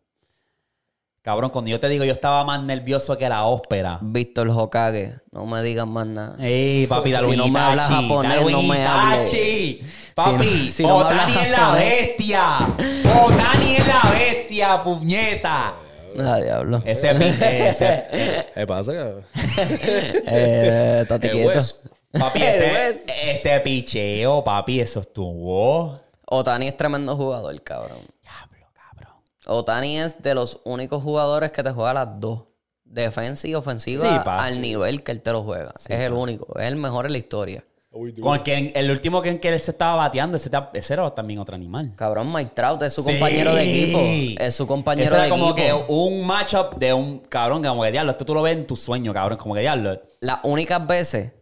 S1: Cabrón, cuando yo te digo, yo estaba más nervioso que la ópera.
S2: Víctor Hokage, no me digas más nada.
S1: Ey, papi, Darwin
S2: Si no me
S1: Itachi,
S2: hablas japonés,
S1: Darwin
S2: no me hables.
S1: Itachi. Papi,
S2: no- si no me
S1: Otani
S2: hablas
S1: es la
S2: japonés.
S1: bestia. Otani es la bestia, puñeta.
S2: Ah, diablo.
S1: Ese, pi- ese,
S3: ¿Qué pasa, cabrón?
S2: Eh, estate
S3: El
S2: quieto.
S3: West.
S1: Papi,
S2: El
S1: ese,
S2: West.
S1: ese picheo, papi, eso estuvo.
S2: Otani es tremendo jugador, cabrón.
S1: Diablo, cabrón.
S2: Otani es de los únicos jugadores que te juega las dos. Defensa y ofensiva
S1: Sí, pa,
S2: al
S1: sí.
S2: nivel que él te lo juega. es el único. Es el mejor en la historia.
S3: Uy, dude.
S1: Con el, que, el último que, que él se estaba bateando, ese, ta- ese era también otro animal.
S2: Cabrón, Mike Trout es su
S1: Sí.
S2: compañero de equipo. Es su compañero
S1: Ese era
S2: de
S1: como
S2: equipo.
S1: que un matchup de un cabrón, que como que diablo, esto tú lo ves en tu sueño, cabrón, como que diablo.
S2: Las únicas veces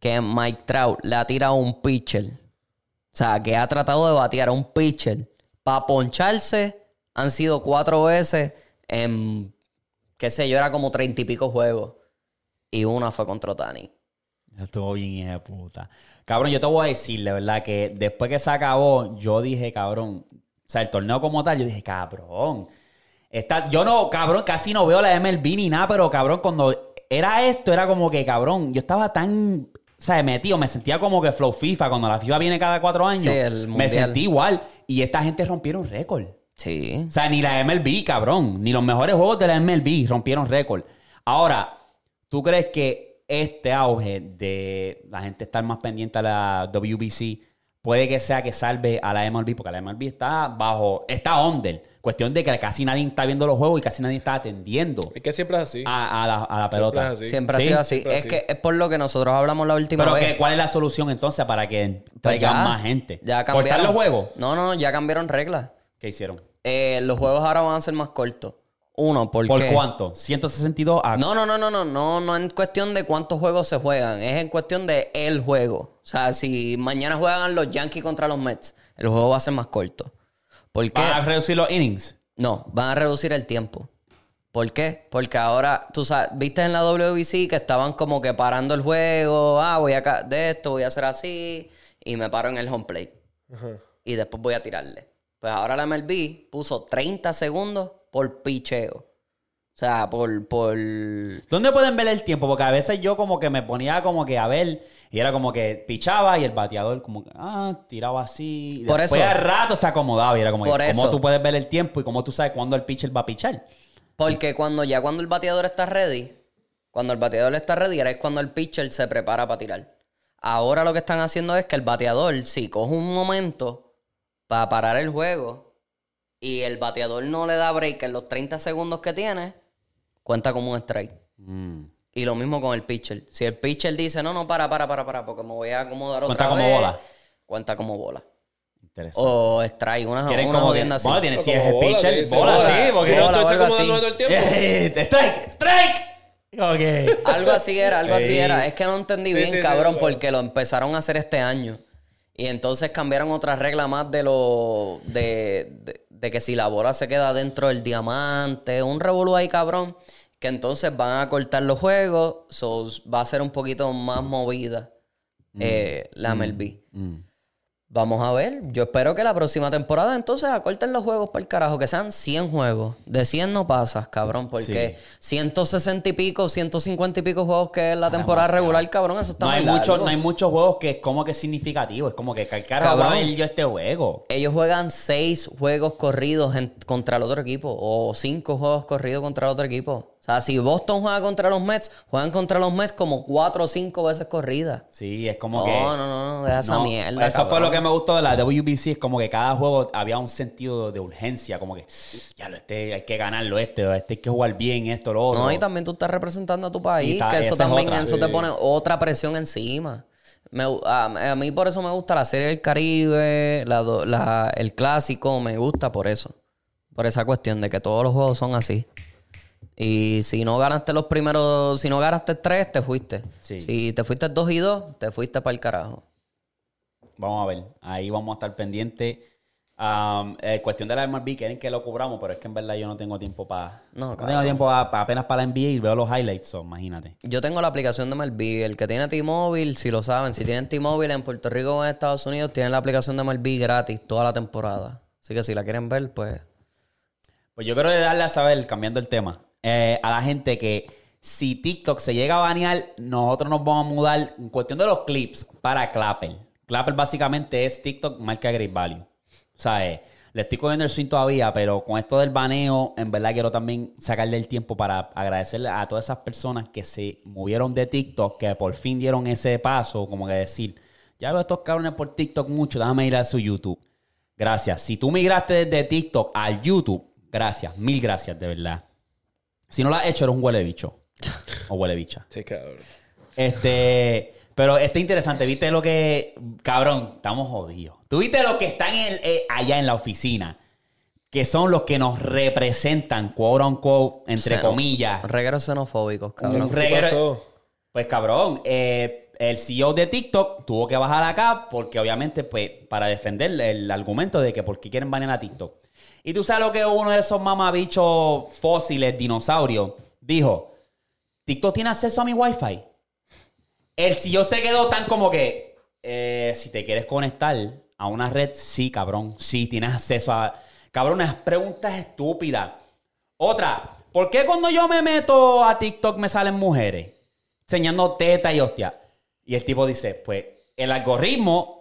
S2: que Mike Trout le ha tirado a un pitcher, o sea, que ha tratado de batear a un pitcher para poncharse, han sido cuatro veces en, qué sé yo, era como treinta y pico juegos. Y una fue contra Otani.
S1: Estuvo bien, hija de puta. Cabrón, yo te voy a decir, de verdad, que después que se acabó, yo dije, cabrón, o sea, el torneo como tal, yo dije, cabrón. Está, yo no, cabrón, casi no veo la MLB ni nada, pero cabrón, cuando era esto, era como que, cabrón, yo estaba tan, o sea, metido, me sentía como que Flow FIFA, cuando la FIFA viene cada cuatro años,
S2: Sí, el
S1: me
S2: Mundial.
S1: sentí igual. Y esta gente rompieron récord.
S2: Sí.
S1: O sea, ni la MLB, cabrón. Ni los mejores juegos de la MLB rompieron récord. Ahora, ¿tú crees que este auge de la gente estar más pendiente a la WBC puede que sea que salve a la MLB? Porque la MLB está bajo, está under. Cuestión de que casi nadie está viendo los juegos y casi nadie está atendiendo
S3: Es que siempre es así.
S1: a, a la, a la
S3: siempre es
S1: pelota.
S3: así.
S2: Siempre
S1: Sí,
S2: ha sido así.
S3: siempre
S2: es
S3: así.
S2: que es por lo que nosotros hablamos la última
S1: Pero
S2: vez.
S1: que, ¿cuál es la solución entonces para que
S2: eh. Pues
S1: traigan
S2: ya,
S1: más gente?
S2: Ya
S1: ¿Cortar
S2: cambiaron.
S1: los juegos?
S2: No, no, no, ya cambiaron reglas.
S1: ¿Qué hicieron?
S2: Eh, los juegos ahora van a ser más cortos. Uno, porque.
S1: ¿Por cuánto? 162 a...
S2: No, no, no, no, no, no, no en cuestión de cuántos juegos se juegan, es en cuestión de el juego. O sea, si mañana juegan los Yankees contra los Mets, el juego va a ser más corto. ¿Por qué?
S1: ¿Van a reducir los innings?
S2: No, van a reducir el tiempo. ¿Por qué? Porque ahora, tú sabes, viste en la WBC que estaban como que parando el juego, ah, voy acá de esto, voy a hacer así, y me paro en el home plate. Y después voy a tirarle. Pues ahora la MLB puso 30 segundos por picheo. O sea, por... por...
S1: ¿Dónde pueden ver el tiempo? Porque a veces yo como que me ponía como que a ver y era como que pichaba y el bateador como que ah, tiraba así. Y
S2: Por
S1: después
S2: eso.
S1: al rato se acomodaba y era como que,
S2: Por
S1: ¿cómo
S2: eso.
S1: tú puedes ver el tiempo y cómo tú sabes cuándo el pitcher va a pichar?
S2: Porque cuando ya cuando el bateador está ready, cuando el bateador está ready, ahora es cuando el pitcher se prepara para tirar. Ahora lo que están haciendo es que el bateador, si coge un momento para parar el juego y el bateador no le da break en los 30 segundos que tiene, cuenta como un strike. Y lo mismo con el pitcher. Si el pitcher dice, no, no, para, para, para, para, porque me voy a acomodar
S1: Cuenta
S2: otra
S1: como
S2: vez",
S1: bola.
S2: Cuenta como bola.
S1: Interesante.
S2: O strike, una,
S1: Quieren
S2: una
S1: como que,
S2: jodienda así.
S1: Bueno, tiene
S3: Como
S1: si es el
S3: bola,
S1: pitcher,
S3: dice,
S1: bola,
S3: bola.
S1: sí, porque...
S3: Si no
S2: Bola,
S3: estoy
S2: algo así.
S3: acomodando el tiempo.
S1: Este, ¡Strike! ¡Strike! Ok.
S2: Algo así era, algo así
S1: Ey.
S2: era. Es que no entendí
S3: Sí,
S2: bien,
S3: sí, sí,
S2: cabrón,
S3: claro.
S2: porque lo empezaron a hacer este año. Y entonces cambiaron otra regla más de lo. de, de- de que si la bola se queda dentro del diamante, un revolú ahí, cabrón. Que entonces van a cortar los juegos, so va a ser un poquito más movida
S1: Mm,
S2: eh, la MLB. Vamos a ver. Yo espero que la próxima temporada entonces acorten los juegos para el carajo, que sean 100 juegos. De 100 no pasas, cabrón, porque 160 y pico, 150 y pico juegos que es la temporada
S1: demasiado.
S2: regular, cabrón, eso está
S1: No hay,
S2: muy
S1: mucho,
S2: largo.
S1: no hay muchos juegos que es como que significativo. Es como que ¿qué carajo voy a
S2: Cabrón.
S1: ver yo este juego.
S2: Ellos juegan 6 juegos corridos en- contra el otro equipo o 5 juegos corridos contra el otro equipo. O sea, si Boston juega contra los Mets, juegan contra los Mets como 4 o 5 veces corridas.
S1: Sí, es como
S2: No,
S1: que...
S2: no, no, no, deja esa
S1: No,
S2: mierda.
S1: Eso fue
S2: cabrón.
S1: lo que me gustó de la WBC. Es como que cada juego había un sentido de urgencia. Como que, ya lo este, hay que ganarlo este, o este hay que jugar bien, esto, lo otro.
S2: No, y también tú estás representando a tu
S1: Y
S2: país,
S1: ta-
S2: que
S1: esa
S2: eso
S1: es
S2: también
S1: otra.
S2: eso te pone otra presión encima. Me gu- a, a mí por eso me gusta la serie del Caribe, la, do- la- el clásico, me gusta por eso. Por esa cuestión de que todos los juegos son así. Y si no ganaste los primeros, si no ganaste tres, te fuiste.
S1: Sí.
S2: Si te fuiste dos y dos, te fuiste para el carajo.
S1: Vamos a ver. Ahí vamos a estar pendientes. Am, eh, cuestión de la MLB, quieren que lo cubramos, pero es que en verdad yo no tengo tiempo para... No,
S2: No,
S1: tengo
S2: cabrón.
S1: tiempo pa- pa- apenas para la NBA y veo los highlights, so, imagínate.
S2: Yo tengo la aplicación de Malví. El que tiene T-Mobile, si lo saben, si tienen T-Mobile en Puerto Rico o en Estados Unidos, tienen la aplicación de Malví gratis toda la temporada. Así que si la quieren ver, pues.
S1: Pues yo quiero darle a saber, cambiando el tema, eh, a la gente que si TikTok se llega a banear, nosotros nos vamos a mudar en cuestión de los clips para Clapper. Clapper básicamente es TikTok marca Great Value. O sea, eh, le estoy cogiendo el swing todavía, pero con esto del baneo, en verdad quiero también sacarle el tiempo para agradecerle a todas esas personas que se movieron de TikTok, que por fin dieron ese paso, como que decir, ya veo a estos cabrones por TikTok mucho, déjame ir a su YouTube. Gracias. Si tú migraste desde TikTok al YouTube, gracias, mil gracias, de verdad. Si no lo has hecho, eres un huele bicho. O huele bicha.
S3: Sí, cabrón.
S1: Este. Pero está interesante, viste lo que. Cabrón, estamos jodidos. Tú viste lo que están en- eh, allá en la oficina, que son los que nos representan, quote unquote, entre
S2: Xeno-
S1: comillas.
S2: Regueros xenofóbicos, cabrón.
S1: Un
S3: ¿Qué
S1: reguero-
S3: pasó?
S1: Pues cabrón, eh, el CEO de TikTok tuvo que bajar acá porque obviamente pues para defender el argumento de que por qué quieren banear a TikTok. Y tú sabes lo que uno de esos mamabichos fósiles, dinosaurios, dijo, TikTok tiene acceso a mi wifi. El CEO se quedó tan como que, eh, si te quieres conectar a una red, sí cabrón, sí tienes acceso a... Cabrón, unas preguntas estúpidas. Otra, ¿por qué cuando yo me meto a TikTok me salen mujeres? Enseñando teta y hostia. Y el tipo dice, pues el algoritmo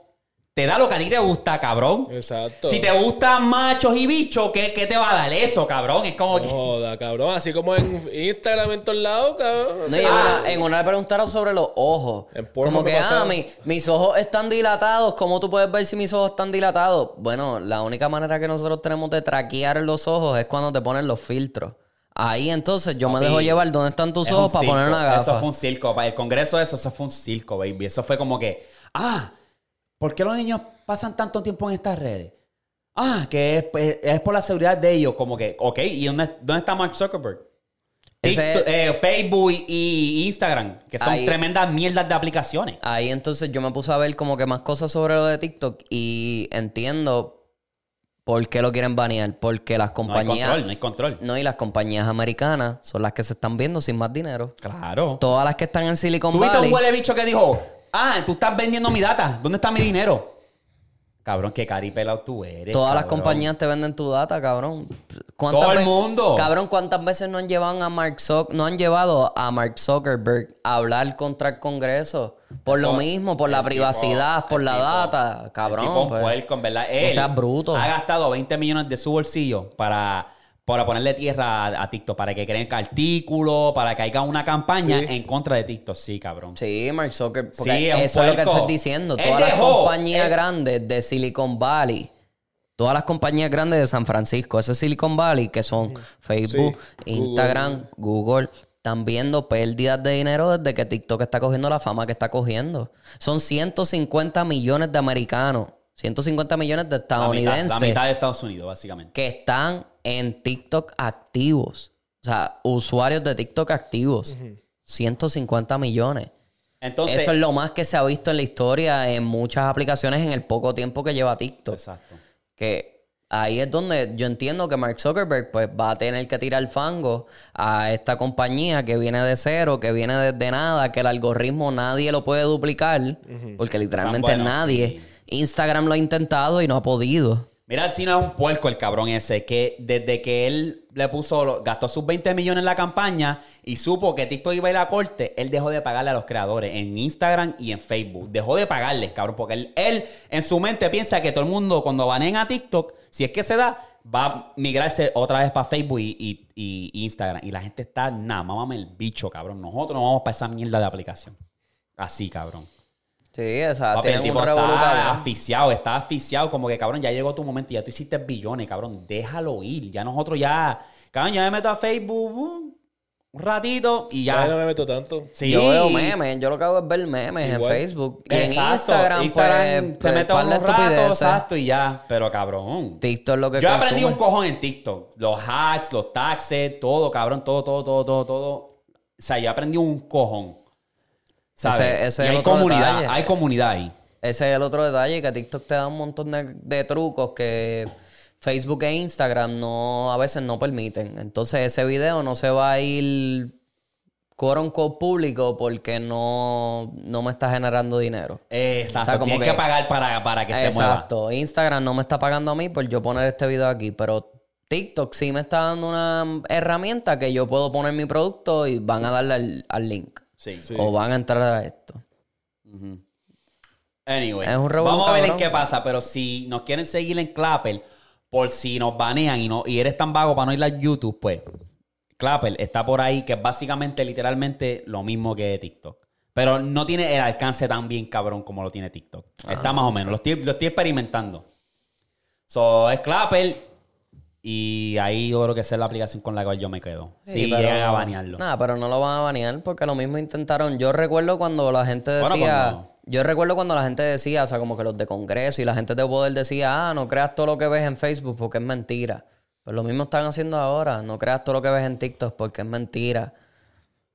S1: Te da lo que a ti te gusta, cabrón.
S3: Exacto.
S1: Si te gustan machos y bichos, ¿qué, qué te va a dar eso, cabrón? Es como
S3: No
S1: que...
S3: Joda, cabrón. Así como en Instagram en todos lados, cabrón. O
S2: No,
S3: sea,
S2: y en,
S1: Ah.
S2: una, en una le preguntaron sobre los ojos.
S3: En porno
S2: Como
S3: me
S2: que, ah,
S3: pasaron.
S2: mi- mis ojos están dilatados. ¿Cómo tú puedes ver si mis ojos están dilatados? Bueno, la única manera que nosotros tenemos de traquear los ojos es cuando te ponen los filtros. Ahí entonces yo me
S1: Papi,
S2: dejo llevar dónde están tus
S1: Es
S2: ojos
S1: un
S2: para poner
S1: circo.
S2: una gafa.
S1: Eso fue un circo. Para el congreso de eso, eso fue un circo, baby. Eso fue como que, ah, ¿por qué los niños pasan tanto tiempo en estas redes? Ah, que es, pues, es por la seguridad de ellos. Como que, ok, ¿y dónde, dónde está Mark Zuckerberg?
S2: Ese-
S1: TikTok, eh, Facebook y- y Instagram, que son
S2: Ahí-
S1: tremendas mierdas de aplicaciones.
S2: Ahí entonces yo me puse a ver como que más cosas sobre lo de TikTok y entiendo por qué lo quieren banear. Porque
S1: No
S2: las
S1: hay
S2: compañías.
S1: control, no hay control.
S2: No, y las compañías americanas son las que se están viendo sin más dinero.
S1: Claro.
S2: Todas las que están en Silicon
S1: Tuviste
S2: Valley.
S1: un huele bicho que dijo, ah, tú estás vendiendo mi data. ¿Dónde está mi dinero? Cabrón, qué caripelao tú eres.
S2: Todas las
S1: cabrón.
S2: compañías te venden tu data, cabrón. ¿Cuántas
S1: Todo el
S2: ve-
S1: mundo.
S2: Cabrón, ¿cuántas veces no han llevado a Mark Zuck- no han llevado a Mark Zuckerberg a hablar contra el Congreso? Por
S1: Eso-
S2: lo mismo, por la
S1: el tipo-
S2: privacidad, por
S1: el
S2: la
S1: tipo-
S2: data, cabrón.
S1: El tipo es un
S2: pues.
S1: puerco, en verdad. Él
S2: seas bruto.
S1: Ha gastado 20 millones de su bolsillo para, para ponerle tierra a, a TikTok, para que creen que artículo, para que haya una campaña
S3: Sí.
S1: en contra de TikTok. Sí, cabrón.
S2: Sí, Mark Zuckerberg. porque
S1: Sí, es un
S2: eso es lo que
S1: puerco.
S2: estoy diciendo.
S1: Él
S2: Todas las
S1: dejó,
S2: compañías
S1: él-
S2: grandes de Silicon Valley. Todas las compañías grandes de San Francisco, ese Silicon Valley, que son Facebook,
S3: Sí,
S2: Instagram, Google. están viendo pérdidas de dinero desde que TikTok está cogiendo la fama que está cogiendo. Son 150 millones de americanos, 150 millones de
S1: La mitad,
S2: estadounidenses
S1: la mitad de Estados Unidos, básicamente.
S2: que están en TikTok activos. O sea, usuarios de TikTok activos. 150 millones.
S1: Entonces,
S2: Eso es lo más que se ha visto en la historia en muchas aplicaciones en el poco tiempo que lleva TikTok.
S1: exacto.
S2: Que ahí es donde yo entiendo que Mark Zuckerberg pues va a tener que tirar fango a esta compañía que viene de cero, que viene desde nada, que el algoritmo nadie lo puede duplicar, porque literalmente
S1: Ah, bueno,
S2: nadie. Instagram lo ha intentado y no ha podido.
S1: Mira, si no es un puerco el cabrón ese, que desde que él le puso, lo- gastó sus 20 millones en la campaña y supo que TikTok iba a ir a corte, él dejó de pagarle a los creadores en Instagram y en Facebook. Dejó de pagarles, cabrón, porque él, él en su mente piensa que todo el mundo cuando baneen a TikTok, si es que se da, va a migrarse otra vez para Facebook y, y- y Instagram. Y la gente está, nada, mámame el bicho, cabrón. Nosotros no vamos para esa mierda de aplicación. Así, cabrón.
S2: Sí, esa
S1: Papi, el
S2: tiene
S1: tipo
S2: un
S1: está
S2: revolucionario.
S1: asfixiado, está asfixiado. Como que, cabrón, ya llegó tu momento y ya tú hiciste billones, cabrón. Déjalo ir. Ya nosotros ya... Cabrón, ya me meto a Facebook uh, un ratito y
S3: ya no
S1: ya...
S3: me meto tanto.
S1: Sí.
S2: Yo veo memes, yo lo que hago es ver memes
S3: Igual.
S2: en Facebook y en
S1: Exacto.
S2: Instagram,
S1: Instagram
S2: pues,
S1: se
S2: pues,
S1: mete
S2: par de
S1: un rato,
S2: estupideces.
S1: exacto, y ya. Pero, cabrón...
S2: TikTok lo que
S1: Yo aprendí
S2: consume.
S1: un cojón en TikTok. Los hacks, los taxes, todo, cabrón, todo, todo, todo, todo, todo. O sea, yo aprendí un cojón. ¿Sabes?
S2: Ese- ese
S1: y
S2: es
S1: hay
S2: otro
S1: comunidad,
S2: detalle.
S1: hay comunidad ahí.
S2: Ese es el otro detalle, que TikTok te da un montón de, de trucos que Facebook e Instagram no a veces no permiten. Entonces ese video no se va a ir quote unquote público porque no, no me está generando dinero.
S1: Exacto.
S2: O sea, como
S1: Tienes que,
S2: que-
S1: pagar para, para que se mueva.
S2: Exacto. Instagram no me está pagando a mí por yo poner este video aquí, pero TikTok sí me está dando una herramienta que yo puedo poner mi producto y van a darle al, al link.
S1: Sí.
S2: O van a entrar a esto.
S1: Anyway,
S2: Es un revolú,
S1: vamos a ver en
S2: cabrón.
S1: qué pasa, pero si nos quieren seguir en Clapper, por si nos banean y no y eres tan vago para no ir a YouTube, pues Clapper está por ahí, que es básicamente, literalmente lo mismo que TikTok. Pero no tiene el alcance tan bien cabrón como lo tiene TikTok.
S2: Ah,
S1: está más o menos, lo estoy, lo estoy experimentando. So, es Clapper y ahí yo creo que esa es la aplicación con la cual yo me quedo. si
S2: pero-
S1: llegan a banearlo.
S2: Nada, pero no lo van a banear porque lo mismo intentaron. Yo recuerdo cuando la gente
S1: Bueno, pues
S2: decía.
S1: cuando-
S2: Yo recuerdo cuando la gente decía, o sea, como que los de Congreso y la gente de poder decía, ah, no creas todo lo que ves en Facebook porque es mentira. Pues lo mismo están haciendo ahora. No creas todo lo que ves en TikTok porque es mentira.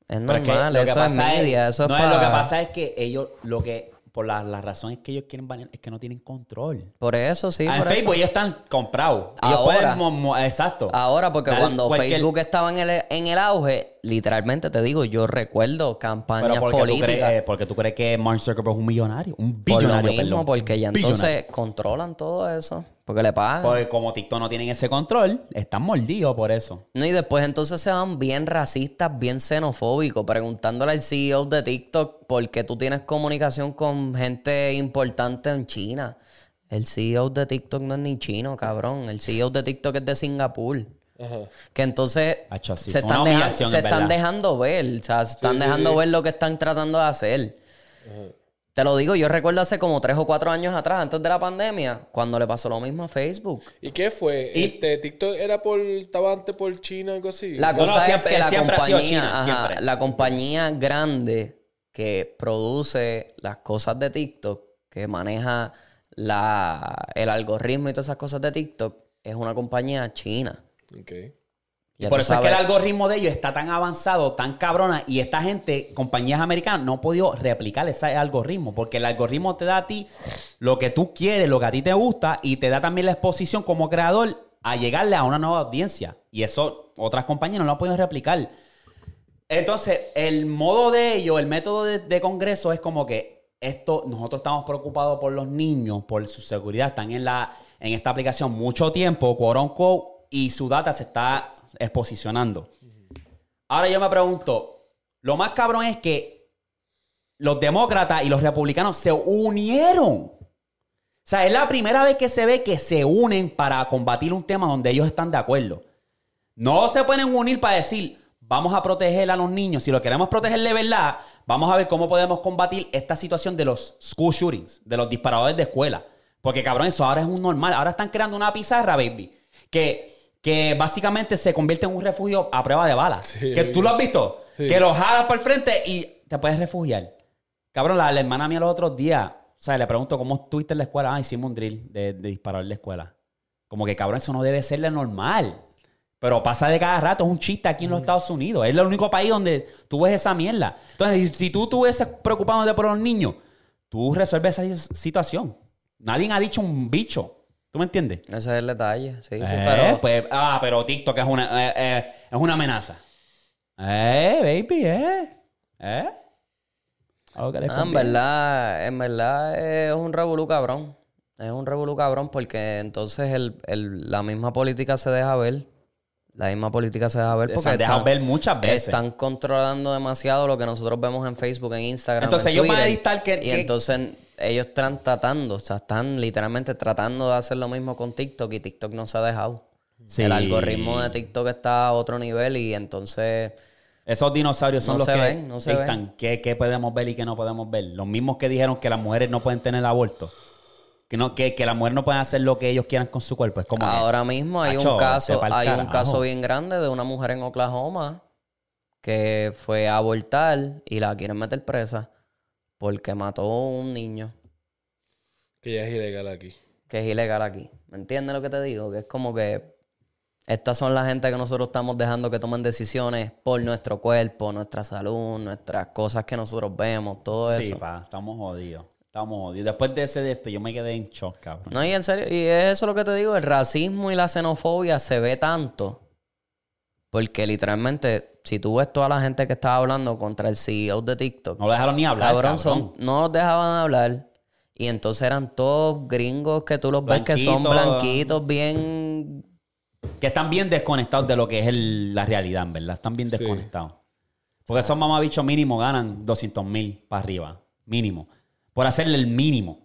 S2: Es
S1: Pero es que
S2: normal,
S1: lo que
S2: eso es
S1: pasa
S2: media, eso es
S1: no,
S2: para...
S1: Lo que pasa es que ellos, lo que, por la- las razones que ellos quieren banear, es que no tienen control.
S2: Por eso, sí,
S1: Ah, en
S2: por eso.
S1: Facebook ellos están comprados. Ellos
S2: Ahora.
S1: pueden mo- mo- exacto.
S2: Ahora, porque
S1: Dale
S2: cuando
S1: cualquier-
S2: Facebook estaba en el, en el auge, literalmente te digo, yo recuerdo campañas
S1: Pero porque tú,
S2: políticas.
S1: crees, eh, porque tú crees que Mark Zuckerberg es un millonario. Un
S2: por lo
S1: billonario, perdón.
S2: mismo, porque ya
S1: Billonario.
S2: entonces controlan todo eso. Porque le pagan.
S1: Pues como TikTok no tienen ese control, están mordidos por eso.
S2: No, y después entonces se van bien racistas, bien xenofóbicos, preguntándole al CEO de TikTok por qué tú tienes comunicación con gente importante en China. El CEO de TikTok no es ni chino, cabrón. El CEO de TikTok es de Singapur.
S3: Ajá.
S2: Que entonces
S1: Hacho, Ah, sí,
S2: se,
S1: fue una
S2: están, deja-
S1: humillación,
S2: se
S1: en
S2: están
S1: verdad.
S2: dejando ver. O sea, se están
S3: sí,
S2: dejando
S3: sí.
S2: ver lo que están tratando de hacer.
S1: Eh.
S2: Te lo digo, yo recuerdo hace como tres o cuatro años atrás, antes de la pandemia, cuando le pasó lo mismo a Facebook.
S3: ¿Y qué fue? Este, ¿TikTok era por... Estaba antes por China algo así?
S2: La
S1: No,
S2: cosa
S1: no,
S2: es
S1: siempre-
S2: que la
S1: siempre ha sido
S2: compañía,
S1: China,
S2: ajá,
S1: siempre.
S2: la compañía grande que produce las cosas de TikTok, que maneja la, el algoritmo y todas esas cosas de TikTok, es una compañía china.
S3: Ok.
S1: Y
S2: Ya
S1: por
S2: tú
S1: eso
S2: sabes.
S1: es que el algoritmo de ellos está tan avanzado, tan cabrona, y esta gente, compañías americanas, no han podido replicar ese algoritmo, porque el algoritmo te da a ti lo que tú quieres, lo que a ti te gusta, y te da también la exposición como creador a llegarle a una nueva audiencia. Y eso otras compañías no lo han podido replicar. Entonces, el modo de ello, el método de, de Congreso es como que esto, nosotros estamos preocupados por los niños, por su seguridad, están en, la, en esta aplicación mucho tiempo, quote unquote, y su data se está exposicionando. Ahora yo me pregunto, lo más cabrón es que los demócratas y los republicanos se unieron. O sea, es la primera vez que se ve que se unen para combatir un tema donde ellos están de acuerdo. No se pueden unir para decir, vamos a proteger a los niños. Si lo queremos proteger de verdad, vamos a ver cómo podemos combatir esta situación de los school shootings, de los disparadores de escuela. Porque cabrón, eso ahora es un normal. Ahora están creando una pizarra, baby, que, que básicamente se convierte en un refugio a prueba de balas.
S3: Sí,
S1: que tú lo has
S3: sí.
S1: visto.
S3: Sí.
S1: Que lo jalas para el frente y te puedes refugiar. Cabrón, la, la hermana mía los otros días, o sea, le pregunto cómo estuviste en la escuela. Ah, hicimos un drill de, de disparar en la escuela. Como que, cabrón, eso no debe ser lo normal. Pero pasa de cada rato, es un chiste aquí en
S2: Mm.
S1: los Estados Unidos. Es el único país donde tú ves esa mierda. Entonces, si si tú estuvieses preocupándote por los niños, tú resuelves esa si- situación. Nadie ha dicho un bicho. ¿Tú me entiendes?
S2: Ese es el detalle, sí, sí,
S1: Eh,
S2: pero...
S1: pues, ah, pero TikTok es una, eh, eh, es una amenaza. Eh, baby, eh. Eh. Algo que les
S2: Ah, en
S1: conviene.
S2: verdad, en verdad eh, es un revolú cabrón. Es un revolú cabrón porque entonces el, el- la misma política se deja ver. La misma política se deja ver porque
S1: Se han dejado
S2: están-
S1: ver muchas veces.
S2: Están controlando demasiado lo que nosotros vemos en Facebook, en Instagram.
S1: Entonces
S2: en
S1: ellos van a
S2: Twitter.
S1: dictar que-
S2: Y
S1: que-
S2: entonces ellos están tratando, o sea, están literalmente tratando de hacer lo mismo con TikTok y TikTok no se ha dejado.
S1: Sí.
S2: El algoritmo de TikTok está a otro nivel y entonces.
S1: Esos dinosaurios son
S2: No
S1: los
S2: se
S1: que
S2: ven, no se ven.
S1: dictan qué, qué podemos ver y qué no podemos ver. Los mismos que dijeron que las mujeres no pueden tener aborto. Que, no, que, que las mujeres no pueden hacer lo que ellos quieran con su cuerpo. Es como que-
S2: Ahora mismo hay
S1: Acho,
S2: un caso,
S1: sepa el
S2: hay un
S1: carajo.
S2: caso bien grande de una mujer en Oklahoma que fue a abortar y la quieren meter presa porque mató a un niño
S3: Que ya es ilegal aquí.
S2: que es ilegal aquí. ¿Me entiendes lo que te digo? Que es como que estas son la gente que nosotros estamos dejando que tomen decisiones por nuestro cuerpo, nuestra salud, nuestras cosas que nosotros vemos, todo
S1: sí,
S2: eso.
S1: pa, estamos jodidos. Estamos jodidos. Después de ese de este, yo me quedé en shock, cabrón.
S2: No, y en serio, y es eso lo que te digo, el racismo y la xenofobia se ve tanto. Porque literalmente, si tú ves toda la gente que estaba hablando contra el CEO de TikTok,
S1: No lo dejaron ni hablar.
S2: cabrón,
S1: Cabrón,
S2: son- no los dejaban hablar. Y entonces eran todos gringos que tú los ves que son
S1: Blanquitos.
S2: blanquitos, bien...
S1: Que están bien desconectados de lo que es el- la realidad, en ¿verdad? Están bien
S3: Sí.
S1: desconectados. Porque esos mamabichos mínimo ganan 200 mil para arriba. Mínimo. Por hacerle el mínimo.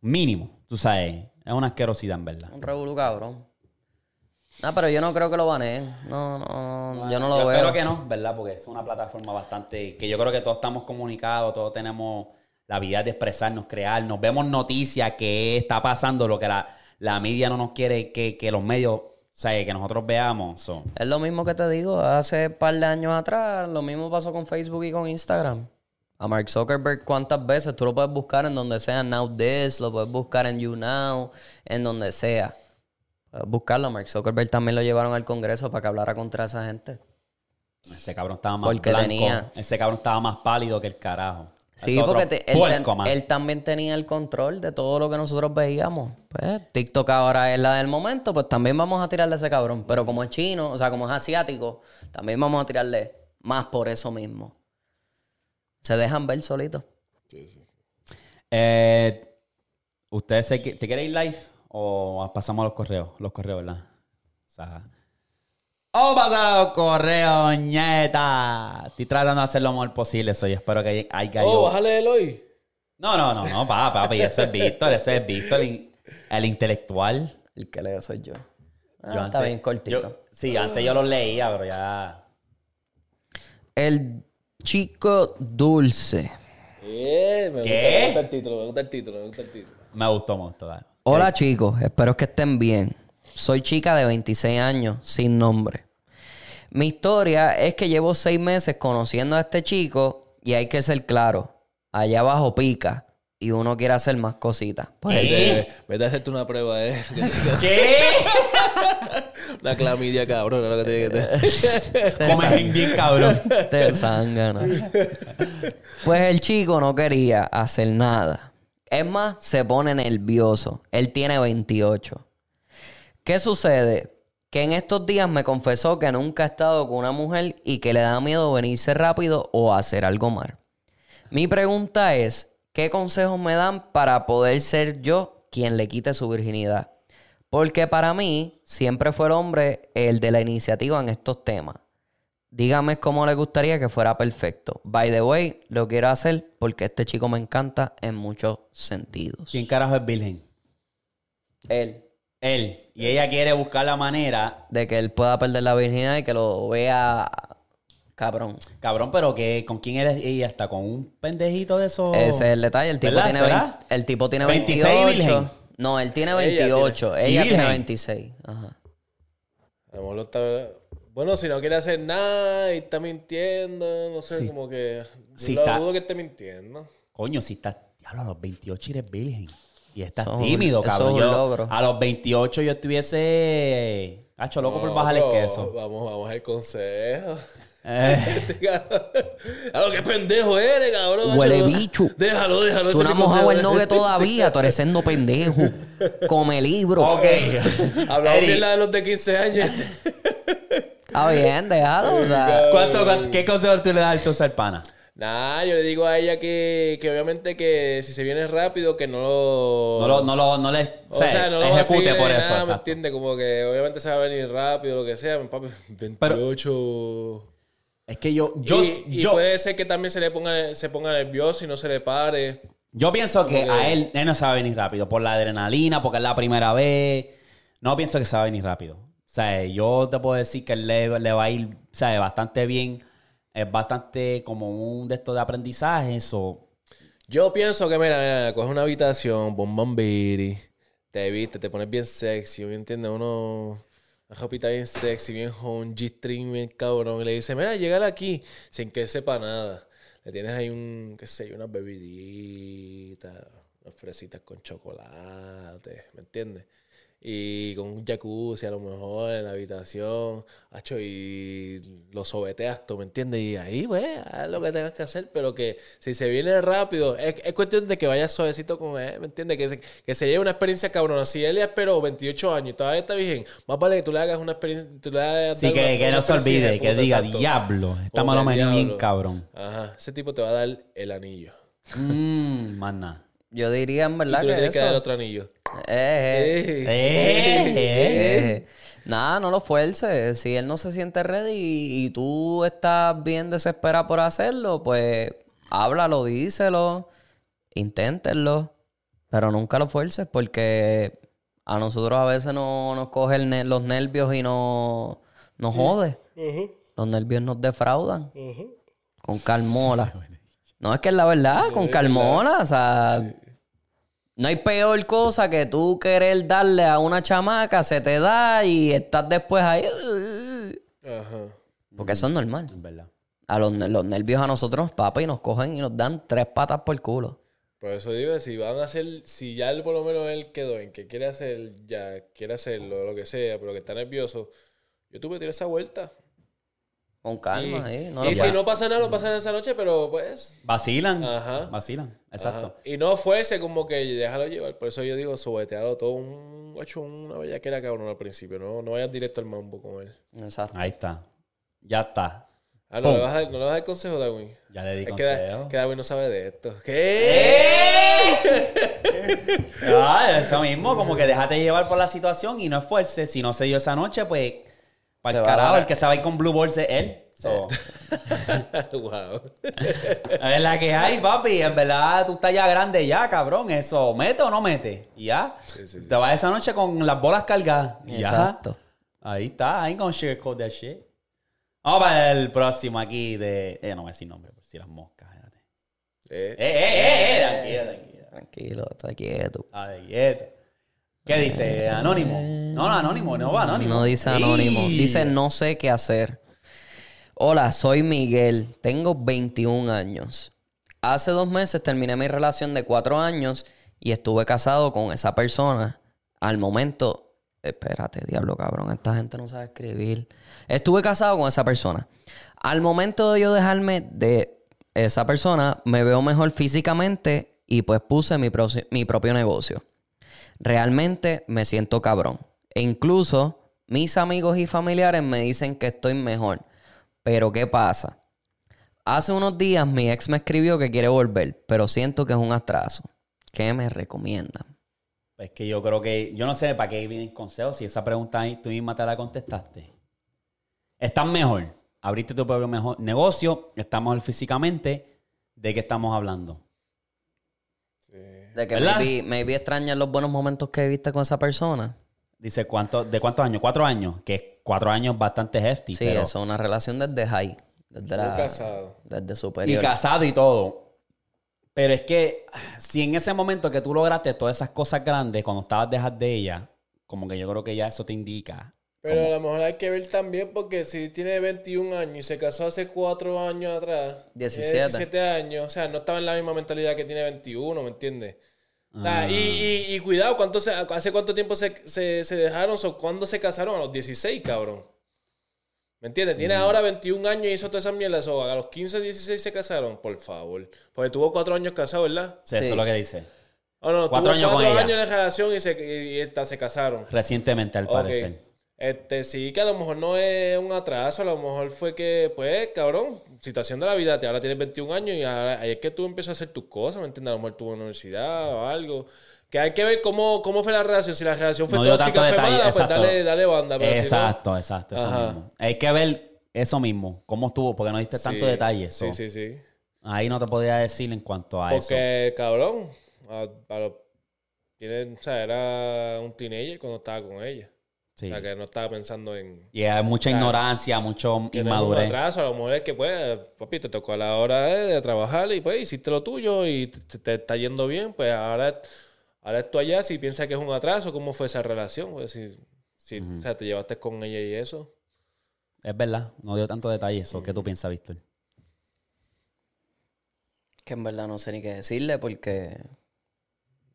S1: Mínimo. Tú sabes. Es una asquerosidad, en verdad.
S2: Un revolú, cabrón. No, pero yo no creo que lo baneen. No, no, no, yo no lo veo.
S1: Espero que no, ¿verdad? Porque es una plataforma bastante. que yo creo que todos estamos comunicados, todos tenemos la habilidad de expresarnos, crearnos. Vemos noticias que está pasando, lo que la, la media no nos quiere que, que los medios, o sea, que nosotros veamos. so.
S2: Es lo mismo que te digo, hace un par de años atrás, lo mismo pasó con Facebook y con Instagram. A Mark Zuckerberg, ¿cuántas veces tú lo puedes buscar en donde sea Now This, lo puedes buscar en You Now, en donde sea? Puedes buscarlo. A Mark Zuckerberg también lo llevaron al Congreso para que hablara contra esa gente.
S1: Ese cabrón estaba más
S2: Porque
S1: blanco.
S2: tenía-
S1: Ese cabrón estaba más pálido que el carajo.
S2: Sí,
S1: Es otro
S2: porque te- él,
S1: puerco,
S2: tan-
S1: man.
S2: él también tenía el control de todo lo que nosotros veíamos. Pues TikTok ahora es la del momento, pues también vamos a tirarle a ese cabrón. Pero como es chino, o sea, como es asiático, también vamos a tirarle más por eso mismo. Se dejan ver solitos.
S1: Eh, ¿Ustedes se qui- te quieren ir live o pasamos a los correos? Los correos, ¿verdad? O sea, vamos a pasar a los correos, ñeta. Estoy tratando de hacer lo mejor posible, soy. Espero que haya- haya
S3: Oh,
S1: ido-
S3: bájale el hoy.
S1: No, no, no, no, pa, papi, eso es Víctor, ese es Víctor, el, in- el intelectual.
S2: El que le soy yo. Ah,
S1: Yo
S2: está
S1: antes-
S2: bien cortito.
S1: yo- sí, antes yo los leía, pero ya.
S2: El chico dulce.
S3: Eh, me
S1: ¿Qué?
S3: Gusta, me gusta el título, me gusta el título, me gusta el título.
S1: Me gustó mucho. dale.
S2: Hola chicos, espero que estén bien. Soy chica de 26 años, sin nombre. Mi historia es que llevo seis meses conociendo a este chico y hay que ser claro, allá abajo pica y uno quiere hacer más cositas. Pues Por el-
S1: ¿Qué?
S3: Eh, Vete a hacerte una prueba, eh.
S1: ¿Qué?
S3: Una clamidia, cabrón, es lo que tiene que tener.
S1: Comen bien, cabrón.
S2: Te sangana. Pues el chico no quería hacer nada. Es más, se pone nervioso. Él tiene 28. ¿Qué sucede? Que en estos días me confesó que nunca ha estado con una mujer y que le da miedo venirse rápido o hacer algo mal. Mi pregunta es, ¿qué consejos me dan para poder ser yo quien le quite su virginidad? Porque para mí siempre fue el hombre el de la iniciativa en estos temas. Dígame cómo le gustaría que fuera perfecto. By the way, lo quiero hacer porque este chico me encanta en muchos sentidos.
S1: ¿Quién carajo es virgen?
S2: Él.
S1: Él. Y ella quiere buscar la manera
S2: De que él pueda perder la virginidad y que lo vea cabrón.
S1: Cabrón, pero que con quién eres ella está con un pendejito de esos.
S2: Ese es el detalle. El tipo
S1: Oh. ¿Verdad?
S2: tiene,
S1: ¿Será?
S2: 20 el tipo tiene
S1: 26
S2: 28.
S1: virgen.
S2: No, él tiene
S3: Ella tiene-
S2: 28. Ella
S1: ¿Y
S2: tiene,
S1: virgen?
S2: 26. Ajá.
S3: A lo mejor lo está- Bueno, si no quiere hacer nada y está mintiendo, no sé,
S1: Sí.
S3: como que.
S1: Sí,
S3: Sí, lo
S1: está-
S3: dudo que esté mintiendo.
S1: Coño, si estás. Diablo, a los 28 eres virgen. Y estás
S2: Eso es un-
S1: tímido,
S2: eso es
S1: cabrón.
S2: un
S1: Yo-
S2: logro.
S1: A los 28 yo estuviese. Cacho loco por
S3: No,
S1: bajar el
S3: pero
S1: queso.
S3: Vamos, vamos al consejo.
S1: Eh,
S3: A lo que pendejo eres, cabrón.
S2: Huele
S3: macho.
S2: bicho.
S3: Déjalo, déjalo.
S2: Tú
S3: ese
S2: no has
S3: ni consejo
S2: mojado el
S3: es.
S2: nogue todavía. Tú eres siendo pendejo. Come libro.
S1: ok.
S3: oh, Hablamos
S1: Eri,
S3: bien la de los de 15 años.
S2: Está bien, déjalo. o sea,
S1: ¿cuánto- cuánto- qué consejo tú le das entonces al pana?
S3: Nah, yo le digo a ella que, que obviamente que si se viene rápido, que no lo.
S1: No, lo, no, lo, no le o sea,
S3: no lo
S1: ejecute
S3: vacile
S1: por
S3: ni
S1: eso.
S3: nada, ¿me
S1: exacto.
S3: entiendes? Como que obviamente se va a venir rápido, lo que sea. Papi, 28.
S1: Es que yo, yo,
S3: y, y
S1: yo,
S3: puede ser que también se le ponga, se ponga nervioso y no se le pare.
S1: Yo pienso que
S3: que-
S1: a él, él no se va a venir rápido por la adrenalina, porque es la primera vez. No pienso que se va a venir rápido. O sea, yo te puedo decir que él le, le va a ir o sea, bastante bien. Es bastante como un de estos de aprendizaje. Eso.
S3: Yo pienso que, mira, mira, coges una habitación, bomba un biri, te viste, te pones bien sexy, ¿me entiendes? Uno, una ropita bien sexy, bien home, G-string, bien cabrón, y le dice, mira, llegale aquí, sin que él sepa nada. Le tienes ahí un, qué sé yo, unas bebiditas, unas fresitas con chocolate, ¿me entiendes? Y con un jacuzzi a lo mejor en la habitación, hacho, y lo sobeteas tú, ¿me entiendes? Y ahí, pues, haz lo que tengas que hacer, pero que si se viene rápido, es, es cuestión de que vayas suavecito con él, ¿me entiendes? Que se, que se lleve una experiencia cabrona. Si él ya esperó 28 años y todavía está virgen, más vale que tú le hagas una experiencia, tú le hagas
S1: Así
S3: dar
S1: que,
S3: una-
S1: que
S3: una
S1: no se
S3: experiencia de
S1: olvide, que
S3: puta,
S1: diga,
S3: exacto.
S1: diablo, está
S3: Como
S1: malo
S3: que
S1: menos bien,
S3: diablo.
S1: cabrón.
S3: Ajá, ese tipo te va a dar el anillo.
S1: Mmm, más nada.
S2: yo diría en
S3: Y
S2: verdad
S3: tú le
S2: que
S3: tienes que dar
S2: eso.
S3: otro anillo.
S2: Eh, eh.
S3: Eh.
S1: Eh, eh.
S2: Eh, Nada, no lo fuerces. Si él no se siente ready y, y tú estás bien desesperada por hacerlo, pues háblalo, díselo, inténtenlo, pero nunca lo fuerces porque a nosotros a veces no, nos coge el ne- los nervios y no, nos jode. Los nervios nos defraudan. Con calmola. No, es que es la verdad, con calmola, o sea... No hay peor cosa que tú querer darle a una chamaca, se te da y estás después ahí. uh,
S1: eh.
S3: Ajá.
S2: Porque eso es normal.
S1: En verdad.
S2: A los, los nervios a nosotros, papá, y nos cogen y nos dan tres patas por culo.
S3: Por eso digo, si van a hacer, si ya él, por lo menos él quedó en que quiere hacer, ya quiere hacerlo, lo que sea, pero que está nervioso, yo tuve que tirar esa vuelta.
S2: Con calma,
S3: Y,
S2: ¿eh? No lo
S3: y si
S2: puedes-
S3: no pasa nada, no pasa nada esa noche, pero pues.
S1: Vacilan.
S3: Ajá.
S1: Vacilan. Exacto.
S3: ajá. Y no fuese como que déjalo llevar. Por eso yo digo, sobetealo todo un hecho una bellaquera cabrón al principio. No, no vayas directo al mambo con él.
S2: Exacto.
S1: Ahí está. Ya está.
S3: Ah, no,
S1: Pum.
S3: le vas a, no le vas a dar consejo, Darwin.
S1: Ya le di
S3: Es que,
S1: consejo. ¿Eh?
S3: Da- que Darwin no sabe de esto. ¿Qué?
S1: Ah, eso mismo, como que déjate llevar por la situación y no esfuerces. Si no se dio esa noche, pues. Para
S2: Se
S1: el
S2: va
S1: carajo,
S2: ahora.
S1: el que sabe ir con Blue Balls es él. So,
S3: wow.
S1: es la que hay, papi. En verdad, tú estás ya grande ya, cabrón. Eso, ¿mete o no mete? Y ya.
S3: sí, sí.
S1: Te vas esa noche con las bolas cargadas. Y ya.
S2: Exacto.
S1: Ahí está. I ain't gonna sugarcoat that shit. Vamos para el próximo aquí de. Eh, no voy a decir nombre, por si las moscas. espérate.
S3: Eh,
S1: Eh, eh, eh, eh, tranquila, tranquila.
S2: Tranquilo, está quieto.
S1: Ah, de dieta. ¿Qué dice? Anónimo. No, no, anónimo, no va anónimo.
S2: No dice anónimo.
S1: ¡Ey!
S2: Dice no sé qué hacer. Hola, soy Miguel. Tengo 21 años. Hace dos meses terminé mi relación de cuatro años y estuve casado con esa persona. Al momento... Espérate, diablo cabrón, esta gente no sabe escribir. Estuve casado con esa persona. Al momento de yo dejarme de esa persona, me veo mejor físicamente y pues puse mi, proce- mi propio negocio. Realmente me siento cabrón. E incluso mis amigos y familiares me dicen que estoy mejor. Pero ¿qué pasa? Hace unos días mi ex me escribió que quiere volver, pero siento que es un atraso. ¿Qué me recomiendan?
S1: Es que yo creo que. Yo no sé para qué vienen consejos. Si esa pregunta ahí tú misma te la contestaste. Estás mejor. Abriste tu propio mejor negocio. Estás mejor físicamente. ¿De qué estamos hablando?
S2: De que
S1: ¿Verdad?
S2: maybe, maybe extrañas los buenos momentos que viviste con esa persona.
S1: Dice, ¿cuánto, ¿de cuántos años? Cuatro años. Que es cuatro años bastante hefty.
S2: Sí,
S1: pero-
S2: eso es una relación desde high. Desde
S3: un
S2: la...
S3: casado.
S2: Desde
S1: Y
S2: superior.
S1: casado y todo. Pero es que si en ese momento que tú lograste todas esas cosas grandes, cuando estabas dejas de ella, como que yo creo que ya eso te indica.
S3: Pero a lo mejor hay que ver también porque si tiene 21 años y se casó hace 4 años atrás, tiene
S2: 17.
S3: 17 años, o sea, no estaba en la misma mentalidad que tiene 21, ¿me entiendes? O sea, y,
S1: Ah.
S3: y- y cuidado, ¿cuánto se- ¿hace cuánto tiempo se, se- se dejaron o cuándo se casaron? A los 16, cabrón. ¿Me entiendes? Tiene
S1: Mm.
S3: ahora 21 años y hizo todas esas mierdas. o a los 15, 16 se casaron, por favor. Porque tuvo 4 años casado, ¿verdad?
S1: O sea, Eso
S2: Sí.
S1: es lo que dice.
S3: Oh, no,
S1: Cuatro
S3: tuvo
S1: años con
S3: cuatro
S1: ella.
S3: años de relación y, se, y- y hasta se casaron.
S1: Recientemente, al
S3: Ok.
S1: parecer.
S3: Este, sí, que a lo mejor no es un atraso, a lo mejor fue que, pues, cabrón, situación de la vida, te ahora tienes 21 años y ahora ahí es que tú empiezas a hacer tus cosas, ¿me entiendes? A lo mejor tuvo universidad o algo. Que hay que ver cómo, cómo fue la relación. Si la relación fue
S1: No dio
S3: tóxica,
S1: tanto
S3: fue
S1: detalle,
S3: mala, pues
S1: exacto.
S3: dale, dale banda. Pero si no-
S1: exacto, exacto. Eso
S3: Ajá.
S1: mismo. Hay que ver eso mismo, cómo estuvo, porque no diste tanto
S3: Sí,
S1: detalle. so.
S3: Sí, sí, sí.
S1: Ahí no te podía decir en cuanto a eso.
S3: Porque, cabrón, a, a lo- tiene- o sea, era un teenager cuando estaba con ella.
S1: Sí.
S3: O sea, que no estaba pensando en...
S1: Y hay mucha ignorancia, mucho
S3: Que no es un
S1: inmadurez.
S3: atraso, a lo mejor es que, pues, papi, te tocó a la hora de, de trabajar y, pues, hiciste lo tuyo y te, te- te está yendo bien, pues, ahora, ahora es tú allá si piensas que es un atraso, ¿cómo fue esa relación? Pues, si, si, o sea, te llevaste con ella y eso.
S1: Es verdad, no dio tanto detalle eso. ¿Qué tú piensas, Víctor?
S2: Que en verdad no sé ni qué decirle porque...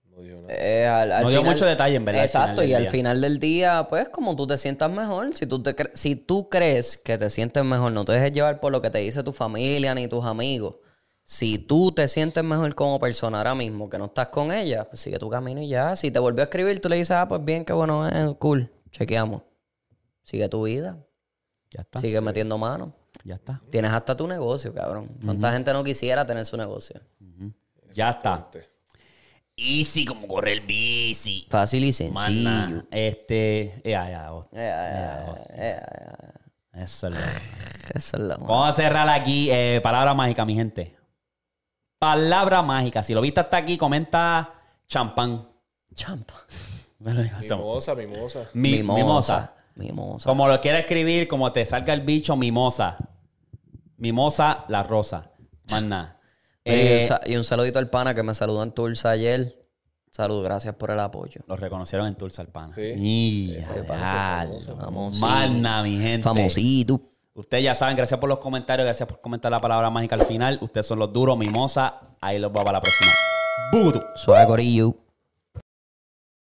S3: No dijo nada.
S2: eh, al- al
S1: No dio
S2: final-
S1: mucho detalle, en verdad. al final
S2: Exacto,
S1: del
S2: y al
S1: día.
S2: final del día, pues como tú te sientas mejor, si tú, te cre- si tú crees que te sientes mejor, no te dejes llevar por lo que te dice tu familia ni tus amigos. Si tú te sientes mejor como persona ahora mismo, que no estás con ella, pues sigue tu camino y ya. Si te volvió a escribir, tú le dices, ah, pues bien, qué bueno es, cool, chequeamos. Sigue tu vida,
S1: Ya está,
S2: sigue metiendo mano.
S1: ya está.
S2: Tienes hasta tu negocio, cabrón. ¿Cuánta gente no quisiera tener su negocio?
S1: Ya está.
S5: Easy como correr el bici.
S2: Fácil y sencillo.
S1: Mana, este. Ya, ya, hostia,
S2: Eh, eh,
S1: ya, hostia.
S2: eh, eh,
S1: Eso es lo-
S2: Eso es lo más.
S1: Vamos a cerrar aquí. eh, palabra mágica, mi gente. Palabra mágica. Si lo viste hasta aquí, comenta champán.
S2: Champa.
S1: Me lo digo, son-
S3: Mimosa, mimosa.
S1: mi- mimosa.
S2: Mimosa.
S1: Como lo quiera escribir, como te salga el bicho, mimosa. Mimosa, la rosa. Más nada. Eh,
S2: Oye, y un sa- y un saludito al pana que me saludó en Tulsa ayer. Saludos, gracias por el apoyo.
S1: Lo reconocieron en Tulsa, el pana.
S3: Sí.
S1: Y- ya,
S2: famoso.
S1: Mana, mi gente.
S2: Famosito.
S1: Ustedes ya saben, gracias por los comentarios, gracias por comentar la palabra mágica al final. Ustedes son los duros, mimosa. Ahí los va para la próxima. Budu.
S2: Suave Corillo.